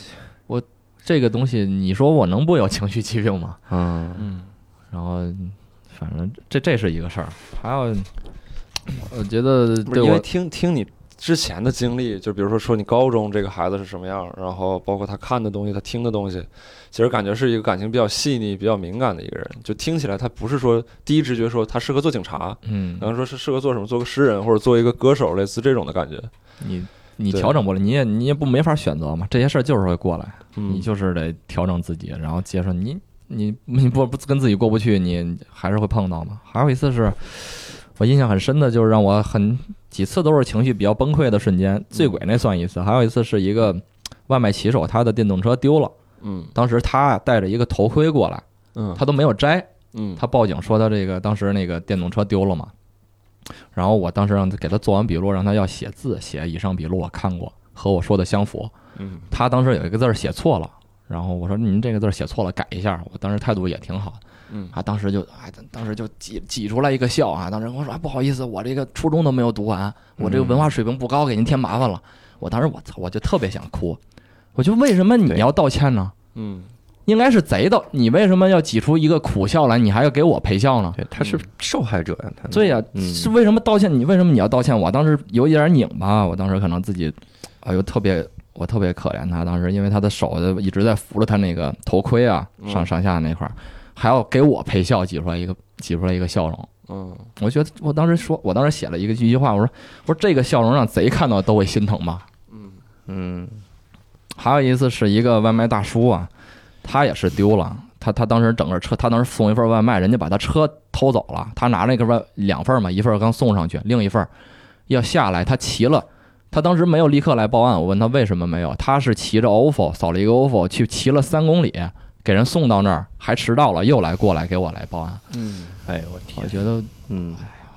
S2: 我，
S5: 这个东西，你说我能不有情绪疾病吗？
S2: 嗯
S5: 然后，反正这这是一个事儿，还有，我觉得
S10: 不
S5: 对
S10: 是因为
S5: 我
S10: 听听你之前的经历，就比如说说你高中这个孩子是什么样，然后包括他看的东西，他听的东西，其实感觉是一个感情比较细腻、比较敏感的一个人。就听起来他不是说第一直觉说他适合做警察，
S5: 嗯，
S10: 然后说是适合做什么，做个诗人或者做一个歌手，类似这种的感觉。
S5: 你你
S10: 对
S5: 调整不了，你也你也不没法选择嘛，这些事儿就是会过来，
S10: 嗯
S5: 你就是得调整自己，然后接受你你你不不跟自己过不去，你还是会碰到嘛。还有一次是我印象很深的，就是让我很几次都是情绪比较崩溃的瞬间，醉鬼那算一次，还有一次是一个外卖骑手他的电动车丢了，
S10: 嗯
S5: 当时他戴着一个头盔过来，
S10: 嗯
S5: 他都没有摘，
S10: 嗯
S5: 他报警说他这个当时那个电动车丢了嘛，然后我当时让他给他做完笔录，让他要写字，写以上笔录我看过，和我说的相符。
S10: 嗯，
S5: 他当时有一个字儿写错了，然后我说您这个字儿写错了，改一下。我当时态度也挺好，
S10: 嗯
S5: 啊，当时就哎，当时就挤挤出来一个笑啊，当时跟我说、哎、不好意思，我这个初中都没有读完，我这个文化水平不高，给您添麻烦了。我当时我操，我就特别想哭，我就为什么你要道歉呢？
S10: 嗯，
S5: 应该是贼的，你为什么要挤出一个苦笑来？你还要给我陪笑呢？
S2: 对，他是受害者呀，他
S5: 对呀、
S2: 嗯
S5: 是为什么道歉？你为什么你要道歉？我当时有一点拧巴，我当时可能自己，哎呦，特别我特别可怜他，当时因为他的手就一直在扶着他那个头盔啊，
S2: 嗯
S5: 上上下那块儿，还要给我陪笑，挤出来一个挤出来一个笑容。
S10: 嗯，
S5: 我觉得我当时说，我当时写了一个一句话，我说我说这个笑容让贼看到都会心疼吧。
S2: 嗯
S5: 还有一次是一个外卖大叔啊，他也是丢了，他他当时整个车，他当时送一份外卖，人家把他车偷走了，他拿那个外两份嘛，一份刚送上去，另一份要下来，他骑了。他当时没有立刻来报案，我问他为什么没有，他是骑着 OFO 扫了一个 OFO 去骑了三公里，给人送到那儿，还迟到了，又来过来给我来报案。
S2: 哎呦我
S5: 嗯
S2: 天
S5: 我，觉得
S2: 嗯，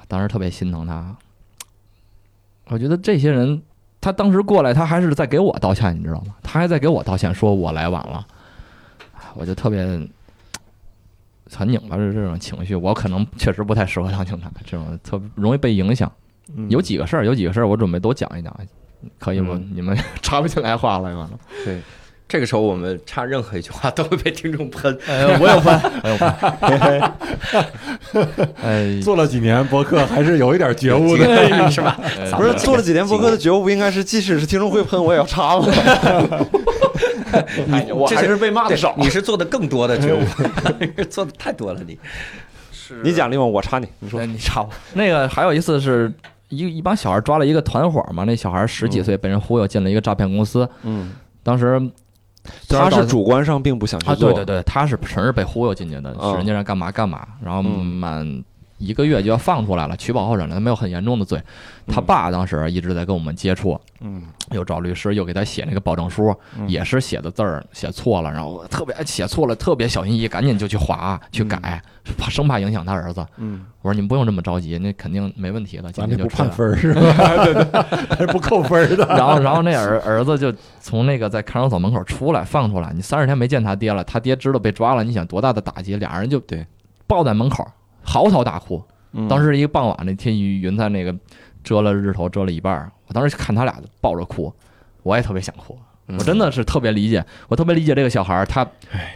S5: 当时特别心疼他。我觉得这些人，他当时过来，他还是在给我道歉，你知道吗？他还在给我道歉，说我来晚了。哎我就特别很拧巴这这种情绪，我可能确实不太适合当警察，这种特别容易被影响。有几个事儿，有几个事儿，我准备都讲一讲，可以不？你们 插不进来话了，可能。
S2: 这个时候我们插任何一句话都会被听众喷。
S5: 哎， 我有分，我有分。哎，
S9: 做了几年博客，还是有一点觉悟 的。
S10: 不是做了几年播客 的觉悟，不应该是即使是听众会喷，我也要插吗？
S2: 哎我
S10: 我还是被骂的少。
S2: 你是做的更多的觉悟， 做的太多了你。
S10: 你讲另外，我插你。你说
S5: 那你插我。 那个还有一次是一一帮小孩抓了一个团伙嘛，那小孩十几岁被人忽悠进了一个诈骗公司，
S10: 嗯，
S5: 当时虽然
S10: 他
S5: 到
S10: 是主观上并不想去
S5: 啊，
S10: 做
S5: 对对对，他是纯是被忽悠进去的，
S10: 嗯
S5: 是人家让干嘛干嘛，然后
S10: 嗯
S5: 满一个月就要放出来了，取保候审了，他没有很严重的罪。他爸当时一直在跟我们接触，
S10: 嗯，
S5: 又找律师，又给他写那个保证书，也是写的字儿写错了，然后我特别哎写错了，特别小心翼翼，赶紧就去划去改，怕生怕影响他儿子。
S10: 嗯，
S5: 我说你们不用这么着急，那肯定没问题的，今
S9: 咱
S5: 天
S9: 这
S5: 就
S9: 不
S5: 出来
S9: 判
S5: 了。
S9: 分儿是吧？ 对对，不扣分儿的。
S5: 然后，然后那儿儿子就从那个在看守所门口出来，放出来。你三十天没见他爹了，他爹知道被抓了，你想多大的打击？俩人就
S10: 对
S5: 抱在门口嚎啕大哭。
S10: 嗯
S1: 嗯
S5: 当时一个傍晚，那天云彩那个遮了日头遮了一半儿，我当时看他俩抱着哭，我也特别想哭。我真的是特别理解，我特别理解这个小孩儿，他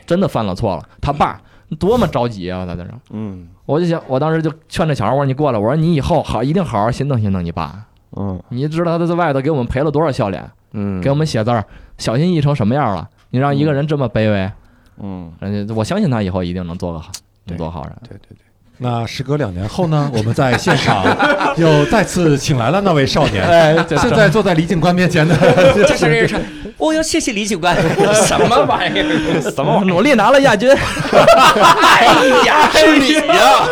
S5: 真的犯了错了，他爸多么着急啊！他在这儿，
S10: 嗯
S5: 我就想，我当时就劝这小孩儿，我说你过来，我说你以后好一定好好心疼心疼你爸，
S10: 嗯
S5: 你知道他在外头给我们赔了多少笑脸。
S10: 嗯
S5: 给我们写字儿，小心翼翼成什么样了？你让一个人这么卑微，
S10: 嗯，
S5: 人家我相信他以后一定能做个好，能
S9: 对
S5: 做好人。
S9: 那时隔两年后呢，我 们在现场 又再次请来了那位少年，
S5: 哎，这
S9: 现在坐在李警官面 前的
S2: 这是这是，我要谢谢李 警官，什么玩意儿？
S5: 怎么 努力拿了亚军？
S2: 哎呀，是你呀！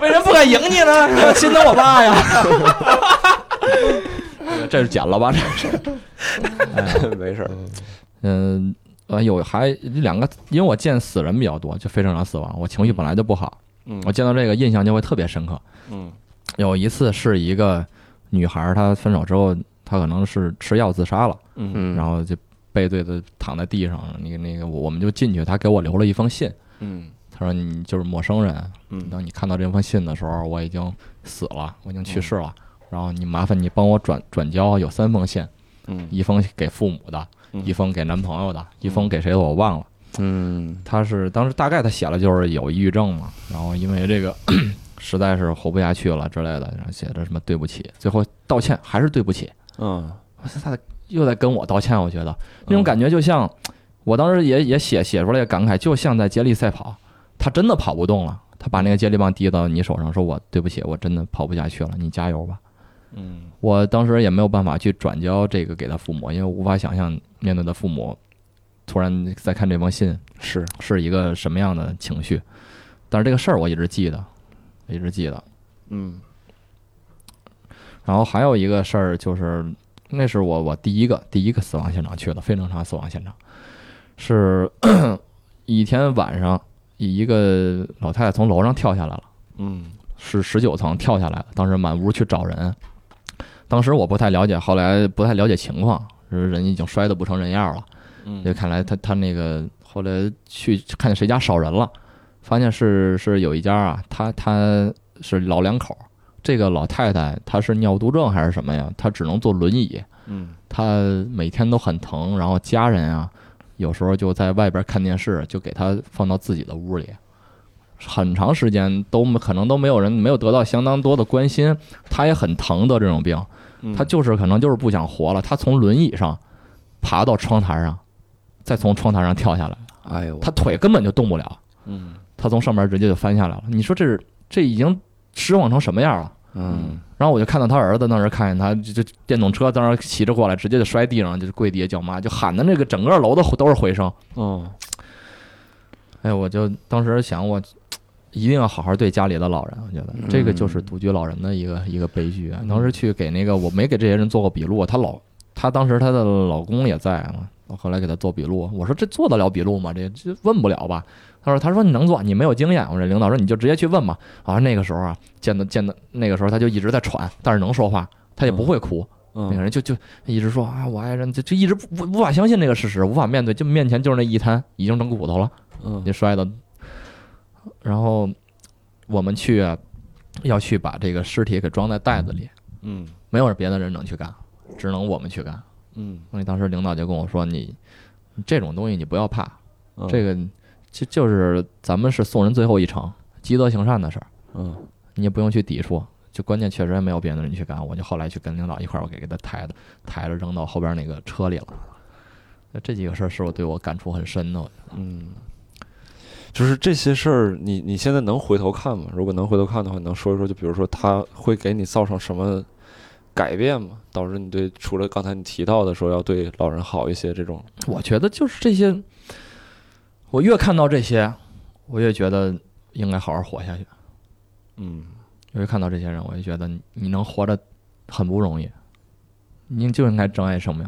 S5: 为什么不敢赢你呢？ 心疼我爸呀！这是剪了吧？这是。
S10: 没事儿。
S5: 嗯，呃，有还两个，因为我见死人比较多，就非正常死亡，我情绪本来就不好，
S10: 嗯
S5: 我见到这个印象就会特别深刻。
S10: 嗯
S5: 有一次是一个女孩儿，她分手之后，她可能是吃药自杀了。
S10: 嗯
S2: 嗯
S5: 然后就背对着躺在地上，那个那个，我们就进去，他给我留了一封信，
S10: 嗯
S5: 他说你就是陌生人，
S10: 嗯
S5: 当你看到这封信的时候，我已经死了，我已经去世了，然后你麻烦你帮我转转交，有三封信，
S10: 嗯
S5: 一封给父母的，
S10: 嗯
S5: 一封给男朋友的，一封给谁的我忘了。
S10: 嗯
S5: 他是当时大概他写了就是有抑郁症嘛，然后因为这个 实在是活不下去了之类的，然后写着什么对不起，最后道歉还是对不起，
S10: 嗯
S5: 我说他又在跟我道歉，我觉得那种感觉就像，我当时也也写写出来一个感慨，就像在接力赛跑，他真的跑不动了，他把那个接力棒递到你手上，说我对不起，我真的跑不下去了，你加油吧。
S10: 嗯
S5: 我当时也没有办法去转交这个给他父母，因为我无法想象面对的父母突然在看这封信
S10: 是
S5: 是一个什么样的情绪，但是这个事儿我一直记得，一直记得。
S10: 嗯
S5: 然后还有一个事儿就是，那是我我第一个第一个死亡现场去的非正常死亡现场，是 一天晚上，一个老太太从楼上跳下来了，
S10: 嗯
S5: 是十九层跳下来了，当时满屋去找人，当时我不太了解，后来不太了解情况，是人已经摔得不成人样了，
S10: 嗯
S5: 就看来他他那个后来去看见谁家少人了，发现是是有一家啊，他他是老两口，这个老太太她是尿毒症还是什么呀？她只能坐轮椅，
S10: 嗯
S5: 她每天都很疼，然后家人啊，有时候就在外边看电视，就给她放到自己的屋里，很长时间都没可能都没有人没有得到相当多的关心，她也很疼得这种病，
S10: 嗯
S1: 嗯
S5: 她就是可能就是不想活了，她从轮椅上爬到窗台上，再从窗台上跳下来，
S2: 哎呦，
S5: 她腿根本就动不了，
S10: 嗯
S5: 她从上面直接就翻下来了。你说这是这已经失望成什么样了？
S10: 嗯
S5: 然后我就看到他儿子当时看见他就就电动车当时骑着过来，直接就摔地上，就是跪地下叫妈，就喊的那个整个楼的都是回声。
S10: 嗯
S5: 哎，我就当时想我。一定要好好对家里的老人，我觉得这个就是独居老人的一个一个悲剧啊！当时去给那个我没给这些人做过笔录，她老她当时她的老公也在嘛，我后来给她做笔录，我说这做得了笔录吗？这这问不了吧？她说她说你能做，你没有经验。我这领导说你就直接去问吧。啊，那个时候啊，见到见到那个时候她就一直在喘，但是能说话，她也不会哭。
S1: 嗯
S5: 那个人就就一直说啊，我爱人，就就一直不不无法相信这个事实，无法面对，就面前就是那一滩已经成骨头了，
S1: 嗯
S5: 也摔的。然后我们去啊要去把这个尸体给装在袋子里，
S1: 嗯
S5: 没有别的人能去干，只能我们去干。
S1: 嗯
S5: 所以当时领导就跟我说：“你这种东西你不要怕，
S1: 嗯
S5: 这个就就是咱们是送人最后一程，积德行善的事儿，
S1: 嗯
S5: 你也不用去抵触。就关键确实也没有别的人去干，我就后来去跟领导一块儿，我给给他抬的抬着扔到后边那个车里了。那这几个事儿是我对我感触很深的，我觉得
S1: 嗯，就是这些事儿，你你现在能回头看吗？如果能回头看的话，你能说一说，就比如说它会给你造成什么改变吗？导致你对除了刚才你提到的说要对老人好一些这种，
S5: 我觉得就是这些，我越看到这些，我越觉得应该好好活下去。
S1: 嗯
S5: 因为看到这些人，我就觉得你你能活着很不容易，你就应该珍爱生命。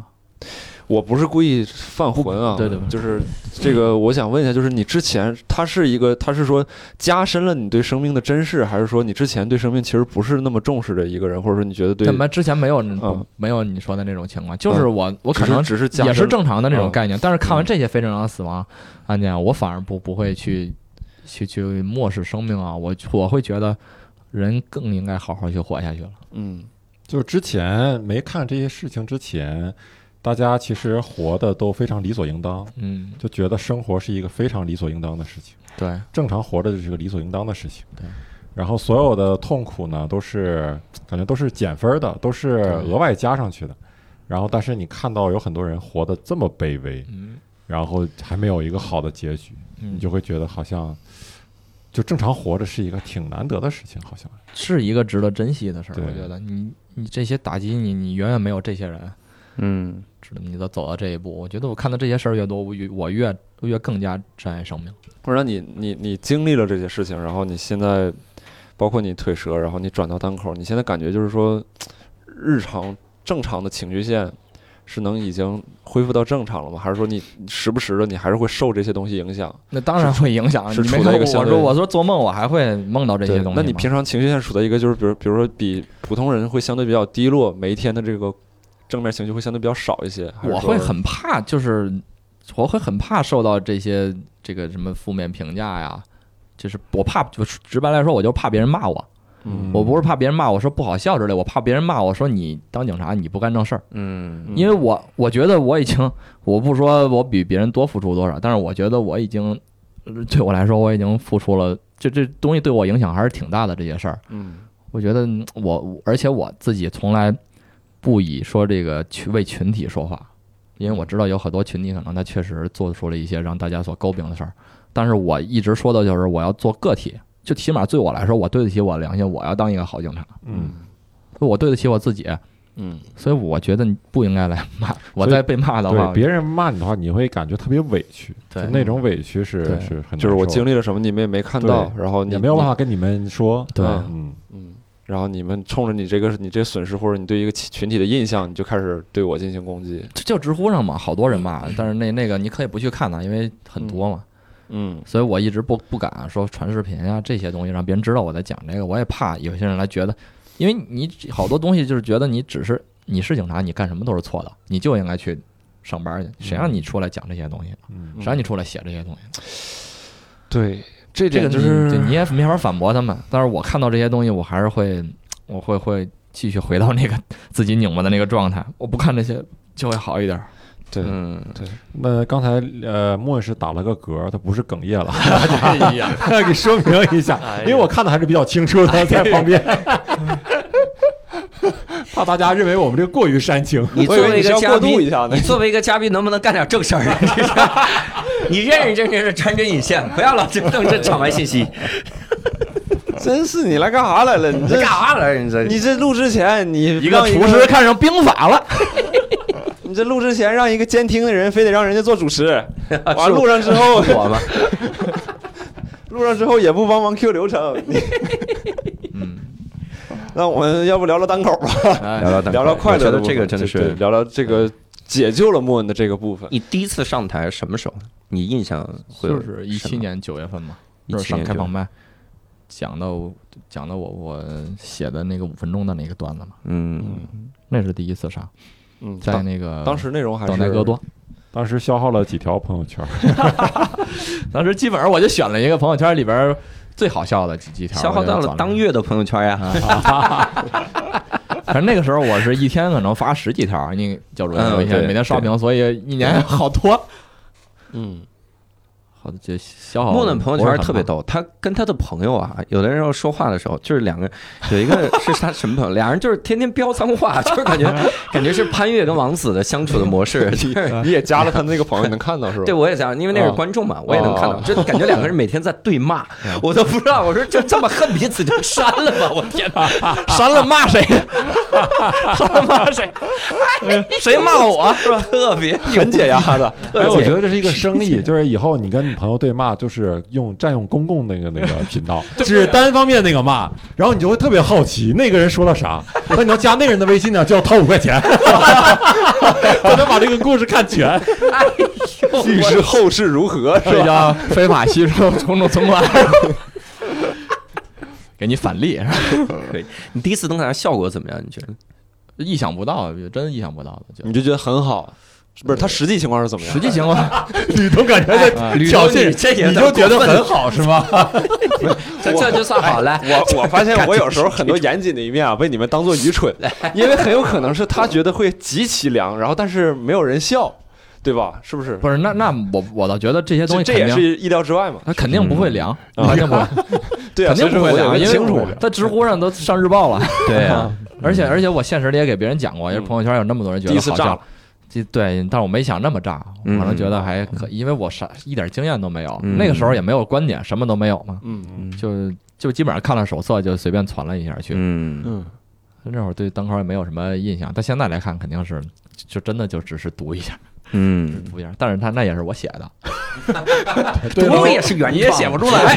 S1: 我不是故意犯浑啊，
S5: 对对对
S1: 就是这个，我想问一下，就是你之前他是一个，他是说加深了你对生命的珍视，还是说你之前对生命其实不是那么重视的一个人，或者说你觉得对，
S5: 但之前没有、
S1: 嗯
S5: 没有你说的那种情况，就是我、我可能
S1: 只是只是加
S5: 也
S1: 深
S5: 是正常的那种
S1: 嗯
S5: 概念，但是看完这些非正常死亡案件，我反而不不会去去去漠视生命啊，我我会觉得人更应该好好去活下去了。
S1: 嗯
S9: 就是之前没看这些事情之前，大家其实活的都非常理所应当，
S5: 嗯，
S9: 就觉得生活是一个非常理所应当的事情，
S5: 对，
S9: 正常活着就是个理所应当的事情。
S5: 对。
S9: 然后所有的痛苦呢，都是感觉都是减分的，都是额外加上去的。然后，但是你看到有很多人活得这么卑微，
S5: 嗯
S9: 然后还没有一个好的结局，你
S5: 嗯，
S9: 就会觉得好像就正常活着是一个挺难得的事情，好像。
S5: 是一个值得珍惜的事儿，
S9: 对
S5: 我觉得你你这些打击你你远远没有这些人。
S4: 嗯，
S5: 知道你都走到这一步，我觉得我看到这些事儿越多，我越我越越更加珍爱生命。
S1: 或者你你你经历了这些事情，然后你现在包括你腿折，然后你转到单口，你现在感觉就是说日常正常的情绪线是能已经恢复到正常了吗？还是说你你时不时的你还是会受这些东西影响？
S5: 那当然会影响，啊
S1: 是
S5: 你没
S1: 处在
S5: 看
S1: 一个
S5: 我
S1: 相
S5: 我
S1: 对
S5: 说我说做梦我还会梦到这些
S1: 对
S5: 东西
S1: 那
S5: 吗。
S1: 你平常情绪线处在一个就是比如比如说比普通人会相对比较低落，每一天的这个正面情绪会相对比较少一些。还是
S5: 我
S1: 说
S5: 会很怕，就是我会很怕受到这些这个什么负面评价呀，就是我怕，就是直白来说，我就怕别人骂我。
S1: 嗯
S5: 我不是怕别人骂我说不好笑之类，我怕别人骂我说你当警察你不干正事儿。
S4: 嗯，
S5: 因为我我觉得我已经，我不说我比别人多付出多少，但是我觉得我已经，呃对我来说我已经付出了，这这东西对我影响还是挺大的。这些事儿，
S1: 嗯
S5: 我觉得嗯我，而且我自己从来不以说这个去为群体说话，因为我知道有很多群体可能他确实做出了一些让大家所诟病的事儿，但是我一直说的就是我要做个体，就起码对我来说，我对得起我的良心，我要当一个好警察，
S9: 嗯，
S5: 我对得起我自己。
S1: 嗯
S5: 所以我觉得你不应该来骂，我
S9: 所以
S5: 再被骂的话
S9: 对，，别人骂你的话，你会感觉特别委屈，
S5: 对
S9: 就那种委屈是
S5: 对
S9: 是很难受的，
S1: 嗯就是我经历了什么你们也没看到，然后你
S9: 也没有办法跟你们说，
S5: 对
S9: 嗯，
S1: 嗯，然后你们冲着你这个你这损失或者你对一个群群体的印象，你就开始对我进行攻击。
S5: 就就知乎上嘛，好多人骂，
S9: 嗯
S5: 但是那那个你可以不去看它，因为很多嘛，
S1: 嗯
S5: 所以我一直不不敢说传视频啊这些东西，让别人知道我在讲这个，我也怕有些人来觉得，因为你好多东西就是觉得你只是你是警察，你干什么都是错的，你就应该去上班去，谁让你出来讲这些东西呢？啊
S9: 嗯
S5: 谁让你出来写这些东西呢？
S1: 对，这
S5: 这
S1: 点
S5: 个
S1: 就
S5: 你
S1: 是
S5: 对你也没法反驳他们，但是我看到这些东西，我还是会，我会会继续回到那个 自己拧巴的那个状态，我不看这些就会好一点。
S1: 对
S5: 嗯，
S9: 那刚才呃，莫是打了个嗝，他不是哽咽了，
S1: 哎
S9: 给说明一下，因为我看的还是比较清楚
S1: 哎
S9: 的，在旁边， 怕大家认为我们这个过于煽情。
S4: 你
S1: 我
S4: 作
S1: 以为
S4: 为
S1: 你
S4: 一
S1: 是
S4: 个
S1: 要
S4: 嘉
S1: 过渡
S4: 宾
S1: 一，下呢
S4: 你。作为一个嘉宾，能不能干点正事儿 啊？这是你认认真真的穿针引线，不要老这弄这场外信息。
S1: 真是你来干啥来了？你
S4: 你干啥来着？你这
S1: 你这录之前你
S5: 一个厨师，看上兵法了，
S1: 你这录
S2: 啊
S1: 之前让一个监听的人非得让人家做主持，完录上之后
S4: 我吗？
S1: 录上之后也不帮忙 Q 流 程。你
S5: 嗯，
S1: 那我们要不聊聊单口吧？
S2: 啊
S5: 哎，
S1: 聊聊快乐
S2: 我觉
S1: 的
S2: 得
S1: 部
S2: 这个
S1: 分
S2: 真的
S1: 对对
S2: 是。
S10: 聊聊这个解救了莫恩的这个部分。
S2: 你第一次上台什么时候？你印象会有
S5: 就？是一七年九月份嘛，
S2: 17
S5: 就是上
S2: 年
S5: 开
S2: 9
S5: 放麦，讲的我讲的我我写的那个五分钟的那个段子嘛，
S2: 嗯，
S5: 那是第一次上，
S10: 嗯，
S5: 在
S10: 当
S5: 那个
S10: 当时内容还是
S5: 等待戈多，
S9: 当时消耗了几条朋友圈，
S5: 当时基本上我就选了一个朋友圈里边儿最好笑的几几条，
S2: 消耗到
S5: 我就
S2: 了
S5: 找
S2: 当月的啊朋友圈呀。
S5: 反正那个时候我是一天可能发十几条，你教主也有一
S2: 嗯
S5: 天
S2: 对
S5: 每天刷屏，所以一年 好多，
S10: 嗯，
S5: 好就消耗。
S2: 莫的朋友圈特别
S5: 多，啊
S2: 逗，他跟他的朋友啊，有的人要说话的时候，就是两个，有一个是他什么朋友，俩人就是天天飙脏话，就是感 觉感觉是潘越跟王子的相处的哦模式。 就是
S5: 嗯
S10: 你也加了他那个朋 友，你能看到是吧？
S2: 对，我也想，因为那是观众嘛，我也能看到，就感觉两个人每天在对 骂，我都不知道，我说就这么恨彼此就删了吧，我天哪，
S5: 删了骂谁？删了骂谁？谁骂我是吧？
S2: 啊特 别
S5: 很解压的，
S9: 哎，我觉得这是一个生意，就是以后你跟你朋友对骂，就是用占用公共那个那个频道， 只是单方面那个骂，然后你就会特别好奇那个人说了 啥，那你要加那个人的微信呢，就要掏五块 钱，我能把这个故事看全。
S10: 预示后事如何是
S5: 这
S10: 吧？
S5: 叫非法吸收公众存款， 给你返利是吧？
S2: 你第一次登台效果怎么样？你觉得？
S5: 意想不到，真意想不到的，就
S10: 你就觉得很好，不是？他实际情况是怎么样？
S5: 实际情况。
S9: 吕彤感觉
S5: 哎
S9: 在挑衅，你就觉得很好是吗？
S2: 这这就算好了，
S1: 哎
S10: 我我发现我有时 候很多严谨的一面啊，被你们当做愚蠢，因为很有可能是他觉得会极其凉，然后但是没有人笑，对吧？是不是？
S5: 不是，那那我我倒觉得这些东
S10: 这这
S5: 西肯
S10: 也
S5: 定，
S10: 是意料之外嘛。
S5: 它肯定不会凉，
S10: 嗯
S5: 肯定不会，
S10: 对啊，
S5: 肯定
S10: 所
S5: 不
S10: 以说
S5: 会
S10: 我
S5: 凉，
S10: 也
S5: 因
S10: 很
S5: 为
S10: 清楚。嗯
S5: 在知乎上都上日报了，
S2: 对啊，
S5: 而且而且我现实里也给别人讲过，也是朋友圈有那么多人觉
S10: 第一
S5: 得
S10: 次
S5: 好
S10: 炸
S5: 笑
S10: 了，
S5: 这对，但是我没想那么炸，我
S2: 嗯
S5: 可能觉得还可，因为我啥一点经验都没有，
S2: 嗯
S5: 那个时候也没有观点，什么都没有嘛，
S10: 嗯
S5: 就就基本上看了手册就随便传了一下去，
S2: 嗯，
S10: 嗯，
S5: 那会儿对单口也没有什么印象，但现在来看肯定是就真的就只是读一下
S2: 嗯，
S5: 读一下，但是他那也是我写的，
S2: 读也是原创，
S5: 你也写不出来。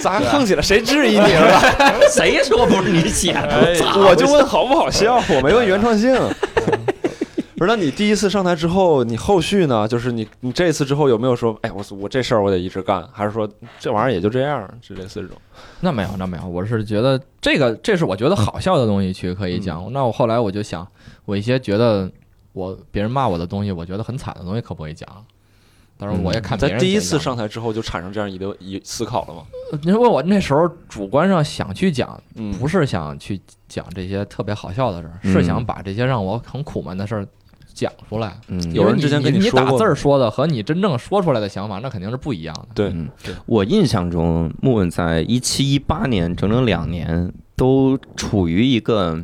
S10: 咱还
S5: 啊
S10: 横起来，谁质
S5: 哎
S10: 疑你了？
S2: 谁说不是你写的？
S10: 我就问好不好笑，我没问原创性。啊 不是，那你第一次上台之后，你后续呢？就是你，你这次之后有没有说，哎，我我这事儿我得一直干，还是说这玩意儿也就这样，就类似这种？
S5: 那没有，那没有，我是觉得这个，这是我觉得好笑的东西去可以
S10: 嗯
S5: 讲。那我后来我就想，我一些觉得我别人骂我的东西，我觉得很惨的东西，可不可以讲？当然，我也看
S10: 嗯
S5: 别
S10: 在
S5: 人、
S10: 第一次上，台之后就产生这样一个一思考了吗？
S5: 您呃问我那时候主观上想去讲，
S10: 嗯，
S5: 不是想去讲这些特别好笑的事儿，
S2: 嗯
S5: 是想把这些让我很苦闷的事儿讲出来。
S2: 嗯
S10: 有人之前
S5: 因为
S10: 跟
S5: 你
S10: 你
S5: 你
S10: 说
S5: 打
S10: 过
S5: 字
S10: 吗
S5: 儿说的和你真正说出来的想法，那肯定是不一样的。
S10: 对
S2: 嗯，我印象中，木问在一七一八年整整两年都处于一个，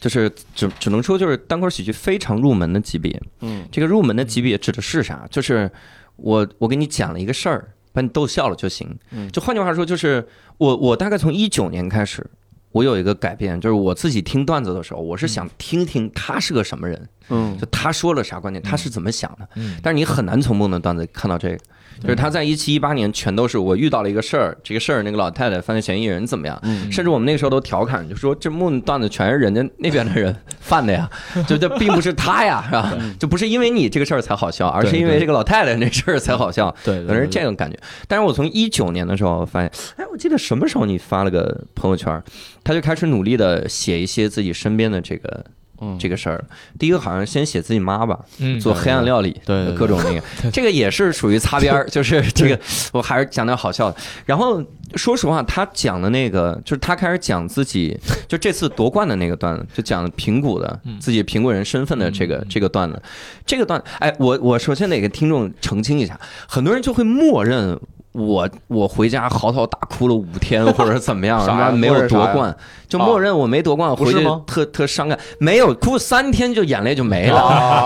S2: 就是只只能说就是单口喜剧非常入门的级别。
S10: 嗯，
S2: 这个入门的级别指的是啥？就是我我给你讲了一个事儿，把你逗笑了就行。
S10: 嗯
S2: 就换句话说，就是我我大概从一九年开始。我有一个改变，就是我自己听段子的时候，我是想听听他是个什么人，
S10: 嗯
S2: 就他说了啥观点，他是怎么想的。
S5: 嗯，
S2: 但是你很难从梦的段子看到这个，就是他在一七一八年全都是我遇到了一个事儿，这个事儿那个老太太犯罪嫌疑人怎么样，
S10: 嗯
S2: 甚至我们那时候都调侃，就说这梦段子全是人家那边的人 犯的呀，就这并不是他呀，是吧？
S10: 嗯
S2: 就不是因为你这个事儿才好笑，而是因为这个老太太那事儿才好笑，
S5: 对，对
S2: 可能是
S5: 对
S2: 这种感觉。但是我从一九年的时候发现，哎，我记得什么时候你发了个朋友圈儿，他就开始努力的写一些自己身边的这个
S10: 嗯
S2: 这个事儿。第一个好像先写自己妈吧，
S5: 嗯
S2: 做黑暗料理，
S5: 对对对
S2: 各种那个，这个也是属于擦 边儿，就是这个，我还是讲点好笑的。然后说实话，他讲的那个，就是他开始讲自己，就这次夺冠的那个段子，就讲平谷的
S5: 嗯
S2: 自己平谷人身份的这个
S5: 嗯
S2: 这个段子，这个段，哎，我我首先得给听众澄清一下，很多人就会默认。我我回家嚎啕大哭了五天，或者怎么 样，
S10: 啥呀
S2: 然后没有
S10: 默认啥
S2: 夺
S10: 呀哦
S2: 冠，就默认我没夺冠，回
S10: 是
S2: 去
S10: 吗
S2: 特特伤感。没有哭三天就眼泪就没了，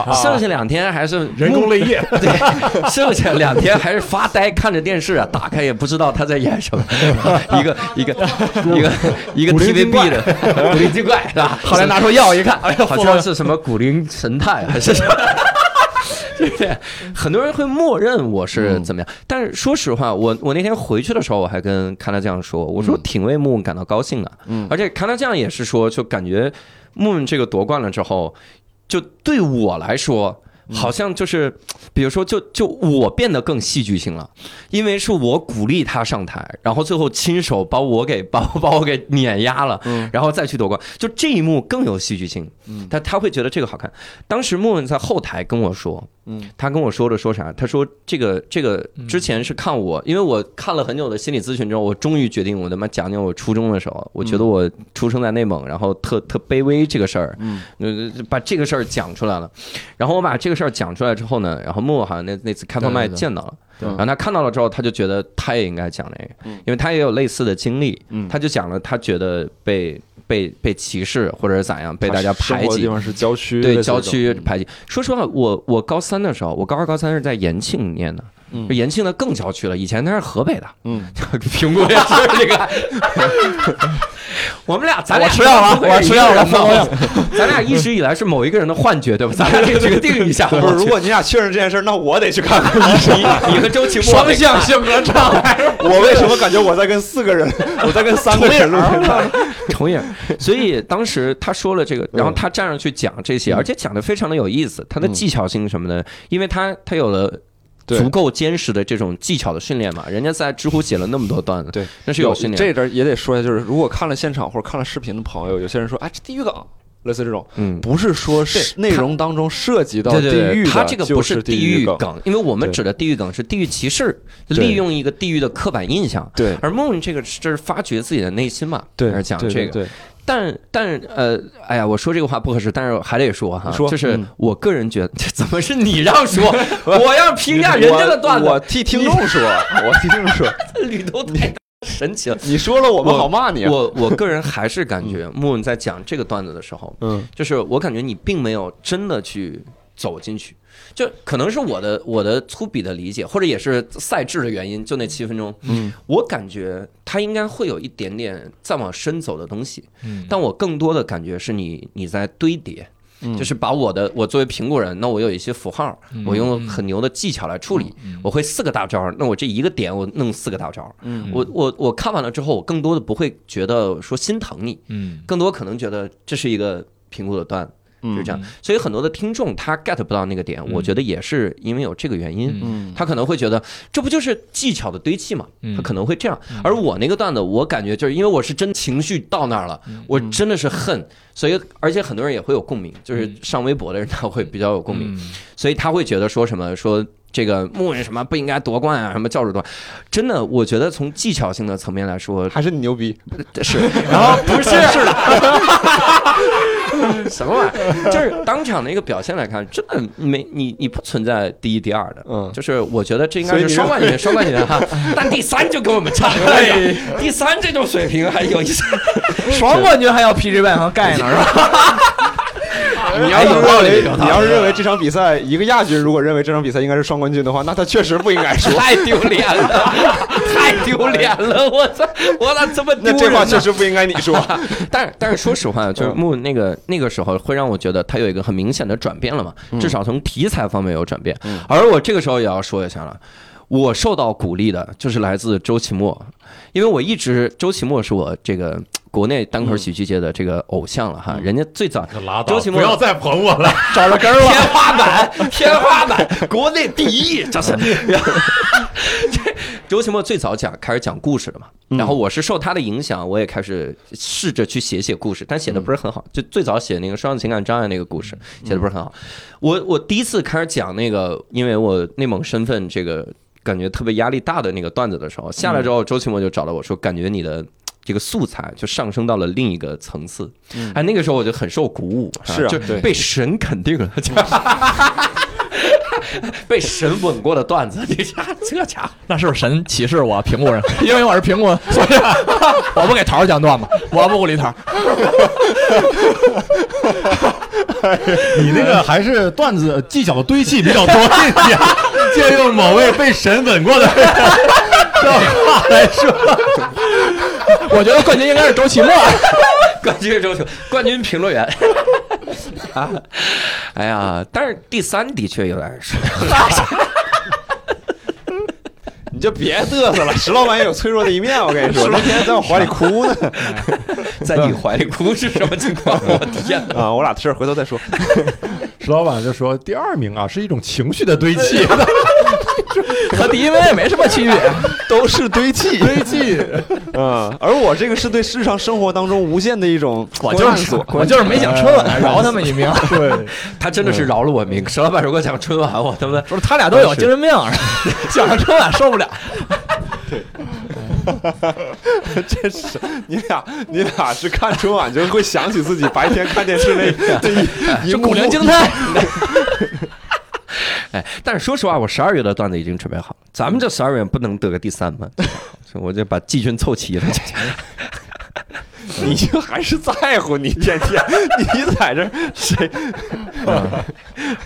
S10: 哦
S2: 剩下两天还是
S9: 人工泪液，
S2: 对，剩下两天还是发呆看着电视啊，打开也不知道他在演什 么，一个一个一个一个
S9: 古灵精
S2: TVB 的古灵精啊 怪是吧？后来拿出药一看，哎呀，好像是什么古灵神探还是什么。对，很多人会默认我是怎么样，
S9: 嗯
S2: 但是说实话，我我那天回去的时候，我还跟康纳酱说，我
S9: 嗯
S2: 说挺为木木感到高兴的，
S10: 嗯
S2: 而且康纳酱也是说，就感觉木木这个夺冠了之后，就对我来说。
S9: 嗯
S2: 好像就是，比如说就，就我变得更戏剧性了，因为是我鼓励他上台，然后最后亲手把我给 把我把我给碾压了，然后再去夺冠，就这一幕更有戏剧性。
S10: 嗯
S2: 他他会觉得这个好看。当时莫文在后台跟我说，
S10: 嗯，
S2: 他跟我说的说啥？他说这个这个之前是看
S10: 嗯
S2: 我，因为我看了很久的心理咨询之后，我终于决定我他妈讲讲我初中的时候，我觉
S10: 嗯
S2: 得我出生在内蒙，然后特特卑微这个事儿，
S10: 嗯
S2: 呃，把这个事儿讲出来了。然后我把这个事儿讲出来之后呢，然后莫文好像那那次开放麦
S5: 对对对
S2: 见到了。
S10: 对
S2: 然后他看到了之后，他就觉得他也应该讲那个，因为他也有类似的经历，
S10: 嗯
S2: 他就讲了他觉得被被被歧视或者是咋样被大家
S10: 生
S2: 排
S10: 活的
S2: 挤
S10: 地，方是郊区，类似
S2: 对郊
S10: 这种
S2: 区排挤。说实话，我我高三的时候，我高二高三是在延庆念的。
S10: 嗯
S2: 延庆的更郊区了，以前他是河北的，
S10: 嗯，
S2: 苹果也是这个。 我们俩，咱俩
S5: 我吃药 了
S2: 都是
S5: 我吃药了
S2: 一个人嘛 咱俩一直以来是某一个人的幻觉，对吧？咱俩得决 定一下。
S1: 不是，如 果你俩确认这件事儿，那我得去看看医生。
S2: 你和周奇墨双向性格障 碍，
S1: 我为什么感觉我在跟四个人，我在跟三个人录音？
S2: 重演。所以当时他说了这
S10: 嗯
S2: 个，然后他站上去讲这些，而且讲的非常的有意思，他的技巧性什么的，因为他他有了。
S10: 嗯对
S2: 足够坚实的这种技巧的训练嘛，人家在知乎写了那么多段子，
S10: 对，
S2: 那是
S10: 有
S2: 有训练的。
S10: 这边也得说一下，就是如果看了现场或者看了视频的朋友，有些人说啊，这地狱梗，类似这种，
S2: 嗯，
S10: 不是说是内容当中涉及到
S2: 对
S10: 地
S2: 对对，
S10: 狱的，
S2: 他这个不
S10: 就是是
S2: 地
S10: 狱
S2: 域梗，因为我们
S10: 对
S2: 指的地域梗是地域歧视，
S10: 对
S2: 利用一个地域的刻板印象。
S10: 对
S2: 而梦这个这是发掘自己的内心嘛，
S10: 对，
S2: 还是讲
S10: 对
S2: 这个。
S10: 对，
S2: 但但呃，哎呀，我说这个话不合适，但是还得说哈，
S10: 你说
S2: 就是
S10: 嗯
S2: 我个人觉得， 这怎么是你让 说？我要评价人家的段
S10: 我我
S2: 子，
S10: 替听众说，我替听众说，
S2: 捋头太神 奇了。
S10: 你说了我们
S2: 我
S10: 好骂你啊，
S2: 我我个人还是感觉莫文在讲这个段子的时候，
S10: 嗯，
S2: 就是我感觉你并没有真的去走进去，就可能是我的我的粗鄙的理解，或者也是赛制的原因，就那七分钟，
S10: 嗯，
S2: 我感觉他应该会有一点点再往深走的东西，嗯，但我更多的感觉是你你在堆叠。
S1: 嗯
S2: 就是把我的，我作为苹果人，那我有一些符号，我用很牛的技巧来处理。我会四个大招，那我这一个点我弄四个大招。
S1: 嗯
S2: 我我我看完了之后，我更多的不会觉得说心疼你，
S5: 嗯，
S2: 更多可能觉得这是一个评估的段子，
S1: 嗯
S2: 就是这样。所以很多的听众他 get 不到那个点，我觉得也是因为有这个原因。
S10: 嗯
S2: 他可能会觉得这不就是技巧的堆砌嘛，
S5: 嗯
S2: 他可能会这样。而我那个段子，我感觉就是因为我是真情绪到那儿了，
S5: 嗯
S2: 我真的是恨，所以而且很多人也会有共鸣，就是
S5: 嗯
S2: 上微博的人他会比较有共鸣。所以他会觉得说什么说这个穆人什么不应该夺冠啊，什么教主夺冠，真的，我觉得从技巧性的层面来说
S10: 还是你牛逼，
S2: 是，然后不是是的， 什么玩意儿？就是当场的一个表现来看，真的没你你不存在第一第二的，
S10: 嗯
S2: 就是我觉得这应该
S10: 所以
S2: 是
S10: 你
S2: 双冠军，双冠军啊 哈，但第三就跟我们差了，第三这种水平还有意思，
S5: 双冠军还要 PG 外行盖呢是吧？
S1: 你要是认为你要是认为这场比赛一个亚军，如果认为这场比赛应该是双冠军的话，那 他确实不应该说。
S2: 太丢脸了，太丢脸了，我操，我咋这么丢
S1: 那
S2: 人呢？
S1: 这话确实 不应该你 说。
S2: 但是但是说实话，就是木那个那个时候会让我觉得他有一个很明显的转变了嘛，至少从题材方面有转变。而我这个时候也要说一下了。我受到鼓励的就是来自周奇墨，因为我一直周奇墨是我这个国内单口喜剧界的这个偶像了哈，人家最早
S9: 可拉倒，
S2: 周奇墨
S9: 不要再捧我了， 找了根儿
S2: 天花板，天花板，国内第一，这是。周奇墨最早讲开始讲故事的嘛，然后我是受他的影响，我也开始试着去写写故事，但写的不是很好。就最早写那个双向情感障碍那个故事，写的不是很好。我我第一次开始讲那个，因为我内蒙身份这个感觉特别压力大的那个段子的时候，下来之
S10: 嗯
S2: 后，周奇墨就找到我说，感觉你的。这个素材就上升到了另一个层次，哎，那个时候我就很受鼓舞，
S10: 嗯是啊
S2: 就
S10: 对
S2: 被神肯定了，就 被神吻过的段子，这家这家伙。
S5: 那是不是神歧视我苹果人？因为我是苹果，所以我不给桃儿讲段子，我不鼓励桃儿。
S9: 你那个还是段子技巧的堆砌比较多一点， 借用某位被神吻过的 人的话来说，
S5: 我觉得冠军应该是周奇墨。
S2: 冠军是周球，冠军评论员。哎呀，但是第三的确有点是，
S1: 你就别嘚瑟了，石老板也有脆弱的一面，我跟你说，那天在我怀里哭呢。
S2: 在你怀里哭是什么情况？我天哪！
S1: 啊，我俩的事儿回头再说。
S9: 石老板就说第二名啊是一种情绪的堆砌，
S5: 和第一位也没什么区 别。
S1: 都是堆砌，
S9: 堆砌，
S1: 嗯，而我这个是对日常生活当中无限的一种
S5: 我就是我就是没 想春晚饶他们一命，
S9: 对，
S2: 他真的是饶了我命。石老板如果讲春晚，我他妈
S5: 说他俩都有精神病，想着春晚受不了。
S1: 这是你俩，你俩是看春晚就会想起自己白天看电视那 这一一
S5: 是
S1: 幕
S5: 古灵
S1: 幕
S5: 精太，
S2: 哎，但是说实话，我十二月的段子已经准备好了，咱们这十二月不能得个第三吗？这我就把季军凑齐了。
S1: 你就还是在乎你天天，你在这儿谁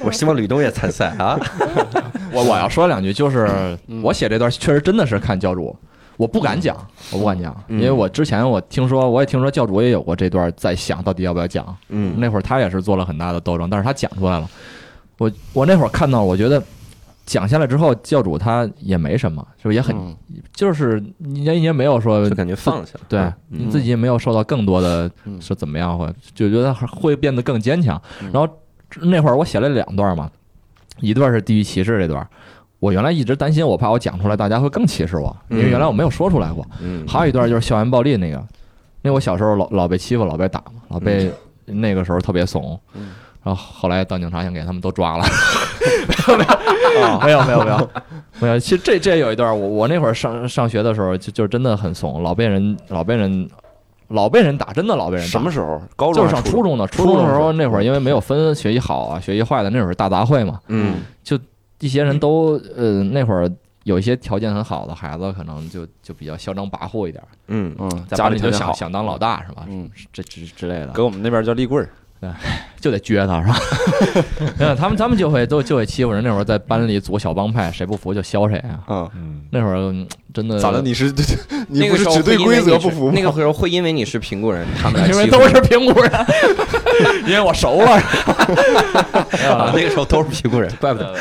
S2: 我希望吕东也参赛啊！
S5: 我我要说两句，就是我写这段确实真的是看教主，我不敢讲，我不敢讲，因为我之前我听说，我也听说教主也有过这段在想到底要不要讲，
S1: 嗯
S5: 那会儿他也是做了很大的斗争，但是他讲出来了，我我那会儿看到，我觉得。讲下来之后，教主他也没什么，是不是也很，就是人家也没有说
S2: 就感觉放下了。啊
S5: 对啊你自己也没有受到更多的
S10: 嗯
S5: 是怎么样，会就觉得还会变得更坚强。然后那会儿我写了两段嘛，一段是地域歧视这段，我原来一直担心我怕我讲出来大家会更歧视我，因为原来我没有说出来过。
S2: 嗯，
S5: 还有一段就是校园暴力那个，那我小时候老老被欺负，老被打嘛，老被那个时候特别怂。然后后来当警察先给他们都抓了，没有没有没有没有没有。其实这这有一段，我我那会儿上上学的时候就就真的很怂，老被人老被人老被人打，真的老被人打。
S10: 什么时候？高中
S5: 就是
S10: 还
S5: 上
S10: 是初
S5: 初中的，初中的时候那会儿因为没有分学习好啊、学习坏的，那会儿大杂烩嘛，
S2: 嗯，
S5: 一些人都呃那会儿有一些条件很好的孩子，可能就就比较嚣张跋扈一点，
S2: 嗯
S10: 嗯，
S5: 在
S10: 家
S5: 班
S10: 里
S5: 就
S10: 条件
S5: 想
S10: 好，
S5: 想当老大是吧？
S10: 嗯，
S5: 这之之类的
S10: 给，我们那边叫立棍儿。
S5: 就得撅他是吧？ 没有，他们他们就会都就会欺负人。那会儿在班里组小帮派，谁不服就削谁啊。
S1: 啊？
S9: 嗯，
S5: 那会儿嗯真的
S1: 咋 了？你 是你
S2: 那
S1: 不
S2: 个
S1: 是
S2: 时候
S1: 只对
S2: 会因为
S1: 规
S2: 你
S1: 则
S2: 是
S1: 不服吗
S2: 那？个时候会因为你是平谷人，他们来
S5: 因为
S2: 欺负
S5: 都
S2: 你
S5: 是平谷人，因为我熟了。
S2: 啊，那个时候都是平谷人，怪不得。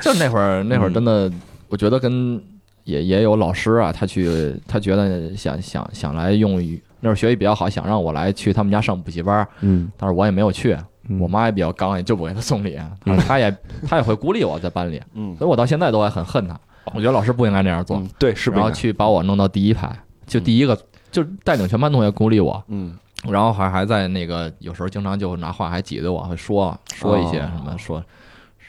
S5: 就那会儿，那会儿
S2: 嗯
S5: 真的，我觉得跟也也有老师啊，他去，他觉得想想想来用语，那会儿学习比较好，想让我来去他们家上补习班，
S2: 嗯，
S5: 但是我也没有去，
S2: 嗯
S5: 我妈也比较刚，也就不给他送礼，啊她她也她也会孤立我在班里，
S10: 嗯
S5: 所以我到现在都还很恨他，我觉得老师不应该那样做，
S10: 嗯，对，是不嗯
S5: 然后
S10: 是？
S5: 去把我弄到第一排，就第一个，就带领全班同学孤立我，
S10: 嗯，
S5: 然后还还在那个有时候经常就拿话还挤兑我，还说说一些
S10: 哦
S5: 什么、说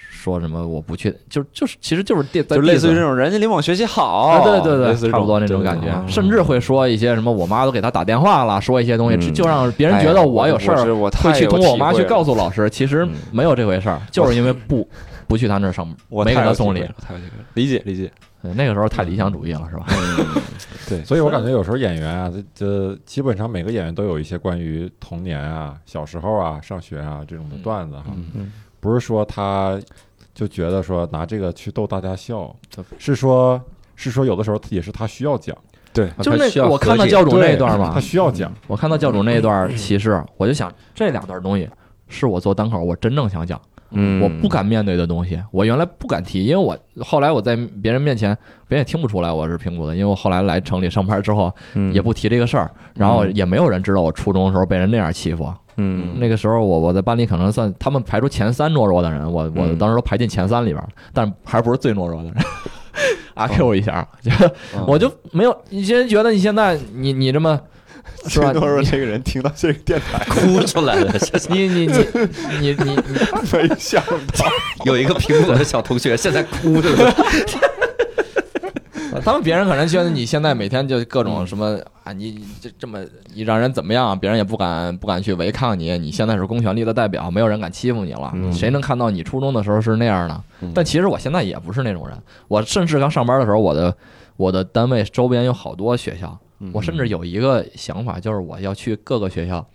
S5: 说什么我不去，就就是其实就是地在
S10: 就类
S5: 地
S10: 似于
S5: 上
S10: 这种人家林广学习
S5: 啊，
S10: 好，
S5: 对对
S10: 类
S5: 对，
S10: 似于这
S5: 差不多那种
S10: 对
S5: 感
S10: 对
S5: 觉
S10: 对，嗯
S5: 甚至会说一些什么我妈都给他打电话了，说一些东西，
S2: 嗯
S5: 只就让别人
S10: 哎呀
S5: 觉得我有事
S10: 我是
S5: 儿
S10: 我太
S5: 会去
S10: 有
S5: 通过我妈
S10: 体
S5: 去
S10: 会
S5: 告
S10: 了嗯
S5: 诉老师，其实没有这回事儿，就是因为不 不去他那儿上，
S10: 我
S5: 没给
S10: 太有
S5: 他
S10: 体
S5: 送
S10: 会
S5: 礼
S10: 了，，太有体会了理解理解。
S5: 对那个时候太理想主义了，是吧？
S10: 嗯
S9: 所以我感觉有时候演员啊，这这基本上每个演员都有一些关于童年啊、小时候啊、上学啊这种
S5: 嗯
S9: 的段子哈，不是说他就觉得说拿这个去逗大家笑，是说。是说有的时候也是他需要讲，
S5: 就是
S2: 需要
S5: 那我看到
S2: 和解
S5: 教主那
S9: 对
S5: 一 段嘛
S9: 他，需要讲，
S5: 我看到教主那一段歧视，我就想这两段东西是我做单口我真正想讲，
S2: 嗯
S5: 我不敢面对的东西，我原来不敢提，因为我后来我在别人面前，别人也听不出来我是平谷的，因为我后来来城里上班之后
S2: 嗯
S10: 嗯
S5: 也不提这个事儿，然后也没有人知道我初中的时候被人那样欺负。
S2: 嗯
S5: 那个时候我我在班里可能算他们排出前三懦弱的人，我我
S2: 嗯哦
S5: 当时都排进前三里边儿，但还不是最懦弱的人。 阿 Q 一下，我就没有。你现在觉得你现在你你这么是吧？
S1: 多说这个人听到这个电台
S2: 哭出来了。
S5: 你你你你你你
S1: 没想 到，
S2: 有一个平谷的小同学现在哭着呢，
S5: 他们别人可能觉得你现在每天就各种什么啊，你你这这么你让人怎么样，啊别人也不敢不敢去违抗你。你现在是公权力的代表，没有人敢欺负你了。谁能看到你初中的时候是那样呢？但其实我现在也不是那种人。我甚至刚上班的时候，我的我的单位周边有好多学校，我甚至有一个想法，就是我要去各个学校。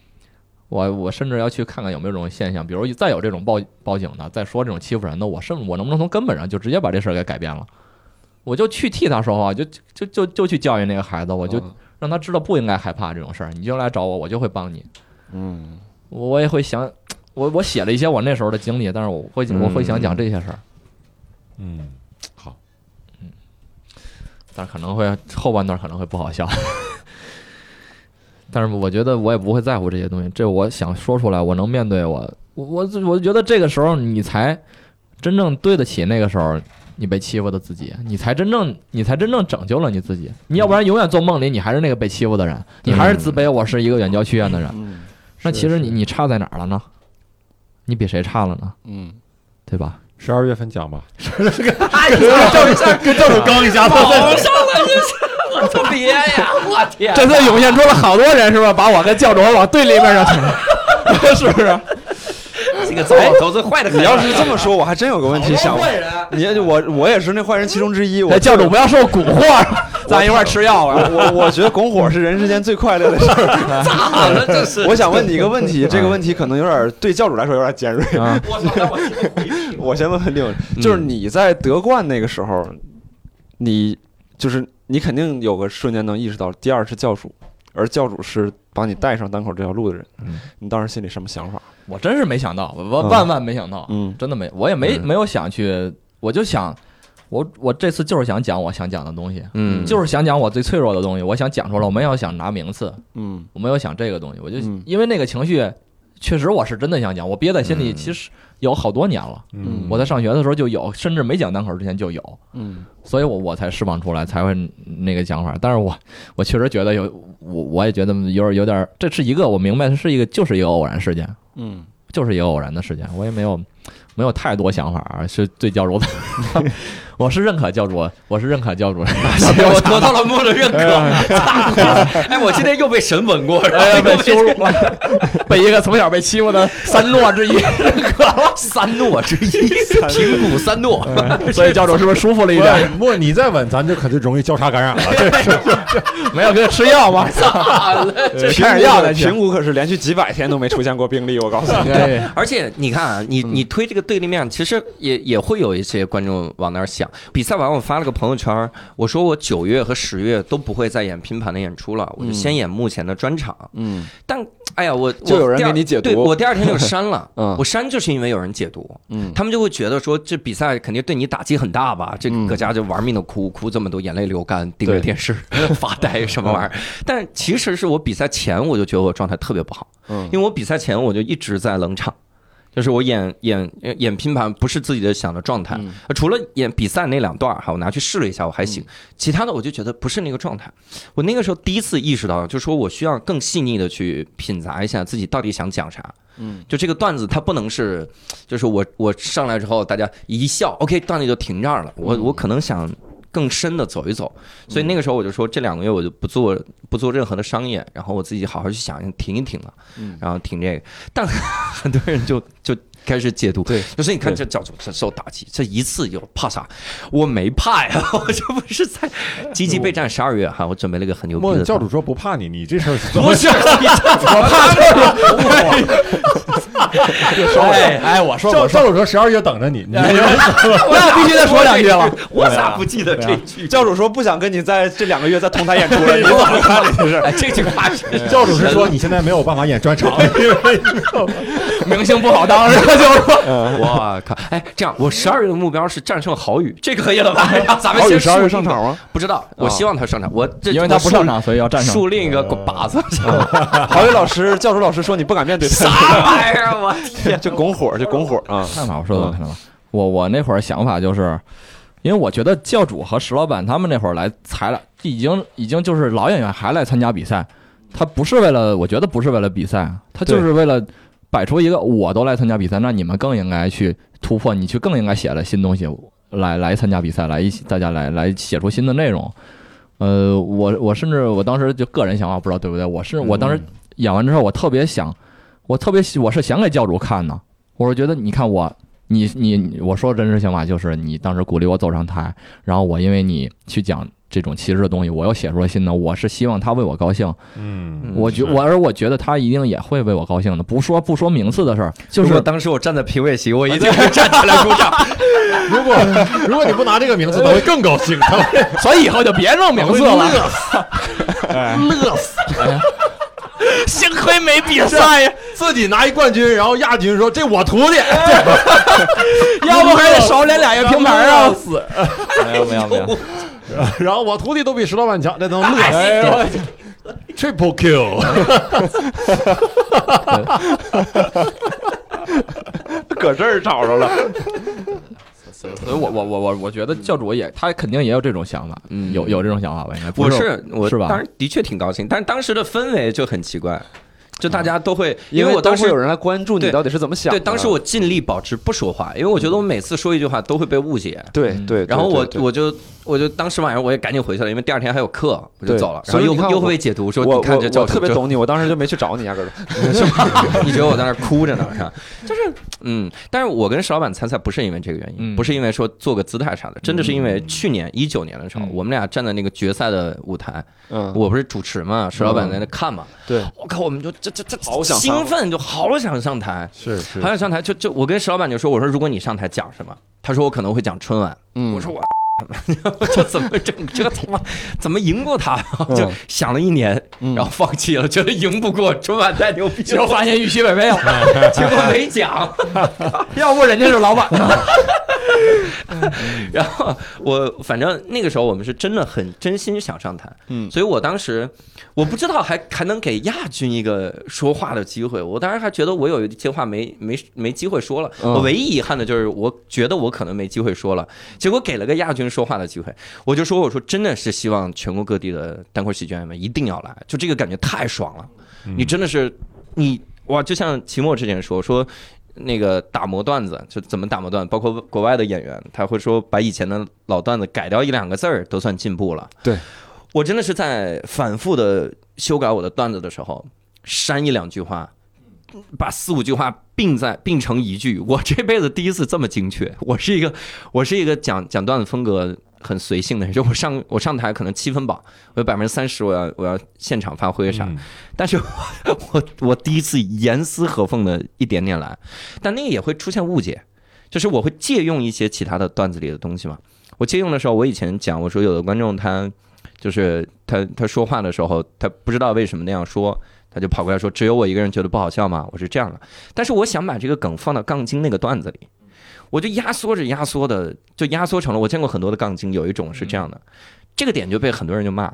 S5: 我我甚至要去看看有没有这种现象，比如再有这种报报警的，再说这种欺负人的，我甚我能不能从根本上就直接把这事儿给改变了？我就去替他说话，就就就就去教育那个孩子，我就让他知道不应该害怕这种事儿。你就来找我，我就会帮你。嗯，我也会想，我我写了一些我那时候的经历，但是我会我会想讲这些事儿，
S9: 嗯，好，
S5: 但是可能会后半段可能会不好笑。但是我觉得我也不会在乎这些东西，这我想说出来，我能面对我，我我我觉得这个时候你才真正对得起那个时候你被欺负的自己，你才真正你才真正拯救了你自己，你要不然永远做梦里你还是那个被欺负的人，你还是自卑，我是一个远交屈远的人。
S10: 嗯
S5: 那其实你
S9: 是
S5: 你差在哪儿了呢？你比谁差了呢？
S10: 嗯，
S5: 对吧？
S9: 十二月份讲吧，
S5: 跟正主刚一下，
S4: 好上来就我特别呀，我天，
S5: 这次 涌现出了 好多人，是吧？把我跟教主往对立面上挺， 是不是？
S2: 这个早
S1: 哎
S2: 早最坏的很。
S1: 你要是这么说，我还真有个问题想 问。你我我也是那坏人其中之一。我
S5: 教主不要受蛊 惑，咱一块儿吃药啊！
S1: 我我我觉得拱火是人世间最快乐的事儿。
S2: 好了，这是
S1: 我想问你一个问题，这个问题可能有点对教主来说有点尖锐。
S2: 我操，那我
S5: 嗯
S1: 我先问问另一个，就是你在德冠那个时候，你就是你肯定有个瞬间能意识到，第二是教主，而教主是把你带上单口这条路的人
S5: 嗯。
S1: 你当时心里什么想法？
S5: 我真是没想到，我我
S1: 嗯
S5: 万万没想到，
S1: 嗯
S5: 真的没，我也没
S1: 嗯
S5: 没有想去，我就想，我我这次就是想讲我想讲的东西，
S2: 嗯
S5: 就是想讲我最脆弱的东西，我想讲出来，我没有想拿名次，
S1: 嗯
S5: 我没有想这个东西，我就
S1: 嗯
S5: 因为那个情绪，确实我是真的想讲，我憋在心里其实有好多年了，
S1: 嗯
S5: 我在上学的时候就有，甚至没讲单口之前就有，
S1: 嗯
S5: 所以我我才释放出来，才会那个讲法。但是我我确实觉得有，我我也觉得有点有点，这是一个我明白是一个就是一个偶然事件，
S1: 嗯
S5: 就是一个偶然的事件，我也没有没有太多想法啊，是对教主的， 我是认可教主，我是认可教主，
S2: 哎我得到了默的认可。哎，我今天又被神吻过，然后又被
S5: 羞辱了，被一个从小被欺负的三诺之一认可了，
S2: 三诺之一，平谷三诺。
S5: 所以教主是不是舒服了一
S9: 不是
S5: 点？
S9: 莫你再稳，咱这可就容易交叉感 染了。
S5: 没有给他吃药 吗？
S1: 嗯，
S5: 开点药再去
S1: 平谷可是连续几百天都没出现过病例，我告诉 你。
S5: 对，
S2: 而且你看啊，
S1: 嗯
S2: 你你推这个对立面，其实也也会有一些观众往那儿想。比赛完，我发了个朋友圈，我说我九月和十月都不会再演拼盘的演出了，我就先演目前的专场。
S1: 嗯
S2: 但哎呀，我
S1: 就有人
S2: 我第二
S1: 给你解读。
S2: 对我第二天就删了
S1: 嗯
S2: 我删就是因为有人解读，
S1: 嗯
S2: 他们就会觉得说这比赛肯定对你打击很大吧？这
S1: 嗯
S2: 搁家就玩命的哭，哭这么多，眼泪流干，盯着
S1: 对
S2: 电视
S1: 嗯
S2: 发呆什么玩意儿。但其实是我比赛前我就觉得我状态特别不好，
S1: 嗯
S2: 因为我比赛前我就一直在冷场。就是我演演呃演拼盘，不是自己的想的状态，
S1: 嗯
S2: 呃除了演比赛那两段儿哈，我拿去试了一下，我还行，其他的我就觉得不是那个状态。我那个时候第一次意识到，就说我需要更细腻的去品砸一下自己到底想讲啥。
S1: 嗯
S2: 就这个段子，它不能是，就是我我上来之后，大家一笑，OK，段子就停这儿了。
S1: 嗯
S2: 我我可能想更深的走一走，所以那个时候我就说，这两个月我就不做不做任何的商业，然后我自己好好去想，停一停了
S1: 嗯，
S2: 然后停这个。但 很多人就就开始解读，
S1: 对，
S2: 就是你看
S1: 对
S2: 这教主这受打击，这一次有怕啥？我没怕呀， 我这不是 在积极备战十二月哈，我准备了一个很牛逼
S9: 莫
S2: 的
S9: 教主说不怕你，你这事儿 怎么
S2: 不是，你这我怕
S5: 哎哎，我说
S9: 教教主说十二月等着你，你
S5: 那必须得说两句了。
S2: 我咋不记得这句？
S1: 教主说不想跟你在这两个月在同台演出了，你怎么看这件事儿？
S2: 哎，这句话是
S9: 教主是说你现在没有办法演专 场，因为
S5: 明星不好当，是吧？就是说
S2: 我靠！哎，这样，我十二月的目标是战胜郝宇，这个可以了吧？咱们
S1: 郝宇
S2: 先
S1: 十二月
S2: 树
S1: 上
S2: 立一个，
S1: 场吗？
S2: 不知道，我希望他上场。我这
S5: 因为他不上，场，所以要
S2: 我
S5: 站
S2: 树
S5: 上。
S2: 树立一个靶子，
S1: 郝宇老师，教主老师说你不敢面对
S2: 啥
S1: 他，
S2: 玩意儿？我天！
S1: 就拱火，就拱火啊！
S5: 看法，我说的看法。我我那会儿想法就是，因为我觉得教主和石老板他们那会儿来才来，已经已经就是老演员还来参加比赛，他不是为了，我觉得不是为了比赛，他就是为了摆出一个我都来参加比赛，那你们更应该去突破，你去更应该写了新东西来来参加比赛，来一起大家来来写出新的内容。呃，我我甚至我当时就个人想法不知道对不对，我是我当时演完之后，我特别想，我特别喜我是想给教主看的，我是觉得你看我。你你我说真实想法就是你当时鼓励我走上台，然后我因为你去讲这种歧视的东西，我又写出了新的，我是希望他为我高兴，
S9: 嗯，
S5: 我觉
S9: 是
S5: 我而我觉得他一定也会为我高兴的，不说不说名次的事儿，就
S2: 如果
S5: 是
S2: 当时我站在评委席，我一定会站起来鼓掌。
S9: 如果如果你不拿这个名 字，他会更高兴。他会
S5: 所以以后就别弄名次了，
S9: 哎
S5: 乐死！幸亏没比赛呀，
S9: 自己拿一冠军，然后亚军说这我徒弟，
S5: 要不还得少连俩月平牌啊！死！ 没有没有没有，
S9: 然后我徒弟都比石老板强，这能乐死、哎呦我去 Triple Q，
S1: 搁这儿找着了。
S5: 所以我我我我我觉得教主也他肯定也有这种想法，
S1: 嗯
S5: 有有这种想法吧？应该
S2: 我
S5: 不是
S2: 是我
S5: 是吧
S2: 当然的确挺高兴，但是当时的氛围就很奇怪，就大家都会，
S1: 嗯
S2: 因
S1: 因
S2: 为我当
S1: 都会
S2: 时
S1: 有人来关注你
S2: 对
S1: 到底是怎么想的。啊
S2: 对当时我尽力保持不说话，因为我觉得我每次说一句话都会被误解。
S1: 对
S5: 嗯
S1: 对，对
S2: 然后我
S1: 对对
S2: 我就我就当时晚上我也赶紧回去了，因为第二天还有课，我就
S1: 对
S2: 走了。然
S1: 所
S2: 后
S1: 以
S2: 又
S1: 你看
S2: 又
S1: 我
S2: 会被解读说，
S1: 我
S2: 你看这
S1: 我
S2: 教
S1: 我
S2: 主
S1: 特别
S2: 就
S1: 懂你，我当时就没去找你压根儿。
S2: 你觉得我在那儿哭着呢是吧？就是嗯，但是我跟石老板参赛不是因为这个原因，
S5: 嗯
S2: 不是因为说做个姿态啥的，真的是因为去年一九年的时候，
S5: 嗯
S2: 我们俩站在那个决赛的舞台，
S1: 嗯，
S2: 我不是主持嘛，石老板在那看嘛，
S1: 对，
S2: 我靠，我们就这这这
S1: 好想上
S2: 兴奋，就好想上台，
S9: 是是
S2: 好想上台，就就我跟石老板就说，我说如果你上台讲什么，他说我可能会讲春晚，
S1: 嗯
S2: 我说我。这怎么这这个他妈怎么赢过他？
S1: 嗯
S2: 就 想了一年，然后放弃了，觉得赢不过春晚太牛逼了，
S5: 结果发现预期违背了，
S2: 结果没讲。
S5: 要不人家是老板。
S2: 然后我反正那个时候我们是真的很真心想上台，
S1: 嗯
S2: 所以我当时我不知道还还能给亚军一个说话的机会，我当时还觉得我有一些话没没没机会说了。
S1: 嗯
S2: 我唯一遗憾的就是我觉得我可能没机会说了，结果给了个亚军说话的机会，我就说我说真的是希望全国各地的单口喜剧演员们一定要来，就这个感觉太爽了，
S9: 嗯
S2: 你真的是你哇，就像齐墨之前说说。那个打磨段子，就怎么打磨段，包括国外的演员，他会说把以前的老段子改掉一两个字儿都算进步了。
S1: 对，
S2: 我真的是在反复的修改我的段子的时候，删一两句话，把四五句话并在并成一句。我这辈子第一次这么精确。我是一个 我是一个讲讲段子风格很随性的人，就我上我上台可能七分饱，我有百分之三十我要我要现场发挥啥，
S9: 嗯
S2: 但是我我我第一次严丝合缝的一点点来，但那个也会出现误解，就是我会借用一些其他的段子里的东西嘛。我借用的时候，我以前讲我说有的观众他就是他他说话的时候，他不知道为什么那样说，他就跑过来说只有我一个人觉得不好笑吗？我是这样的，但是我想把这个梗放到杠精那个段子里。我就压缩着压缩的，就压缩成了我见过很多的杠精，有一种是这样的，这个点就被很多人就骂，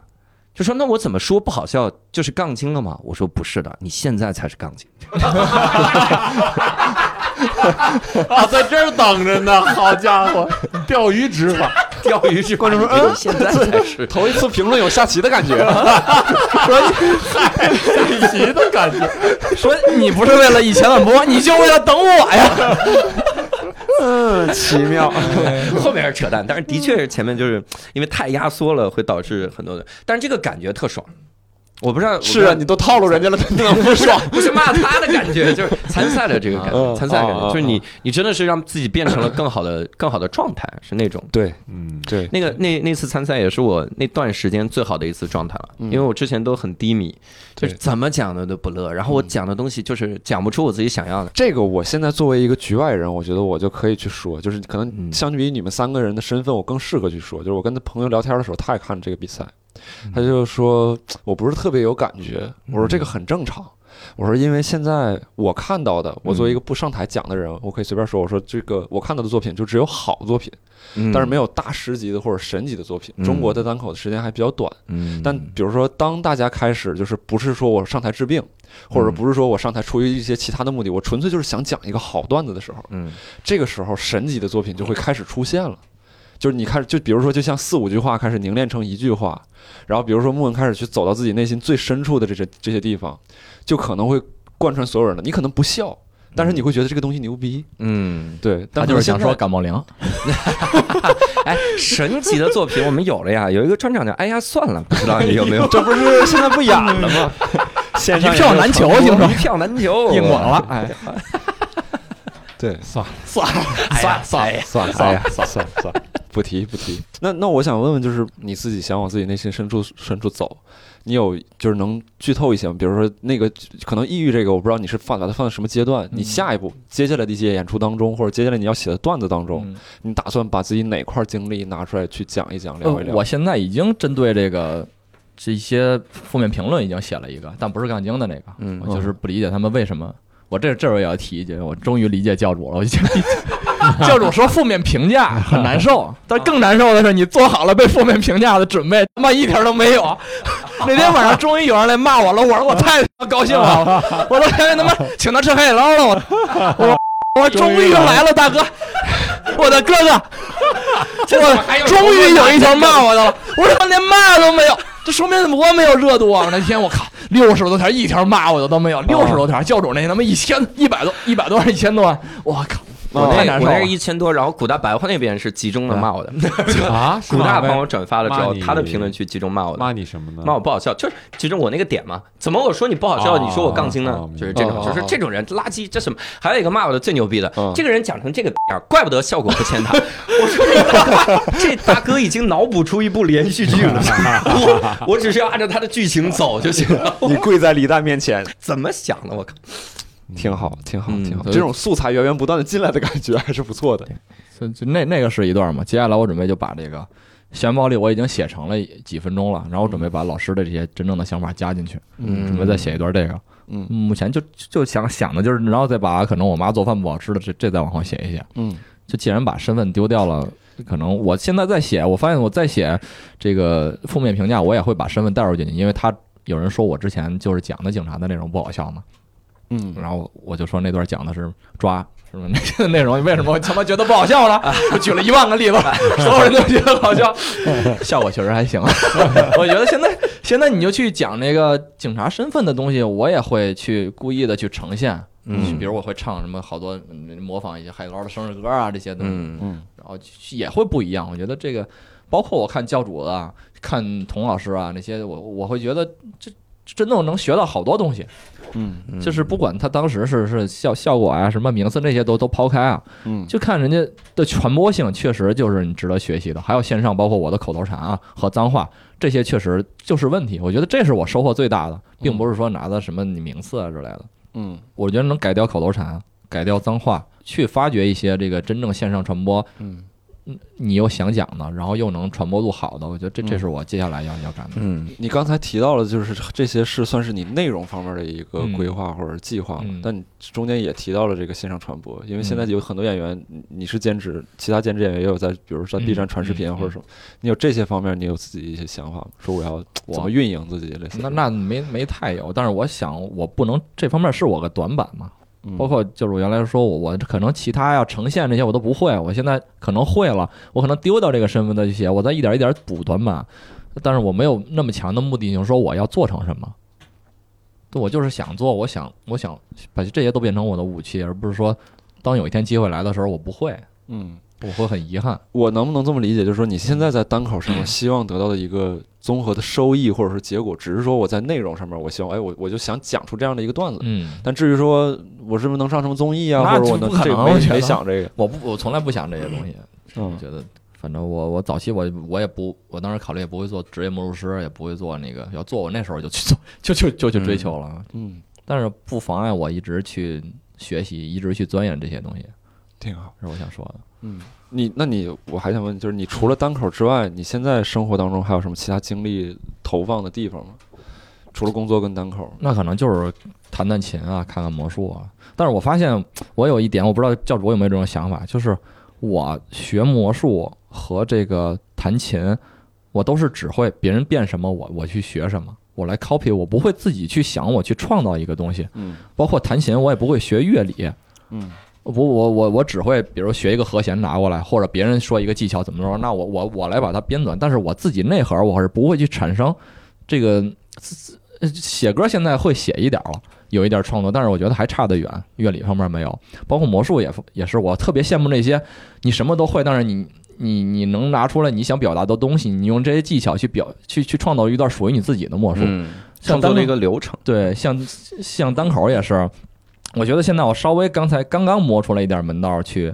S2: 就说那我怎么说不好笑就是杠精了吗？我说不是的，你现在才是杠 精。
S9: 啊，在这儿等着呢，好家伙，钓鱼执法，
S2: 钓鱼是 观众说，嗯，现在才是。
S1: 头一次评论有下棋的感 觉。
S9: 奇的感觉。
S5: 说你不是为了一千万播，你就为了等我呀？
S1: 嗯，奇 妙。
S2: 后面是扯淡，但是的确是前面就是因为太压缩了，会导致很多的，但是这个感觉特爽。我不知道，
S1: 是啊，你都套路人家了，真的不爽。
S2: 不是骂他的感觉，就是参赛的这个感觉，
S1: 嗯
S2: 参赛的感觉
S1: 嗯嗯
S2: 就是你，你真的是让自己变成了更好的、 更好的状态，是那种。
S1: 对，
S9: 嗯，
S1: 对，
S2: 那个那那次参赛也是我那段时间最好的一次状态了，因为我之前都很低迷，就
S1: 对
S2: 是怎么讲的都不乐，然后我讲的东西就是讲不出我自己想要 的。
S1: 这个我现在作为一个局外人，我觉得我就可以去说，就是可
S2: 嗯
S1: 能相比于你们三个人的身份，我更适合去说。就是我跟他朋友聊天的时候，他也看这个比赛，他就说我不是特别有感觉，我说这个很正常。我说，因为现在我看到的，我作为一个不上台讲的人，我可以随便说，我说这个我看到的作品就只有好作品，但是没有大师级的或者神级的作品。中国的单口的时间还比较短，
S2: 嗯，
S1: 但比如说，当大家开始就是不是说我上台治病，或者不是说我上台出于一些其他的目的，我纯粹就是想讲一个好段子的时候，
S2: 嗯，
S1: 这个时候神级的作品就会开始出现了。就是你开始，就比如说，就像四五句话开始凝练成一句话，然后比如说木恩开始去走到自己内心最深处的这些这些地方，就可能会贯穿所有人的。你可能不笑，但是你会觉得这个东西牛逼。
S2: 嗯，
S1: 对，
S5: 他
S1: 但
S5: 就是
S1: 可
S5: 想
S1: 能现在
S5: 说感冒凉，
S2: 哎，神级的作品我们有了呀，有一个专场叫《哎呀算了》，不知道你有没有？
S1: 这不是现在不演了吗？
S5: 一
S2: 哎
S5: 票难求，听说
S2: 一票难求，
S5: 硬广了，哎，
S1: 对，
S9: 算了
S2: 哎算了算了，
S9: 算
S1: 哎
S9: 了算了算了算了，
S1: 不提不提。那那我想问问，就是你自己想往自己内心深处深处走，你有就是能剧透一些吗？比如说那个可能抑郁这个，我不知道你是放把它放在什么阶段，你下一步接下来的一些演出当中，或者接下来你要写的段子当中，
S5: 嗯
S1: 你
S5: 呃
S1: 打算把自己哪块经历拿出来去讲一讲、聊一聊？
S5: 我现在已经针对这个这些负面评论已经写了一个，但不是杠精的那个，
S2: 嗯
S5: 我就是不理解他们为什么。我这这时候也要提一句，我终于理解教主了，我已经理解。教主说负面评价很难受，但更难受的是你做好了被负面评价的准备，他妈一点儿都没有。那天晚上终于有人来骂我了，我说我太他妈高兴了，我说天他妈请他吃海底捞了，我我我终于来了，大哥，我的哥哥，我终于有一条骂我的了，我说他连骂都没有，这说明我没有热度啊！那天我靠，六十多条一条骂我的都没有，六十多条，教主那他妈一千一百多一百多还是一千多，啊我靠，
S2: 我
S5: 太
S2: 那
S5: 难
S2: 我
S5: 受
S2: 那
S5: 了
S2: 是。一千多，然后古大白话那边是集中的骂我的，
S9: 啊，是
S2: 古
S9: 吗
S2: 大
S9: 喂
S2: 帮我转发了之
S9: 骂
S2: 后，
S9: 你
S2: 他的评论区集中骂我的。
S9: 骂你什么呢？
S2: 骂我不好笑，就是集中我那个点嘛。怎么我说你不好笑，
S9: 哦
S2: 你说我杠精呢
S9: 哦？
S2: 就是这种，
S1: 哦
S2: 就是这种人垃圾，这什么？还有一个骂我的最牛逼的
S1: 嗯，
S2: 这个人讲成这个样，怪不得效果不欠 他。我说你大哥这大哥已经脑补出一部连续 剧了，我我只是要按照他的剧情走就行了。
S1: 你跪在李诞面前，
S2: 怎么想的？我靠！
S1: 挺好，挺好，
S2: 嗯
S1: 挺好。这种素材源源不断的进来的感觉还是不错的。
S5: 就就那那个是一段嘛，接下来我准备就把这个校园暴力我已经写成了几分钟了，然后我准备把老师的这些真正的想法加进去，
S2: 嗯
S5: 准备再写一段这个。
S1: 嗯
S5: 目前就就想想的就是，然后再把可能我妈做饭不好吃的这这再往后写一写。
S1: 嗯，
S5: 就既然把身份丢掉了，可能我现在在写，我发现我在写这个负面评价，我也会把身份带入进去，因为他有人说我之前就是讲的警察的内容不好笑嘛，
S1: 嗯，
S5: 然后我就说那段讲的是抓。是吧？那个内容为什么我他妈觉得不好笑了？我举了一万个例子，所有人都觉得好 笑， 效果确实还行。我觉得现在现在你就去讲那个警察身份的东西，我也会去故意的去呈现。
S2: 嗯
S5: 比如我会唱什么好多嗯模仿一些海底捞的生日歌啊这些东西，
S2: 嗯
S5: 然后也会不一样。我觉得这个，包括我看教主啊，看童老师啊那些，我我会觉得这这真的能学到好多东西。
S2: 嗯
S5: 就是不管他当时是是效效果啊，什么名次那些都都抛开啊，
S1: 嗯
S5: 就看人家的传播性，确实就是你值得学习的。还有线上，包括我的口头禅啊和脏话，这些确实就是问题。我觉得这是我收获最大的，并不是说拿的什么你名次啊之类的。
S1: 嗯，
S5: 我觉得能改掉口头禅，改掉脏话，去发掘一些这个真正线上传播，
S1: 嗯
S5: 嗯，你又想讲的，然后又能传播度好的，我觉得这
S1: 嗯
S5: 这是我接下来要要干的。
S2: 嗯
S1: 你刚才提到了，就是这些是算是你内容方面的一个
S5: 嗯
S1: 规划或者计划嘛，
S5: 嗯
S1: 但你中间也提到了这个线上传播，因为现在有很多演员，你你是兼职，其他兼职演员也有在，比如说在 B 站传视频啊
S5: 嗯嗯
S1: 或者什么，你有这些方面，你有自己一些想法吗？说我要
S5: 我
S1: 怎么运营自己类似的
S5: 那那没没太有，但是我想我不能这方面是我个短板嘛。
S1: 嗯
S5: 包括就是我原来说我我可能其他呀呈现这些我都不会，我现在可能会了，我可能丢掉这个身份再去写，我再一点一点补短板，但是我没有那么强的目的性说我要做成什么，对我就是想做，我想我想把这些都变成我的武器，而不是说当有一天机会来的时候我不会，
S1: 嗯。
S5: 我会很遗憾。
S1: 我能不能这么理解？就是说，你
S5: 嗯
S1: 现在在单口 上面希望得到的一个综合的收益，或者是结果，只是说我在内容上面，我希望，哎，我我就想讲出这样的一个段子。
S5: 嗯，
S1: 但至于说我是不是能上什么综艺啊，
S5: 那
S1: 或者
S5: 就
S1: 我能
S5: 不可
S1: 这个
S5: 能
S1: 没
S5: 我觉得
S1: 没想这个，
S5: 我不我从来不想这些东西，我
S1: 嗯
S5: 觉得，反正我我早期我我也不，我当时考虑也不会做职业魔术师，也不会做那个，要做我那时候就去做，就就就去追求了。
S1: 嗯，
S5: 但是不妨碍我一直去学习，一直去钻研这些东西，
S1: 挺好。
S5: 是我想说的。
S1: 嗯，你那你我还想问，就是你除了单口之外，你现在生活当中还有什么其他精力投放的地方吗？除了工作跟单口，
S5: 那可能就是弹弹琴啊，看看魔术啊。但是我发现我有一点，我不知道教主有没有这种想法，就是我学魔术和这个弹琴，我都是只会别人变什么我我去学什么，我来 copy，我不会自己去想我去创造一个东西。
S1: 嗯
S5: 包括弹琴，我也不会学乐理。
S1: 嗯
S5: 我我我我只会，比如学一个和弦拿过来，或者别人说一个技巧怎么着，那我我我来把它编纂，但是我自己内核我是不会去产生这个自自呃写歌，现在会写一点了，有一点创作，但是我觉得还差得远，乐理方面没有，包括魔术也也是我特别羡慕那些你什么都会，但是你你你能拿出来你想表达的东西，你用这些技巧去表去去创造一段属于你自己的魔术，
S2: 嗯，
S5: 像
S2: 创作
S5: 当
S2: 了一个流程。
S5: 对，像像单口也是，我觉得现在我稍微刚才刚刚摸出来一点门道儿去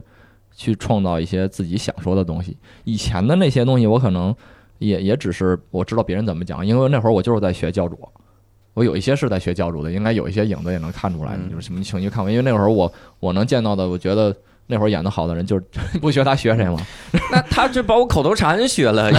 S5: 去创造一些自己想说的东西。以前的那些东西，我可能也也只是我知道别人怎么讲，因为那会儿我就是在学教主。我有一些是在学教主的，应该有一些影子也能看出来。
S2: 嗯
S5: 就是什么情绪看法，因为那会儿我我能见到的，我觉得那会儿演的好的人，就是 不学他学谁嘛。
S4: 那他就把我口头禅学 了，因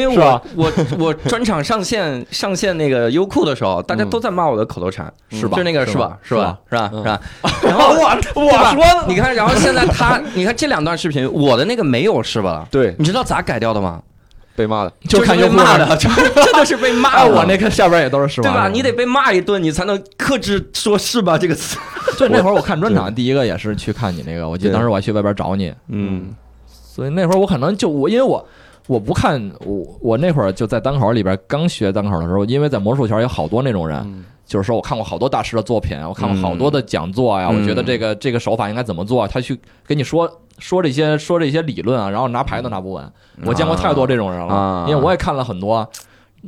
S4: 因为
S5: 是吧
S4: 我我我专场上线上线那个优酷的时候，大家都在骂我的口头禅，
S5: 嗯是吧
S4: 就那个
S5: 是
S4: 是
S5: 吧
S4: 吧？
S5: 是
S4: 是
S5: 吧嗯
S4: 吧？是吧？是 吧？然后我我说的，你看，然后现在他，你看这两段视频，我的那个没有是吧？了？
S1: 对，
S4: 你知道咋改掉的吗？
S1: 被骂的。
S5: 就看
S4: 是
S5: 优
S4: 被
S5: 酷
S4: 骂
S5: 那
S4: 的，就是真的是被骂
S5: 哎，
S4: 的。
S5: 我那个下边也都是十
S4: 对
S5: 万，
S4: 吧？你得被骂一顿，你才能克制说是吧这个词。
S5: 对那会儿我看专场，第一个也是去看你那个，我记得当时我还去外边找你，
S2: 嗯，
S5: 所以那会儿我可能就我因为我我不看我我那会儿就在单口里边刚学单口的时候，因为在魔术圈有好多那种人，
S2: 嗯
S1: 嗯
S5: 就是说我看过好多大师的作品，啊我看过好多的讲座呀，我觉得这
S2: 嗯
S5: 个这个手法应该怎么做，啊他去跟你说说这些说这些理论啊，然后拿牌都拿不稳，我见过太多这种人了，
S2: 嗯啊
S5: 因为我也看了很多。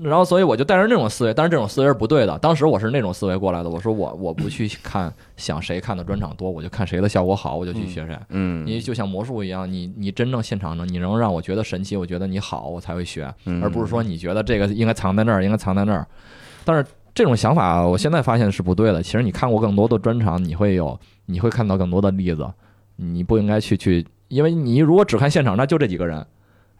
S5: 然后，所以我就带着那种思维，但是这种思维是不对的。当时我是那种思维过来的，我说我我不去看想谁看的专场多，我就看谁的效果好，我就去学谁。
S2: 嗯
S5: 你就像魔术一样，你你真正现场呢，你能让我觉得神奇，我觉得你好，我才会学，而不是说你觉得这个应该藏在那儿，应该藏在那儿。但是这种想法，我现在发现是不对的。其实你看过更多的专场，你会有，你会看到更多的例子。你不应该去去，因为你如果只看现场，那就这几个人。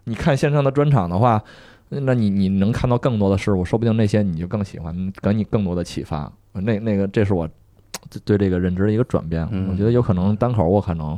S5: 你看线上的专场的话，那你你能看到更多的事物，说不定那些你就更喜欢，给你更多的启发。那那个，这是我对对这个认知的一个转变。
S2: 嗯
S5: 我觉得有可能单口，我可能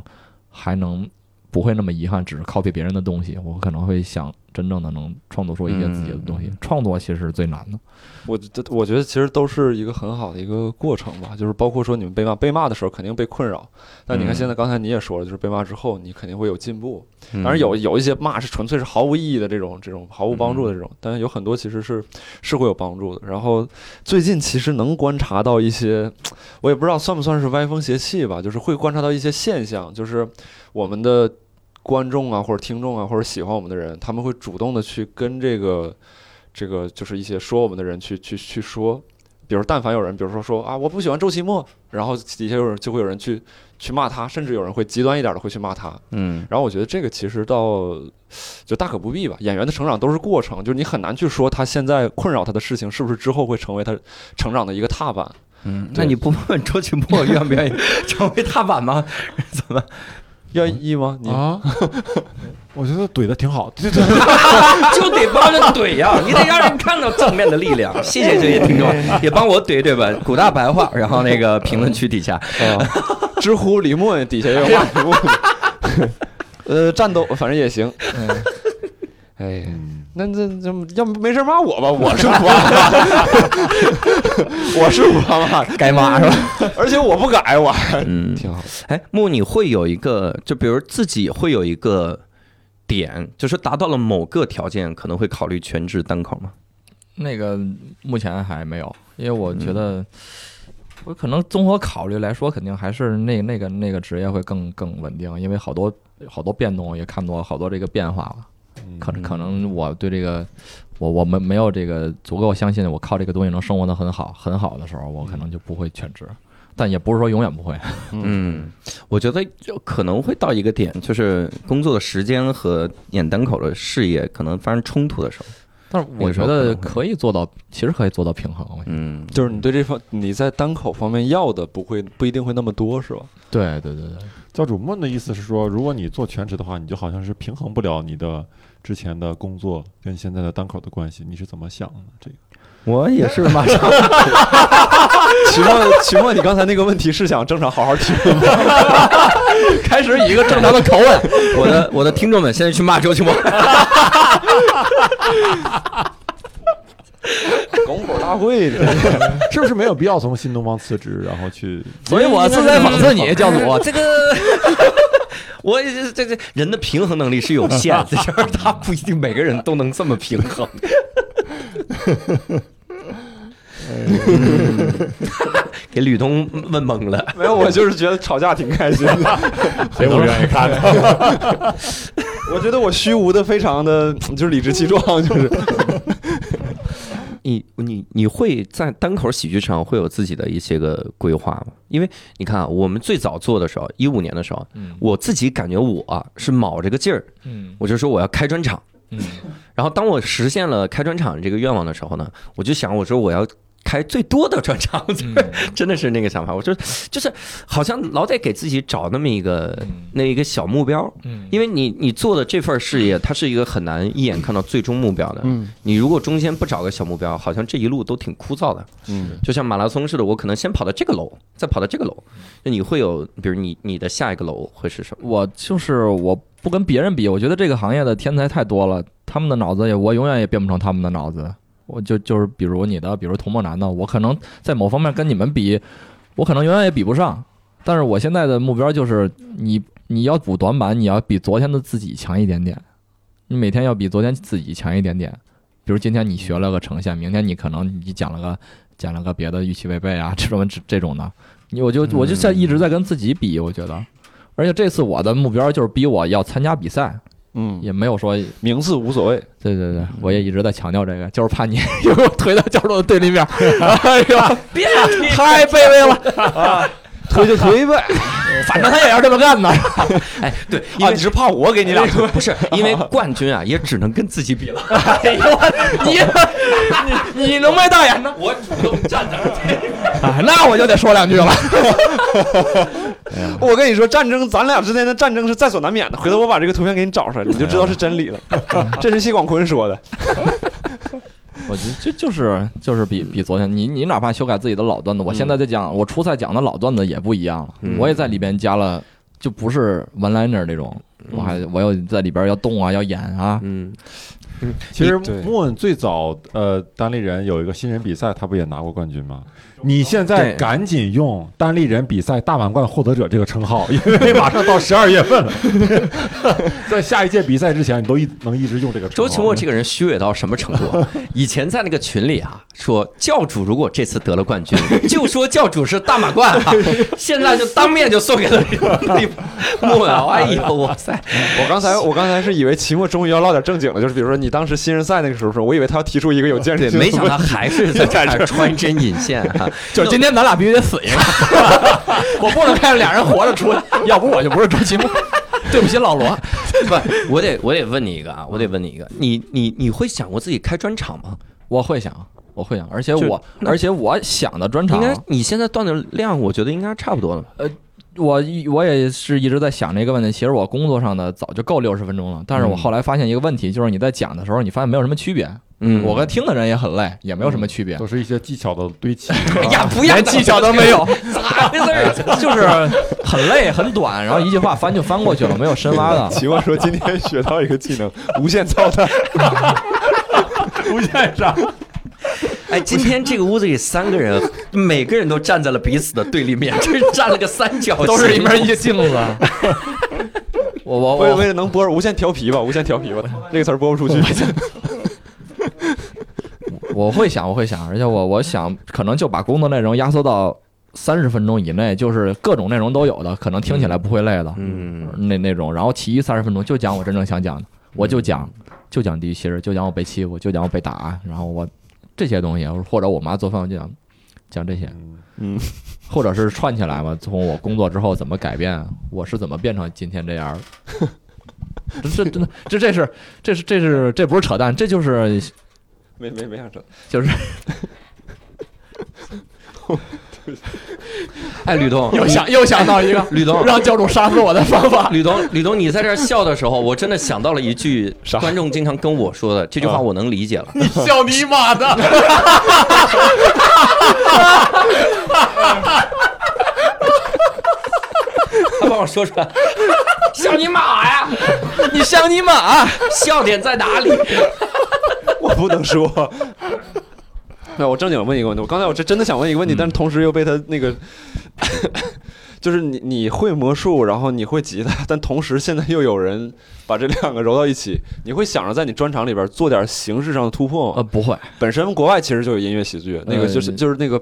S5: 还能不会那么遗憾，只是 copy 别人的东西，我可能会想真正的能创作出一些自己的东西。
S4: 嗯
S5: 创作其实是最难的。
S1: 我觉得我觉得其实都是一个很好的一个过程吧，就是包括说你们被骂，被骂的时候肯定被困扰，但你看现在刚才你也说了，就是被骂之后你肯定会有进步。
S2: 嗯
S5: 嗯
S1: 当然有有一些骂是纯粹是毫无意义的这种这种毫无帮助的这种，但是有很多其实是是会有帮助的。然后最近其实能观察到一些，我也不知道算不算是歪风邪气吧，就是会观察到一些现象，就是我们的观众啊或者听众啊或者喜欢我们的人，他们会主动的去跟这个。这个就是一些说我们的人去去去说，比如但凡有人，比如说说啊我不喜欢周奇墨，然后底下有人就会有人去去骂他，甚至有人会极端一点的会去骂他。
S2: 嗯
S1: 然后我觉得这个其实到就大可不必吧，演员的成长都是过程，就是你很难去说他现在困扰他的事情是不是之后会成为他成长的一个踏板。
S2: 嗯，
S4: 那你 不问问周奇墨愿不愿意成为踏 板吗？怎么？
S1: 愿意吗？你
S9: 啊， 我觉得怼的挺好，这这
S4: 就得帮人怼呀、你得让人看到正面的力量。谢谢这些听众，也帮我怼怼吧。古大白话，然后那个评论区 底下，
S1: 知乎李默底下也有骂李默的， 呃，战斗反正也行。 哎，那这这要不没事骂我吧，我是 不骂，我是不骂，
S4: 该骂是吧？
S1: 而且我不改，我
S4: 嗯，
S1: 挺好。
S4: 哎，木，你会有一个，就比如自己会有一个点，就是达到了某个条件，可能会考虑全职单口吗？
S5: 那个目前还没有，因为我觉得
S4: 嗯
S5: 我可能综合考虑来说，肯定还是那那个那个职业会更更稳定，因为好多好多变动，也看到好多这个变化了。
S4: 嗯
S5: 可能可能我对这个，我我们没有这个足够相信我靠这个东西能生活的很好很好的时候，我可能就不会全职，但也不是说永远不会。
S2: 嗯
S4: 我觉得就可能会到一个点，就是工作的时间和演单口的事业可能发生冲突的时候。
S5: 但是我觉得可以做到，其实可以做到平衡。我觉得
S4: 嗯，
S1: 就是你对这方你在单口方面要的不会不一定会那么多，是吧？
S5: 对对对对。
S9: 教主梦的意思是说，如果你做全职的话，你就好像是平衡不了你的之前的工作跟现在的单口的关系，你是怎么想的？这个
S2: 我也是马上
S1: 期末期末，你刚才那个问题是想正常好好听 吗？
S4: 开始以一个正常的 口吻，我的我的听众们现在去骂周奇墨。
S1: 拱火大会，
S9: 是不是没有必要从新东方辞职，然后 去？
S5: 所以
S4: 哎
S5: 我是在讽刺你，教主。
S4: 这 个，我这这这人的平衡能力是有限 的，这事儿他不一定每个人都能这么平 衡。给吕东问懵了，
S1: 没有，我就是觉得吵架挺开心的。
S9: 谁不愿意看的？
S1: 我觉得我虚无的非常的就是理直气壮，就是
S4: 你你你会在单口喜剧上会有自己的一些个规划吗？因为你看啊，我们最早做的时候，一五年的时候，
S5: 嗯
S4: 我自己感觉我啊、是卯着个劲儿，
S5: 嗯
S4: 我就说我要开专场。
S5: 嗯
S4: 然后当我实现了开专场这个愿望的时候呢，我就想，我说我要
S2: 开最多的专场， 就是
S5: 嗯
S2: 真的是那个想法。我就就是好像老得给自己找那么一个那一个小目标，
S5: 嗯，
S2: 因为你你做的这份事业，它是一个很难一眼看到最终目标的。
S1: 嗯
S2: 你如果中间不找个小目标，好像这一路都挺枯燥的。
S1: 嗯，
S2: 就像马拉松似的，我可能先跑到这个楼，再跑到这个楼，就你会有，比如你你的下一个楼会是什么？
S5: 我就是我不跟别人比，我觉得这个行业的天才太多了，他们的脑子也我永远也变不成他们的脑子。我就就是比如你的，比如童梦楠的，我可能在某方面跟你们比，我可能永远也比不上。但是我现在的目标就是你你要补短板，你要比昨天的自己强一点点，你每天要比昨天自己强一点点。比如今天你学了个呈现，明天你可能你讲了个讲了个别的预期违背啊，这种这这种的，你我就我就在一直在跟自己比，我觉得。而且这次我的目标就是逼我要参加比赛，
S1: 嗯，
S5: 也没有说，
S1: 名次无所谓，
S5: 对对对，我也一直在强调这个，就是怕你 又给我推到角落的对立面， 哎呦，别太卑微了，
S1: 啊推就推 呗。
S5: 反正他也要这么干呢。
S2: 哎，对，因为、
S1: 是怕我啊给你 俩
S2: 不 是因为冠军啊，也只能跟自己比了。
S5: 哎呦，你你你能卖大眼呢？
S2: 我主动站那儿，
S5: 啊那我就得说两句了。
S1: 我跟你说，战争，咱俩之间的战争是在所难免的。回头我把这个图片给你找出来，你就知道是真 理了。这是谢广坤说的。
S5: 我觉得就就是就是比比昨天，你你哪怕修改自己的老段子，我现在在讲，我初赛讲的老段子也不一样了，
S2: 嗯
S5: 我也在里边加了，就不是 one liner 那种，我还我要在里边要动啊，要演啊，
S2: 嗯，
S9: 其实
S1: 对
S9: 莫文最早呃单立人有一个新人比赛，他不也拿过冠军 吗？你现在
S2: 对
S9: 赶紧用单立人比赛大满贯获得者这个称号，因为马上到十二月 份了，在下一届比赛之前，你都一能一直用这个称
S2: 周
S9: 号。
S2: 奇墨这个人虚伪到什么程 度啊？以前在那个群里啊，说教主如果这次得了冠 军，就说教主是大满贯啊，现在就当面就送 给了李莫瑶。哎呦，哇塞！
S1: 我刚才，我刚才是以为期末终于要唠点正经了，就是比如说你当时新人赛那个时候说，我以为他要提出一个有建设
S2: 对，
S1: 性的
S2: 没想
S1: 问
S2: 到
S1: 题，
S2: 还是在这儿穿针引线啊！
S5: 就是今天咱俩必须得死一个， 我不能看着俩人活着出来，要不我就不是周奇墨。 对不起，老罗，
S2: 不， 我得我得问你一个啊，我得问你一个，你你你会想过自己开专场吗？
S5: 我会想，我会想，而且我，而且我想的专
S2: 应
S5: 场，
S2: 该你现在段子量，我觉得应该差不多了吧。
S5: 我一我也是一直在想这个问题。其实我工作上的早就够六十分钟了，但是我后来发现一个问题，就是你在讲的时候，你发现没有什么区别。
S2: 嗯
S5: 我跟听的人也很累，也没有什么区别。
S9: 都是一些技巧的堆 砌。
S2: 哎呀，不要
S5: 啊连技巧都没有，
S2: 咋回事儿？
S5: 就是很累很短，然后一句话翻就翻过去了，没有深挖的。
S1: 期末说今天学到一个技能，无限操蛋。
S2: 哎，今天这个屋子里三个人，每个人都站在了彼此的对立面，这站了个三角 形，
S5: 都是一面一镜子。 我我
S1: 为
S5: 我
S1: 为了能播，无限调皮吧，无限调皮吧，这个词儿播不出去。
S5: 我会想，我会想，而且我我想可能就把工作内容压缩到三十分钟以内，就是各种内容都有的，可能听起来不会累的，
S2: 嗯，
S5: 那那种，然后其余三十分钟就讲我真正想讲的，我就讲就讲地狱骑士，就讲我被欺负，就讲我被打，然后我这些东西，或者我妈做饭，我就讲讲这些，
S1: 嗯，
S5: 或者是串起来嘛，从我工作之后怎么改变，我是怎么变成今天这样儿。 这这真的，这这是这是这是这不是扯淡，这就是
S1: 没没没啥整，
S2: 哎，吕 东，
S5: 又想又想到一 个
S2: 吕东，
S5: 让教主杀死我的方法。
S2: 吕东，吕东，你在这儿笑的时候，我真的想到了一 句观众经常跟我说的这句话，我能理解了。
S5: 你 笑你妈的！
S2: 他帮我说出来，笑你妈呀！
S5: 你像你妈！
S2: 啊笑点在哪里？
S1: 我不能说。那我正经问一个问题，我刚才我这真的想问一个问题，但是同时又被他那个， 就是你你会魔术，然后你会吉他， 但同时现在又有人把这两个揉到一起，你会想着在你专场里边做点形式上的突破吗？
S5: 呃，不会，
S1: 本身国外其实就有音乐喜剧，那个就是、
S5: 呃
S1: 就是那个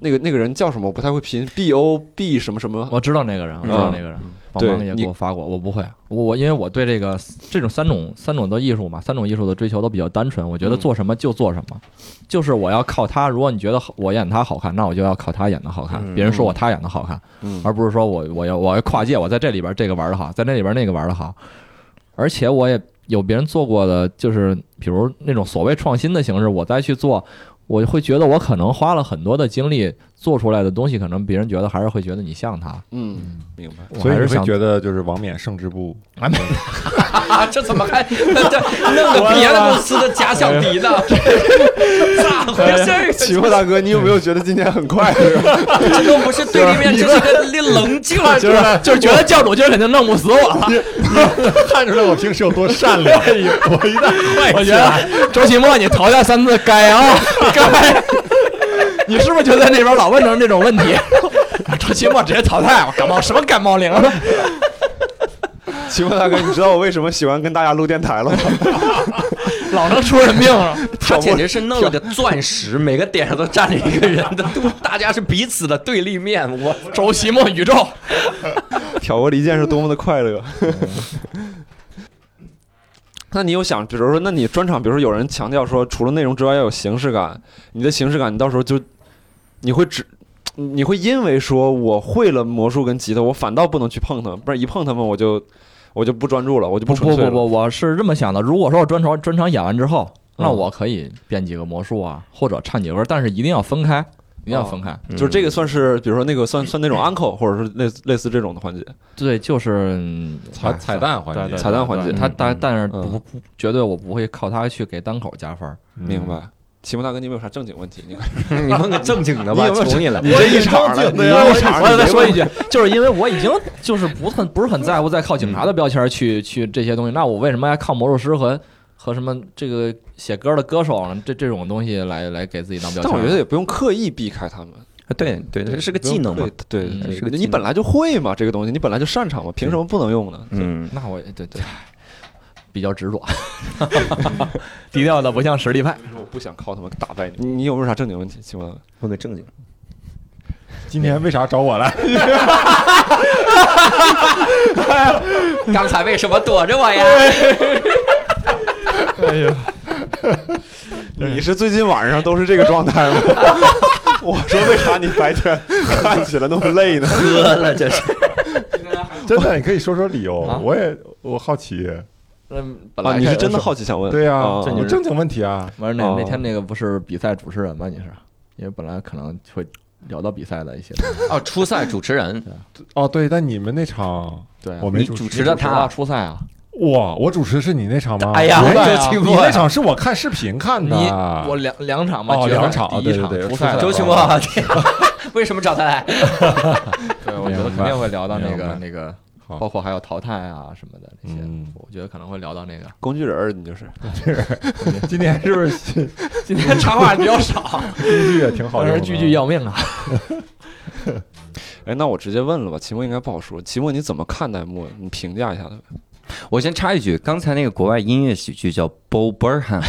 S1: 那个那个人叫什么，我不太会拼，B O B 什么什么，
S5: 我知道那个人，我知道那个人，王
S1: 嗯对
S5: 忙也给
S1: 你
S5: 我发过，我不会，我我因为我对这个这种三种三种的艺术嘛，三种艺术的追求都比较单纯，我觉得
S1: 嗯
S5: 做什么就做什么，就是我要靠他。如果你觉得好我演他好看，那我就要靠他演的好看，
S2: 嗯
S5: 别人说我他演的好看，
S1: 嗯
S5: 而不是说我我要我要跨界，我在这里边这个玩的好，在那里边那个玩的好，而且我也有别人做过的，就是比如那种所谓创新的形式，我再去做，我会觉得我可能花了很多的精力做出来的东西，可能别人觉得还是会觉得你像他。
S1: 嗯，明 白。
S5: 我
S9: 所以
S5: 还
S9: 你
S5: 是
S9: 会
S5: 想
S9: 觉得就是王冕胜之不武，
S2: 啊， 这怎么还 那这弄得别的公司的假想敌呢？咋回事儿？啊
S1: 奇货大哥，你有没有觉得今天很快乐？
S5: 哎
S2: 这都不是对立面，这是个棱镜。
S5: 就是就是觉得教主今儿肯定弄不死我了。
S9: 看出来我平时有多善良。
S1: 哎
S9: 我一旦坏
S5: 我
S9: 起
S5: 觉
S9: 来，
S5: 得周奇墨，你淘汰三次该 啊，该。你是不是就在那边老问成这种问题？ 周奇墨直接淘汰，我感冒什么感冒灵？啊
S1: 奇货大哥，你知道我为什么喜欢跟大家录电台了吗？
S5: 老能出人命啊了。
S2: 他简直是弄了个钻石，每个点上都站着一个人的，都大家是彼此的对立面。我
S5: 周奇墨宇宙，
S1: 挑拨离间是多么的快乐。 那你有想，比如说，那你专场，比如说有人强调说，除了内容之外要有形式感，你的形式感，你到时候就你会只。你会因为说我会了魔术跟吉他，我反倒不能去碰它们，不然一碰它们我就我就不专注了，我就
S5: 不
S1: 纯
S5: 不
S1: 粹
S5: 不
S1: 了。
S5: 不，我是这么想的。如果说我专场专场演完之后，那
S1: 嗯
S5: 我可以编几个魔术啊，或者唱几个歌，但是一定要分开，一
S1: 哦
S5: 定要分开。
S1: 就是这个算是，比如说那个算算那种 uncle，或者是类似类似这种的环节。
S5: 对，就是嗯
S9: 彩
S5: 哎
S9: 彩蛋环
S5: 对
S9: 节
S5: 对，
S1: 彩蛋环节
S5: 对他
S9: 嗯
S5: 但但是
S1: 嗯
S5: 不不绝对我不会靠他去给单口加分儿。
S1: 明白？奇摩大哥，你有没有啥正经问题？你看
S2: 你问个正经的吧，求你 了。
S1: 你这一场了，你这一场
S5: 啊我
S1: 了，
S5: 再
S1: 你
S5: 说
S1: 没
S5: 一句，就是因为我已经就是不很不是很在乎再靠警察的标签儿去去这些东西，那我为什么要靠魔术师和和什么这个写歌的歌手啊呢？这这种东西来来给自己当标
S1: 但
S5: 签儿？
S1: 我觉得也不用刻意避开他们，
S2: 对对，这是个技能嘛
S1: 对。对
S5: 嗯
S1: 对
S2: 是个技
S1: 你
S2: 能
S1: 本来就会嘛，这个东西你本来就擅长嘛，凭什么不能用呢？
S2: 嗯，
S5: 那我对 对。比较执着， 低调的不像实力 派。
S1: 我不想靠他们打败你。你有没有啥正经问题？请问
S2: 问个正经。
S9: 今天为啥找我来？
S2: 刚才为什么躲着我呀？
S1: 你是最近晚上都是这个状态吗？我说为啥你白天看起来那么累呢？
S2: 喝了这是。
S9: 真的，你可以说说理由
S5: 啊。
S9: 我也我好奇，
S5: 嗯，本
S1: 啊，
S5: 来
S1: 你是真的好奇想问？
S9: 对呀，
S1: 啊
S5: 这你
S9: 我正经问题啊。
S5: 完了那
S1: 哦
S5: 那天那个不是比赛主持人吗？你是，因为本来可能会聊到比赛的一些东西。
S2: 哦，初赛主持人，
S9: 哦，对，但你们那场
S5: 对啊，
S9: 我没
S2: 你
S9: 主
S2: 主
S9: 持。
S2: 持的他，
S5: 初赛啊，
S9: 哇，我主持的是你那场吗？
S2: 哎呀
S9: 我
S2: 这
S9: 你
S2: 情况
S9: 那场是我看视频看
S5: 你
S9: 的。
S5: 我两两场嘛，
S9: 哦
S5: 决赛
S9: 两场
S5: 第一
S9: 对
S5: 场
S9: 对对
S5: 初赛的时候，
S2: 周奇墨，
S4: 哦
S2: 为什么找他来？
S5: 对，我觉得
S9: 明
S5: 肯
S9: 白
S5: 定会聊到那
S9: 明白
S5: 个那个，
S9: 好
S5: 包括还有淘汰啊什么的那些
S9: 嗯，
S5: 我觉得可能会聊到那个。
S1: 工具人儿，你就是
S9: 今天是不是
S5: 今天插话比较少，
S9: 剧剧也挺好
S5: 但
S9: 用的？
S5: 是句句要命啊！
S1: 哎，那我直接问了吧。期末应该不好说。期末你怎么看待莫？你评价一下他呗。
S4: 我先插一句，刚才那个国外音乐喜剧叫 Bo Burnham，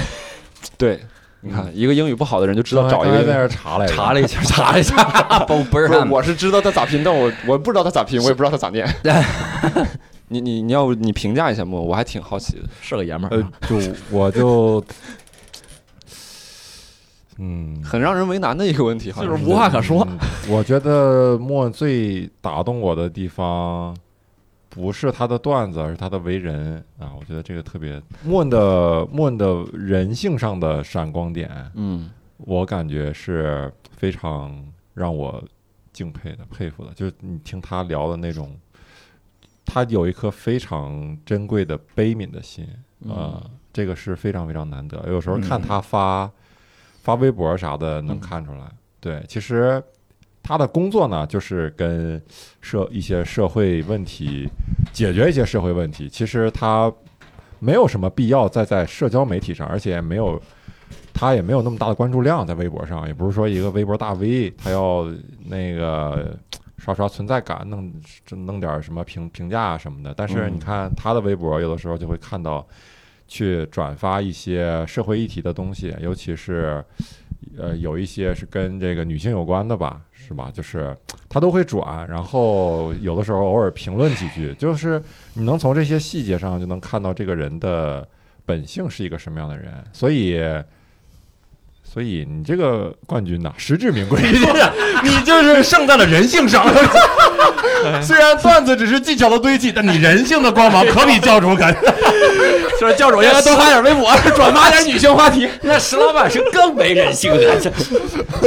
S1: 对，你看一个英语不好的人就知道
S9: 刚才
S1: 找一
S9: 刚才在
S1: 个。
S9: 那儿查来着
S4: 查了一下，查了一下，Bo
S1: 不是，
S4: Burnham，
S1: 我是知道他咋拼，但我我不知道他咋拼，我也不知道他咋 念。你你你要不你评价一下莫？我还挺好奇的。
S5: 是个爷们儿
S9: 呃
S5: 啊，，
S9: 就我就，嗯，
S1: 很让人为难的一个问题，好
S5: 就
S1: 像
S5: 是无话可说。
S9: 嗯我觉得莫最打动我的地方，不是他的段子，而是他的为人啊。我觉得这个特别莫的莫的人性上的闪光点，
S1: 嗯，
S9: 我感觉是非常让我敬佩的、佩服的。就是你听他聊的那种，他有一颗非常珍贵的悲悯的心啊、这个是非常非常难得。有时候看他发、发微博啥的，能看出来。对，其实他的工作呢，就是跟社一些社会问题解决一些社会问题。其实他没有什么必要再在社交媒体上，而且也没有他也没有那么大的关注量在微博上，也不是说一个微博大 V 他要那个刷刷存在感，弄弄点什么评评价啊什么的。但是你看他的微博，有的时候就会看到去转发一些社会议题的东西，尤其是呃有一些是跟这个女性有关的吧，是吧？就是他都会转，然后有的时候偶尔评论几句，就是你能从这些细节上就能看到这个人的本性是一个什么样的人，所以。所以你这个冠军呐、实至 名归，你就是胜在了人性上。 虽然段子只是技巧的堆砌，但你人性的光芒可比教主敢。
S5: 就是教主应该多发点微博， 转发点女性话题。
S2: 那石老板是更没人性了，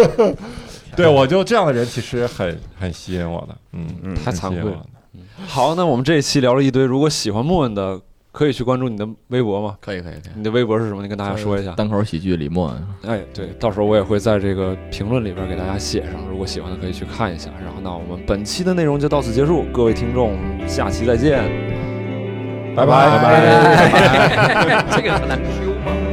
S9: 对，我就这样的人其实很很吸引我的，嗯，
S1: 太
S9: 很吸
S1: 惭
S9: 引
S1: 愧
S9: 我
S5: 啊
S1: 了
S9: 的。
S1: 好，那我们这一期聊了一堆，如果喜欢莫文的，可以去关注你的微博吗？
S5: 可以可以呃可以。
S1: 你的微博是什么？你跟大家说一下。
S5: 单口喜剧李默，
S1: 哎，对，到时候我也会在这个评论里边给大家写上，如果喜欢的可以去看一下。然后，那我们本期的内容就到此结束，各位听众，下期再见。
S9: 拜拜拜拜。
S2: 这个很难 Q 吗？